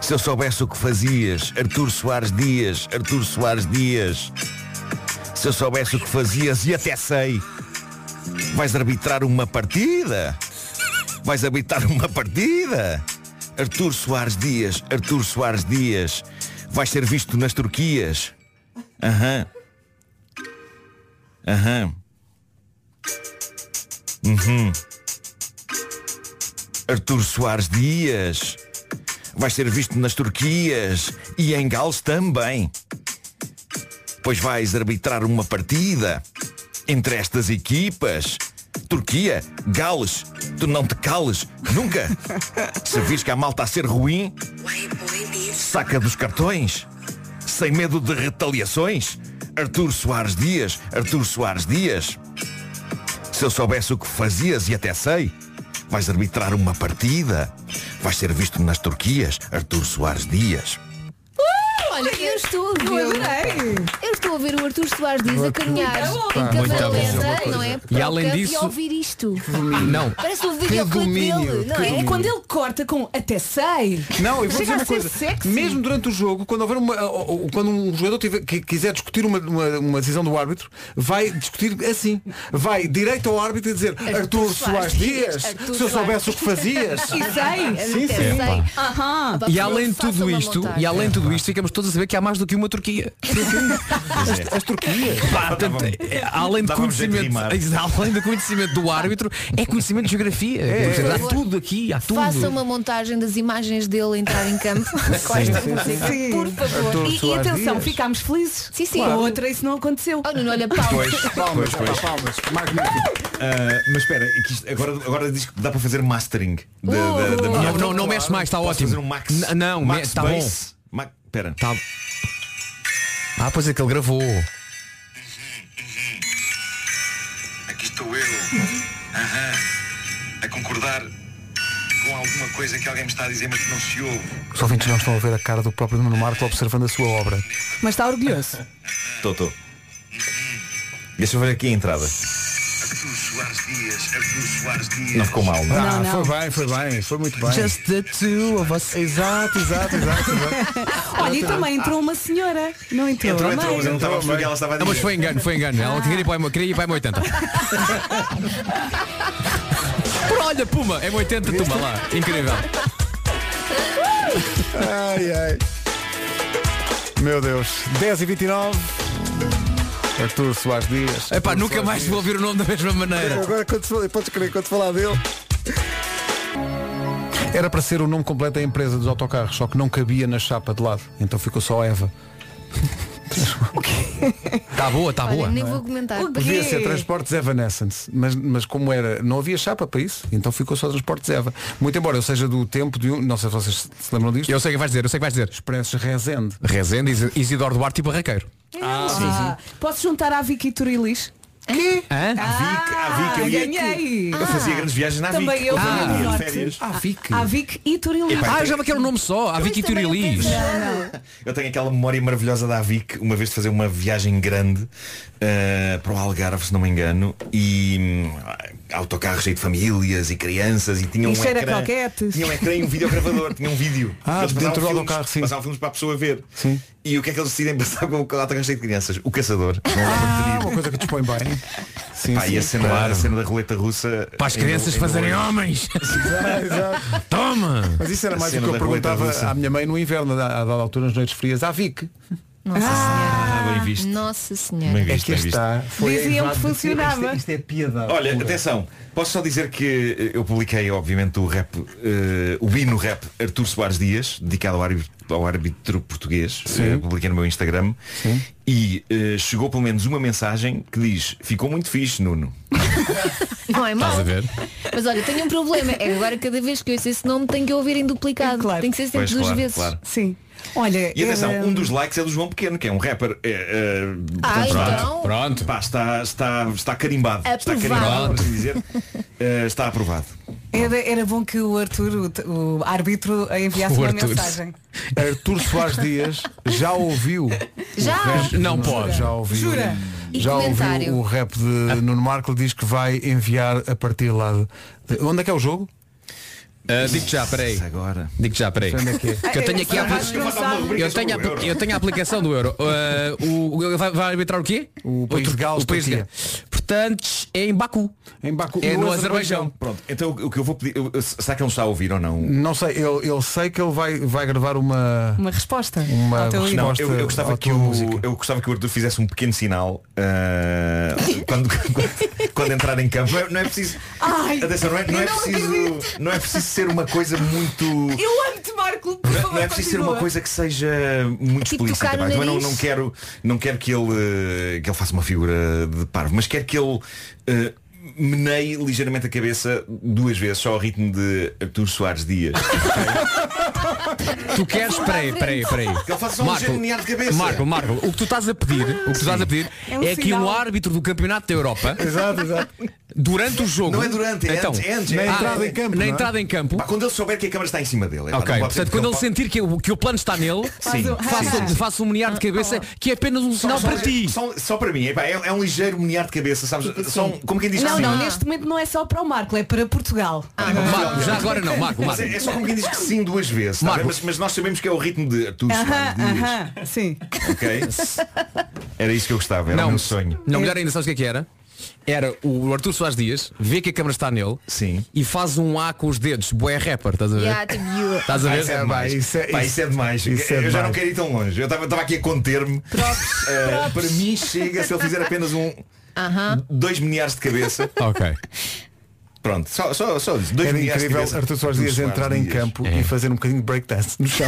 M: Se eu soubesse o que fazias, Artur Soares Dias, Artur Soares Dias. Se eu soubesse o que fazias, e até sei. Vais arbitrar uma partida? Vais arbitrar uma partida? Artur Soares Dias, Artur Soares Dias, vais ser visto nas Turquias. Aham. Aham. Uhum. Artur Soares Dias, vais ser visto nas Turquias e em Gales também pois vais arbitrar uma partida entre estas equipas. Turquia, Gales, tu não te cales, nunca. Se vires que a malta a ser ruim, saca dos cartões, sem medo de retaliações. Artur Soares Dias, Artur Soares Dias. Se eu soubesse o que fazias, e até sei, vais arbitrar uma partida. Vais ser visto nas Turquias, Artur Soares Dias.
L: Uh, olha, eu estou a
R: Eu
L: ouvir.
R: adorei.
L: Eu estou a ouvir o Artur Soares diz a
K: Artur.
L: caminhar.
K: Tá bom.
L: em
K: Pá, muito bom.
L: cavaleza, não
K: E
L: é? Para o
K: além
L: campo E
K: disso-
L: a ouvir isto.
K: Não.
L: Parece um o
K: Que
L: videoclipe
K: domínio,
L: dele, não
K: que
L: é?
R: É quando ele corta com até sei.
B: Não, eu
R: Chega
B: vou dizer
R: a
B: uma
R: ser
B: coisa.
R: sexy.
B: Mesmo durante o jogo, quando houver uma, ou- ou- quando um jogador tiver- que quiser discutir uma, uma- uma decisão do árbitro, vai discutir assim. Vai direito ao árbitro e dizer Artur Soares Dias,
R: Artur
B: se eu
R: Soares
B: soubesse o que fazias.
R: (laughs) E sei.
B: Sim, sim.
K: Epá.
R: Aham.
K: E além de tudo isto, e além de tudo isto, ficamos todos a saber que há mais do que uma Turquia.
B: As, as Turquias.
K: Pá, tanto- é, além, de
M: dava-me jeito de
K: conhecimento, (laughs) além do conhecimento do árbitro, é conhecimento de geografia.
L: É.
K: Há tudo aqui, há tudo.
L: Faça uma montagem das imagens dele a entrar em campo com
K: Sim,
L: esta
K: sim,
L: música,
K: sim.
L: por favor.
K: Artur
R: E, e
K: Soares
R: atenção,
K: Dias.
R: ficámos felizes.
L: Sim, sim.
R: Com a
L: Claro.
R: outra isso não aconteceu.
L: Oh, Nuno, olha, pau.
B: palmas,
M: pois, pois.
B: pá, palmas. Magnífico.
M: Ah, mas espera, é que isto- agora, agora diz que dá para fazer mastering da, da, da minha
K: Não, não, não mexe mais, Oh. está
M: Posso
K: ótimo.
M: fazer um max,
K: N- não, me-
M: max
K: está bom.
M: bass? Ma- Espera.
K: Ah, pois é que ele gravou.
M: Aqui estou eu. Aham. A concordar com alguma coisa que alguém me está a dizer, mas que não se ouve.
B: Os ouvintes não estão a ver a cara do próprio Nuno Marco observando a sua obra.
R: Mas está orgulhoso.
M: Estou, estou. Deixa eu ver aqui a entrada. Não ficou mal, não? é?
B: Ah,
M: Não, não.
B: Foi bem, foi bem, foi muito bem.
K: Just the two of us.
B: Exato, exato, exato.
M: Ah,
R: Olha, e também entrou uma senhora. Não entrou, a mãe.
K: Não, mas foi engano, foi engano. Ela queria ir para a- queria ir para a M80. Por- Olha, Puma, é 80 Puma lá. Incrível.
B: Ai, ai. Meu Deus. 10 e 29 Artur Soares Dias. Artur
K: Epá, É nunca
B: Soares
K: mais
B: Dias.
K: vou ouvir o nome da mesma maneira.
B: Agora quando se fala, podes crer, quando se falar dele. Era para ser o nome completo da empresa dos autocarros, só que não cabia na chapa de lado. Então ficou só
K: (laughs)
B: Eva.
K: Está boa, está boa.
M: é?
L: Nem vou comentar.
B: Devia ser Transportes Evanescence, mas, mas como era, não havia chapa para isso, então ficou só Transportes Eva. Muito embora eu seja do tempo de um, não sei se vocês se lembram disto.
K: Eu sei o que vais dizer, eu sei o que vais dizer.
B: Expressos Rezende.
K: Rezende, Isi- Isidoro Duarte e Barraqueiro.
R: Ah, Posso juntar à Vicky Turilis? Ah,
B: Que?
K: Hã?
M: A Vic, eu ia-
R: ganhei. Ah,
M: Eu fazia grandes viagens na
R: Também
M: Vic.
R: eu
M: com a
R: fui
M: família,
R: ao
M: de
R: norte.
M: férias.
R: À Vic. À Vic e Turilis.
M: Epá,
K: Ah, eu já me quero um nome só. A Vicky Turilis.
M: Eu tenho aquela memória maravilhosa da Avic, uma vez de fazer uma viagem grande uh, para o Algarve, se não me engano, e hum, autocarro cheio de famílias e crianças e tinha
R: E
M: um
R: cheira a
M: ecrã.
R: croquetes.
M: Tinha um ecrã e um videogravador, tinha um vídeo.
B: Ah,
M: Eles
B: dentro
M: passavam
B: do
M: filmes,
B: autocarro, sim.
M: Passavam filmes para a pessoa ver. E o que é que eles decidem passar com o autocarro cheio de crianças? O caçador.
B: Ah, uma coisa que dispõe bem. Sim,
M: Pá, e a
B: Ah, sim,
M: cena,
B: claro.
M: a cena da roleta russa
K: Para as
M: em-
K: crianças
M: em-
K: fazerem homens. Toma!
B: Mas isso era
M: A
B: mais o
M: cena
B: que eu
M: da roleta
B: perguntava
M: russa.
B: à minha mãe no inverno, a dada altura, nas noites frias, à Vic.
L: Nossa
M: Ah,
L: Senhora.
M: bem visto.
L: Nossa Senhora.
M: Bem visto, Aqui bem visto. está. Foi
L: Diziam que
C: Isto,
L: funcionava.
C: é- isto é piedade.
M: Olha,
C: pura.
M: atenção, posso só dizer que eh, eu publiquei, obviamente, o rap, eh, o hino rap Artur Soares Dias, dedicado ao árbitro, ao árbitro português.
B: Sim.
M: Eh, publiquei no meu Instagram. E eh, chegou pelo menos uma mensagem que diz, ficou muito fixe, Nuno.
L: Não é mau.
M: Estás a ver?
L: Mas olha, tenho um problema. É agora cada vez que eu ouço esse nome tenho que ouvir em duplicado. Tem que ser sempre
M: Pois,
L: duas
M: claro,
L: vezes.
M: claro.
L: Sim. Olha,
M: E atenção,
A: eh,
M: um dos likes é do João Pequeno, que é um rapper. É, é,
L: Ah,
M: portanto,
L: então.
M: pronto. Pá, está, está, está carimbado. Está
A: Aprovado.
M: carimbado, por assim dizer. Eh, está aprovado.
A: Era, era bom que o Arthur, o, o árbitro, enviasse
B: O
A: uma
B: Arthur.
A: mensagem.
B: Artur Soares Dias já ouviu.
A: Já?
B: o rap-
A: Não pode.
B: Já ouviu.
A: Jura? E
B: Já
A: comentário?
B: ouviu o rap de Nuno Marco diz que vai enviar a partir lá de... de- Onde é que é o jogo?
K: Ah, digo já, peraí.
M: Agora.
K: Digo já, peraí.
B: Onde é que é?
K: Que eu tenho aqui a
B: Ah, acho que vai dar uma
K: aplicação.
B: rubrica
K: Eu
M: um
K: tenho a,
B: sobre o
K: apli-
B: Euro.
K: eu tenho a aplicação do
M: (laughs)
K: euro. Ah, o, o- vai, vai arbitrar o quê? O
B: país de Gales,
K: o país de
B: Turquia.
K: Gales. Portanto, é em Baku.
B: Em Baku.
K: É no Azerbaijão.
M: Pronto, então o que eu vou pedir. eu- eu- será que ele está a ouvir ou não?
B: Não sei, eu, eu sei que ele vai, vai gravar uma.
A: Uma resposta.
B: Uma
M: Não,
B: resposta.
M: eu, eu gostava
B: ao
M: que
B: teu-
M: o, eu gostava que o Arthur fizesse um pequeno sinal ah, quando, quando, quando entrar em campo. Não é, não é preciso.
F: Ai,
M: atenção, não é, não é
F: eu não
M: preciso. Não é preciso ser uma coisa muito.
A: Eu amo-te, Marco.
M: Não, não é preciso ser uma coisa que seja muito
F: Tipo,
M: explícita,
F: tocar no
M: pá. Também não,
F: nariz.
M: não quero, não quero que ele eh, que ele faça uma figura de parvo, mas quero que ele eh, meneie ligeiramente a cabeça duas vezes, só ao ritmo de Artur Soares Dias.
K: Tu queres, peraí, peraí, peraí.
M: Que ele faça só É um ligeiro menear de cabeça.
K: Marco, Marco, o que tu estás a pedir, o que tu estás a pedir
M: É
K: é,
M: um
K: que um
M: sinal.
K: árbitro do Campeonato da Europa
M: Exato, exato.
K: durante o jogo.
M: Não é durante, é
K: então,
M: antes, é antes, é
K: na
M: antes.
K: entrada
M: Ah,
K: em campo.
M: não
K: Na
M: é?
K: entrada em campo.
M: Pá, quando ele souber que a câmara está em cima dele. é pá, não
K: Ok,
M: pode ser
K: portanto,
M: que
K: quando
M: ele
K: ele
M: pa-
K: sentir que o, que o plano está nele,
M: Sim. Sim,
K: faça,
M: sim, sim.
K: faça um menear
M: Ah,
K: de cabeça que é apenas um sinal
M: só-
K: para ti.
M: Só, só para mim, é, pá, é, é um ligeiro menear de cabeça, sabes? Só um- como quem diz que
A: não,
M: sim.
A: não, neste momento não é só para o Marco, é para Portugal.
M: Ah,
K: Marco, já agora não, Marco,
M: Mas
K: Marco.
M: É, é só como quem diz que sim duas vezes. tá
K: Marco.
M: bem? mas, mas nós sabemos que é o ritmo de Artur
A: Aham,
M: Soares Dias.
A: aham, sim.
M: é Ok? Era isso que eu gostava, era é o meu sonho.
K: Não, melhor ainda, sabes o que é que era? Era o Arthur Soares Dias, vê que a câmara está nele
M: Sim.
K: e faz um A com os dedos, boé rapper, estás a ver?
F: Yeah, tipo you.
K: Estás a
M: Ah,
K: ver?
M: isso é demais. Pá, Isso é, demais.
B: isso
M: eu
B: é
M: já não
B: demais.
M: quero ir tão longe. Eu estava estava aqui a conter-me. Eh, para mim chega se ele fizer apenas um.
L: Aham.
M: Dois milhares de cabeça.
K: ok.
M: Pronto, só, só, só isso. dois
B: Era
M: milhares de
B: É incrível
M: cabeça.
B: Artur Soares Dias
M: Soares
B: entrar em
M: Dias.
B: campo e fazer um bocadinho de breakdance no chão.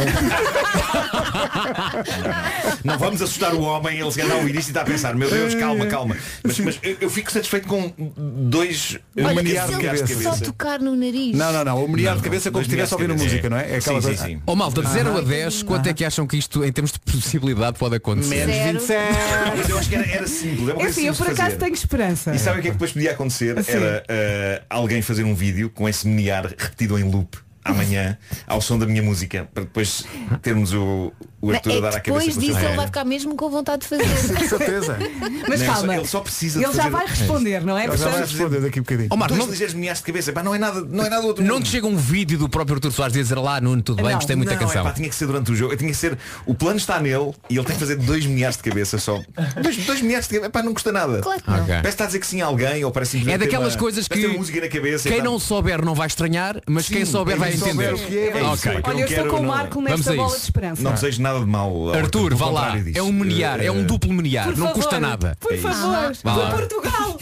M: Não vamos assustar o homem, ele se calhar ao início e está a pensar, meu Deus, calma, calma. Mas, mas eu, eu fico satisfeito com dois um
L: Olha,
M: milhares
L: se ele só tocar no nariz.
B: Não, não, não. O meneado
M: Não,
B: de cabeça é
M: dois
B: como se estivesse a ouvir a
M: milhares de
B: música, não
M: cabeça.
B: é? É aquela
M: Sim, sim,
B: coisa.
M: sim.
K: Ó malta, de 0 a 10, quanto é que acham que isto, em termos de possibilidade, pode acontecer?
M: Menos Zero.
A: 27.
M: Mas eu acho que era, era simples. É uma
A: É
M: coisa
A: assim, eu
M: simples
A: por
M: de
A: acaso
M: fazer.
A: tenho esperança.
M: E sabe o que é que depois podia acontecer?
A: Sim.
M: Era eh, alguém fazer um vídeo com esse menear repetido em loop amanhã ao som da minha música para depois termos o, o
L: Não,
M: Arthur a dar
L: é
M: à
L: que
M: cabeça
L: depois
M: do
L: disso
M: João.
L: ele vai ficar mesmo com vontade de fazer.
M: Com certeza.
A: Mas
M: Não,
A: calma,
M: ele só precisa de
A: ele já
M: fazer-
A: vai responder, não é?
M: Ele já vai
A: Portanto-
M: responder
B: daqui a bocadinho.
K: Ó, Marco,
M: Dois
K: Oh, não-
M: ligeiros meneares de cabeça, pá, não é nada, não é nada outro
K: Não
M: mundo.
K: te chega um vídeo do próprio Arthur Soares dizer lá, Nuno, tudo bem,
M: Não,
K: gostei muito da
M: não,
K: canção.
M: epá, tinha que ser durante o jogo. Tinha que ser. O plano está nele e ele tem que fazer dois milhares de cabeça só. Dois, dois milhares de cabeça. Epá, não custa nada.
K: Claro que não. Ok.
M: Parece que está a dizer que sim a alguém ou parece
K: É
M: simplesmente
K: daquelas
M: ter uma-
K: coisas
M: parece
K: que
M: ter música na cabeça. e
K: quem
M: tal.
K: não souber não vai estranhar, mas
M: Sim,
K: quem souber vai
M: quem souber
K: entender.
M: o que é, é isso.
K: Ok.
M: É que eu
A: Olha, eu estou
M: quero,
A: com o
M: não-
A: Marco
K: Vamos
A: nesta
K: a
A: bola
K: isso.
A: de esperança.
M: Não desejo nada de mal. ao
K: Arthur,
M: pelo
K: vá lá.
M: contrário disso.
K: É um menear, é um
M: Eh,
K: duplo menear,
A: Por
K: não
A: favor,
K: custa nada.
M: É
A: Por favor,
K: Vá
A: por
K: lá.
A: Portugal.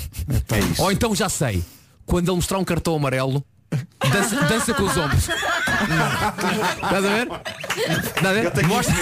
K: Ou então já sei, quando ele mostrar um cartão amarelo, dança, dança com os ombros. Estás a ver? Estás a ver? Mostra,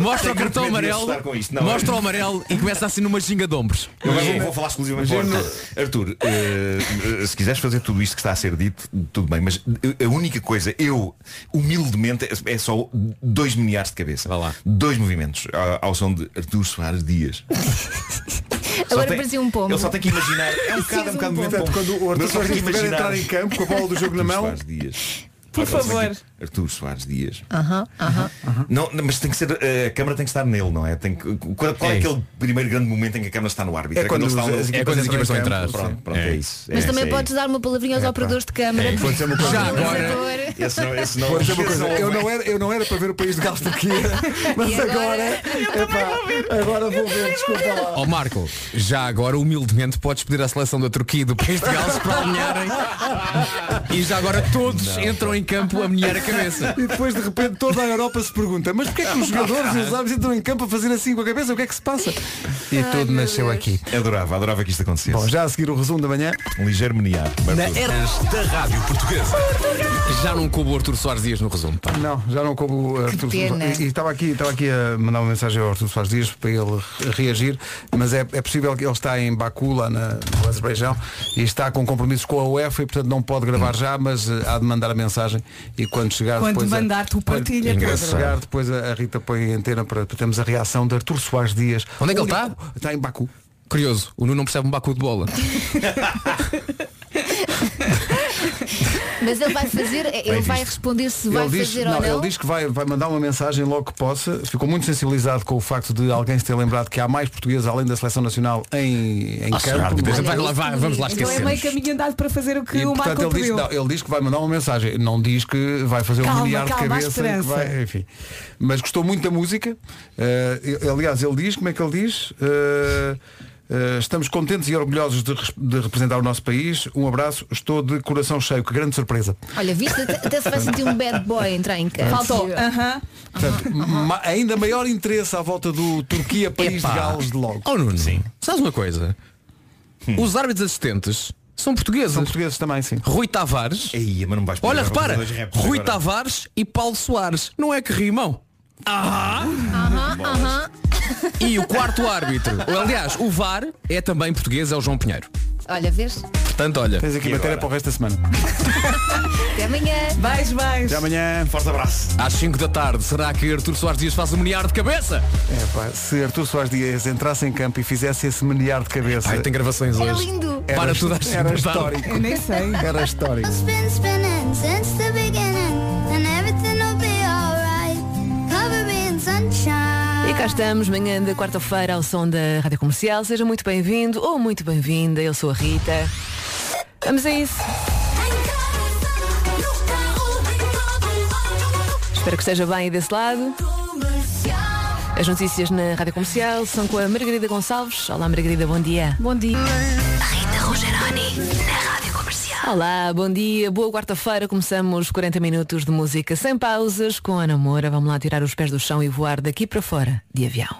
M: Tenho
K: o
M: muito
K: cartão
M: medo de
K: amarelo,
M: assustar com isto, não,
K: mostra
M: é?
K: o amarelo e começa assim numa ginga de ombros.
M: Eu agora vou- vou falar exclusivamente para o Arthur. Arthur, eh, eh, se quiseres fazer tudo isto que está a ser dito, tudo bem, mas eh, a única coisa, eu, humildemente, é- é só dois milhares de cabeça. Vá lá. Dois movimentos ao, ao som de Arthur Soares Dias. Só
L: Agora
M: tem-
L: parecia um pombo.
M: Ele só tem que imaginar. É um bocado, é um bocado
L: Preciso de um
M: momento.
L: pombo.
B: Quando o
M: Mas só
B: Arthur
M: tem
B: Soares
M: que
B: estiver a
M: imaginar-
B: entrar em campo com a bola do jogo na
M: Arthur
B: mão.
M: Soares Dias.
B: Por
M: Agora só tem que-
B: favor.
M: Arthur Soares Dias.
L: Aham, aham.
M: Não, não, mas tem que ser, eh, a câmara tem que estar nele, não é? Tem que, qual, qual é,
K: É isso.
M: aquele primeiro grande momento em que a câmara está no árbitro?
K: É quando
M: eles
K: os-
M: estão-
K: as equipas entram em campo, sim.
M: Pronto, pronto, é, isso.
L: Mas
M: É,
L: também
M: isso, é
L: podes dar uma palavrinha aos operadores de câmara.
M: É, pode ser uma coisa-
L: Ao
M: Já agora-
L: realizador.
M: isso. Esse não, esse
K: (laughs)
M: não.
B: Vou dizer uma
M: esse
B: coisa,
M: não- é
B: eu, não era, eu não era para ver o país de Gales Turquia, mas
L: E agora?
B: agora, epá, agora vou ver, desculpa lá.
K: Ó Marco, já agora humildemente podes pedir à seleção da Turquia e do País de Gales para alinharem e já agora todos entram em campo a menear a cabeça.
B: E depois de repente toda a Europa se pergunta, mas porquê é que os jogadores e os árbitros entram em campo a fazer assim com a cabeça? O que é que se passa? E tudo nasceu aqui.
M: Adorava, adorava que isto acontecesse. Bom,
B: já a seguir o resumo da manhã.
M: Um ligeiro meneado. mas
K: Na
M: tudo.
K: Eras da Rádio Portuguesa. Já não coube o Artur Soares Dias no resumo. pá.
B: Não, já não como o Artur
K: pena.
B: Soares. E e estava aqui, estava aqui a mandar uma mensagem ao Artur Soares Dias para ele reagir, mas é, é possível que ele está em Baku, lá na, no Azerbaijão, e está com compromissos com a UEFA e portanto não pode gravar já, mas eh, há de mandar a mensagem e quando chegar
R: Quando
B: depois. a-
R: mandar, tu partilha, é
B: Quando,
R: Pedro.
B: quando chegar depois a, a Rita põe a antena para, para termos a reação de Artur Soares Dias.
K: Onde é que ele
B: Único- Está em Baku.
K: Curioso, o Nuno não percebe um bacu de bola.
L: Mas ele vai fazer, ele
B: Bem
L: vai
B: visto.
L: responder se vai
B: Ele diz,
L: fazer
B: não,
L: ou não.
B: ele diz que vai, vai mandar uma mensagem logo que possa. Ficou muito sensibilizado com o facto de alguém se ter lembrado que há mais portugueses além da seleção nacional em, em
K: Ah, senhor
B: campo.
K: árbitro,
B: não é?
K: vai lá, vai, vamos lá
R: Então é
K: esquecer.
R: meio caminho andado para fazer o que
B: E,
R: o
B: portanto,
R: Marco
B: ele diz,
R: pediu.
B: não, ele diz que vai mandar uma mensagem, não diz que vai fazer
R: Calma,
B: um milhar de
R: calma, há
B: cabeça. e que
R: esperança.
B: vai- enfim. Mas gostou muito da música. Eh, ele- aliás, ele diz, como é que ele diz? Eh, eh, estamos contentes e orgulhosos de, res- de representar o nosso país. Um abraço, estou de coração cheio, que grande surpresa.
L: Olha, viste, até, até se vai sentir um bad boy entrar
M: (laughs)
L: em campo.
R: Faltou.
L: Aham.
B: Portanto, ma- ainda maior interesse à volta do Turquia País
K: Epá.
B: de Gales de logo.
K: Oh Nuno, sabes uma coisa? Os árbitros assistentes são portugueses. Hum. São É,
B: portugueses também, sim.
K: Rui Tavares.
M: pegar
K: Olha, repara,
M: os dois raps
K: Rui
M: agora.
K: Tavares e Paulo Soares. Não é que rimam? Ah!
F: Aham, aham.
K: E o quarto árbitro, ou, aliás, o VAR é também português, é o João Pinheiro.
L: Olha, vês?
K: Portanto, olha.
B: Tens aqui matéria para o resto da semana.
L: Até amanhã.
R: Beijo, beijo.
B: Até amanhã.
M: Forte abraço.
K: Às 5 da tarde, será que Artur Soares Dias faz um menear de cabeça?
B: É, pá, se Artur Soares Dias entrasse em campo e fizesse esse menear de cabeça.
K: Ai, tem gravações
B: Era
K: hoje.
B: lindo.
K: Para
B: Era-
K: tudo às 5
B: era
K: da tarde.
B: histórico. Eu nem sei. Era histórico.
F: I've been spinning since the beginning, and everything will be alright. Cover me in sunshine.
R: E cá estamos, manhã da quarta-feira, ao som da Rádio Comercial. Seja muito bem-vindo ou muito bem-vinda. Eu sou a Rita. Vamos a isso. Espero que esteja bem aí desse lado. As notícias na Rádio Comercial são com a Margarida Gonçalves. Olá, Margarida, bom dia.
L: Bom dia.
I: Rita Rogeroni, na Rádio Comercial.
R: (laughs) Olá, bom dia, boa quarta-feira. Começamos 40 minutos de música sem pausas com a Namora. Vamos lá tirar os pés do chão e voar daqui para fora de avião.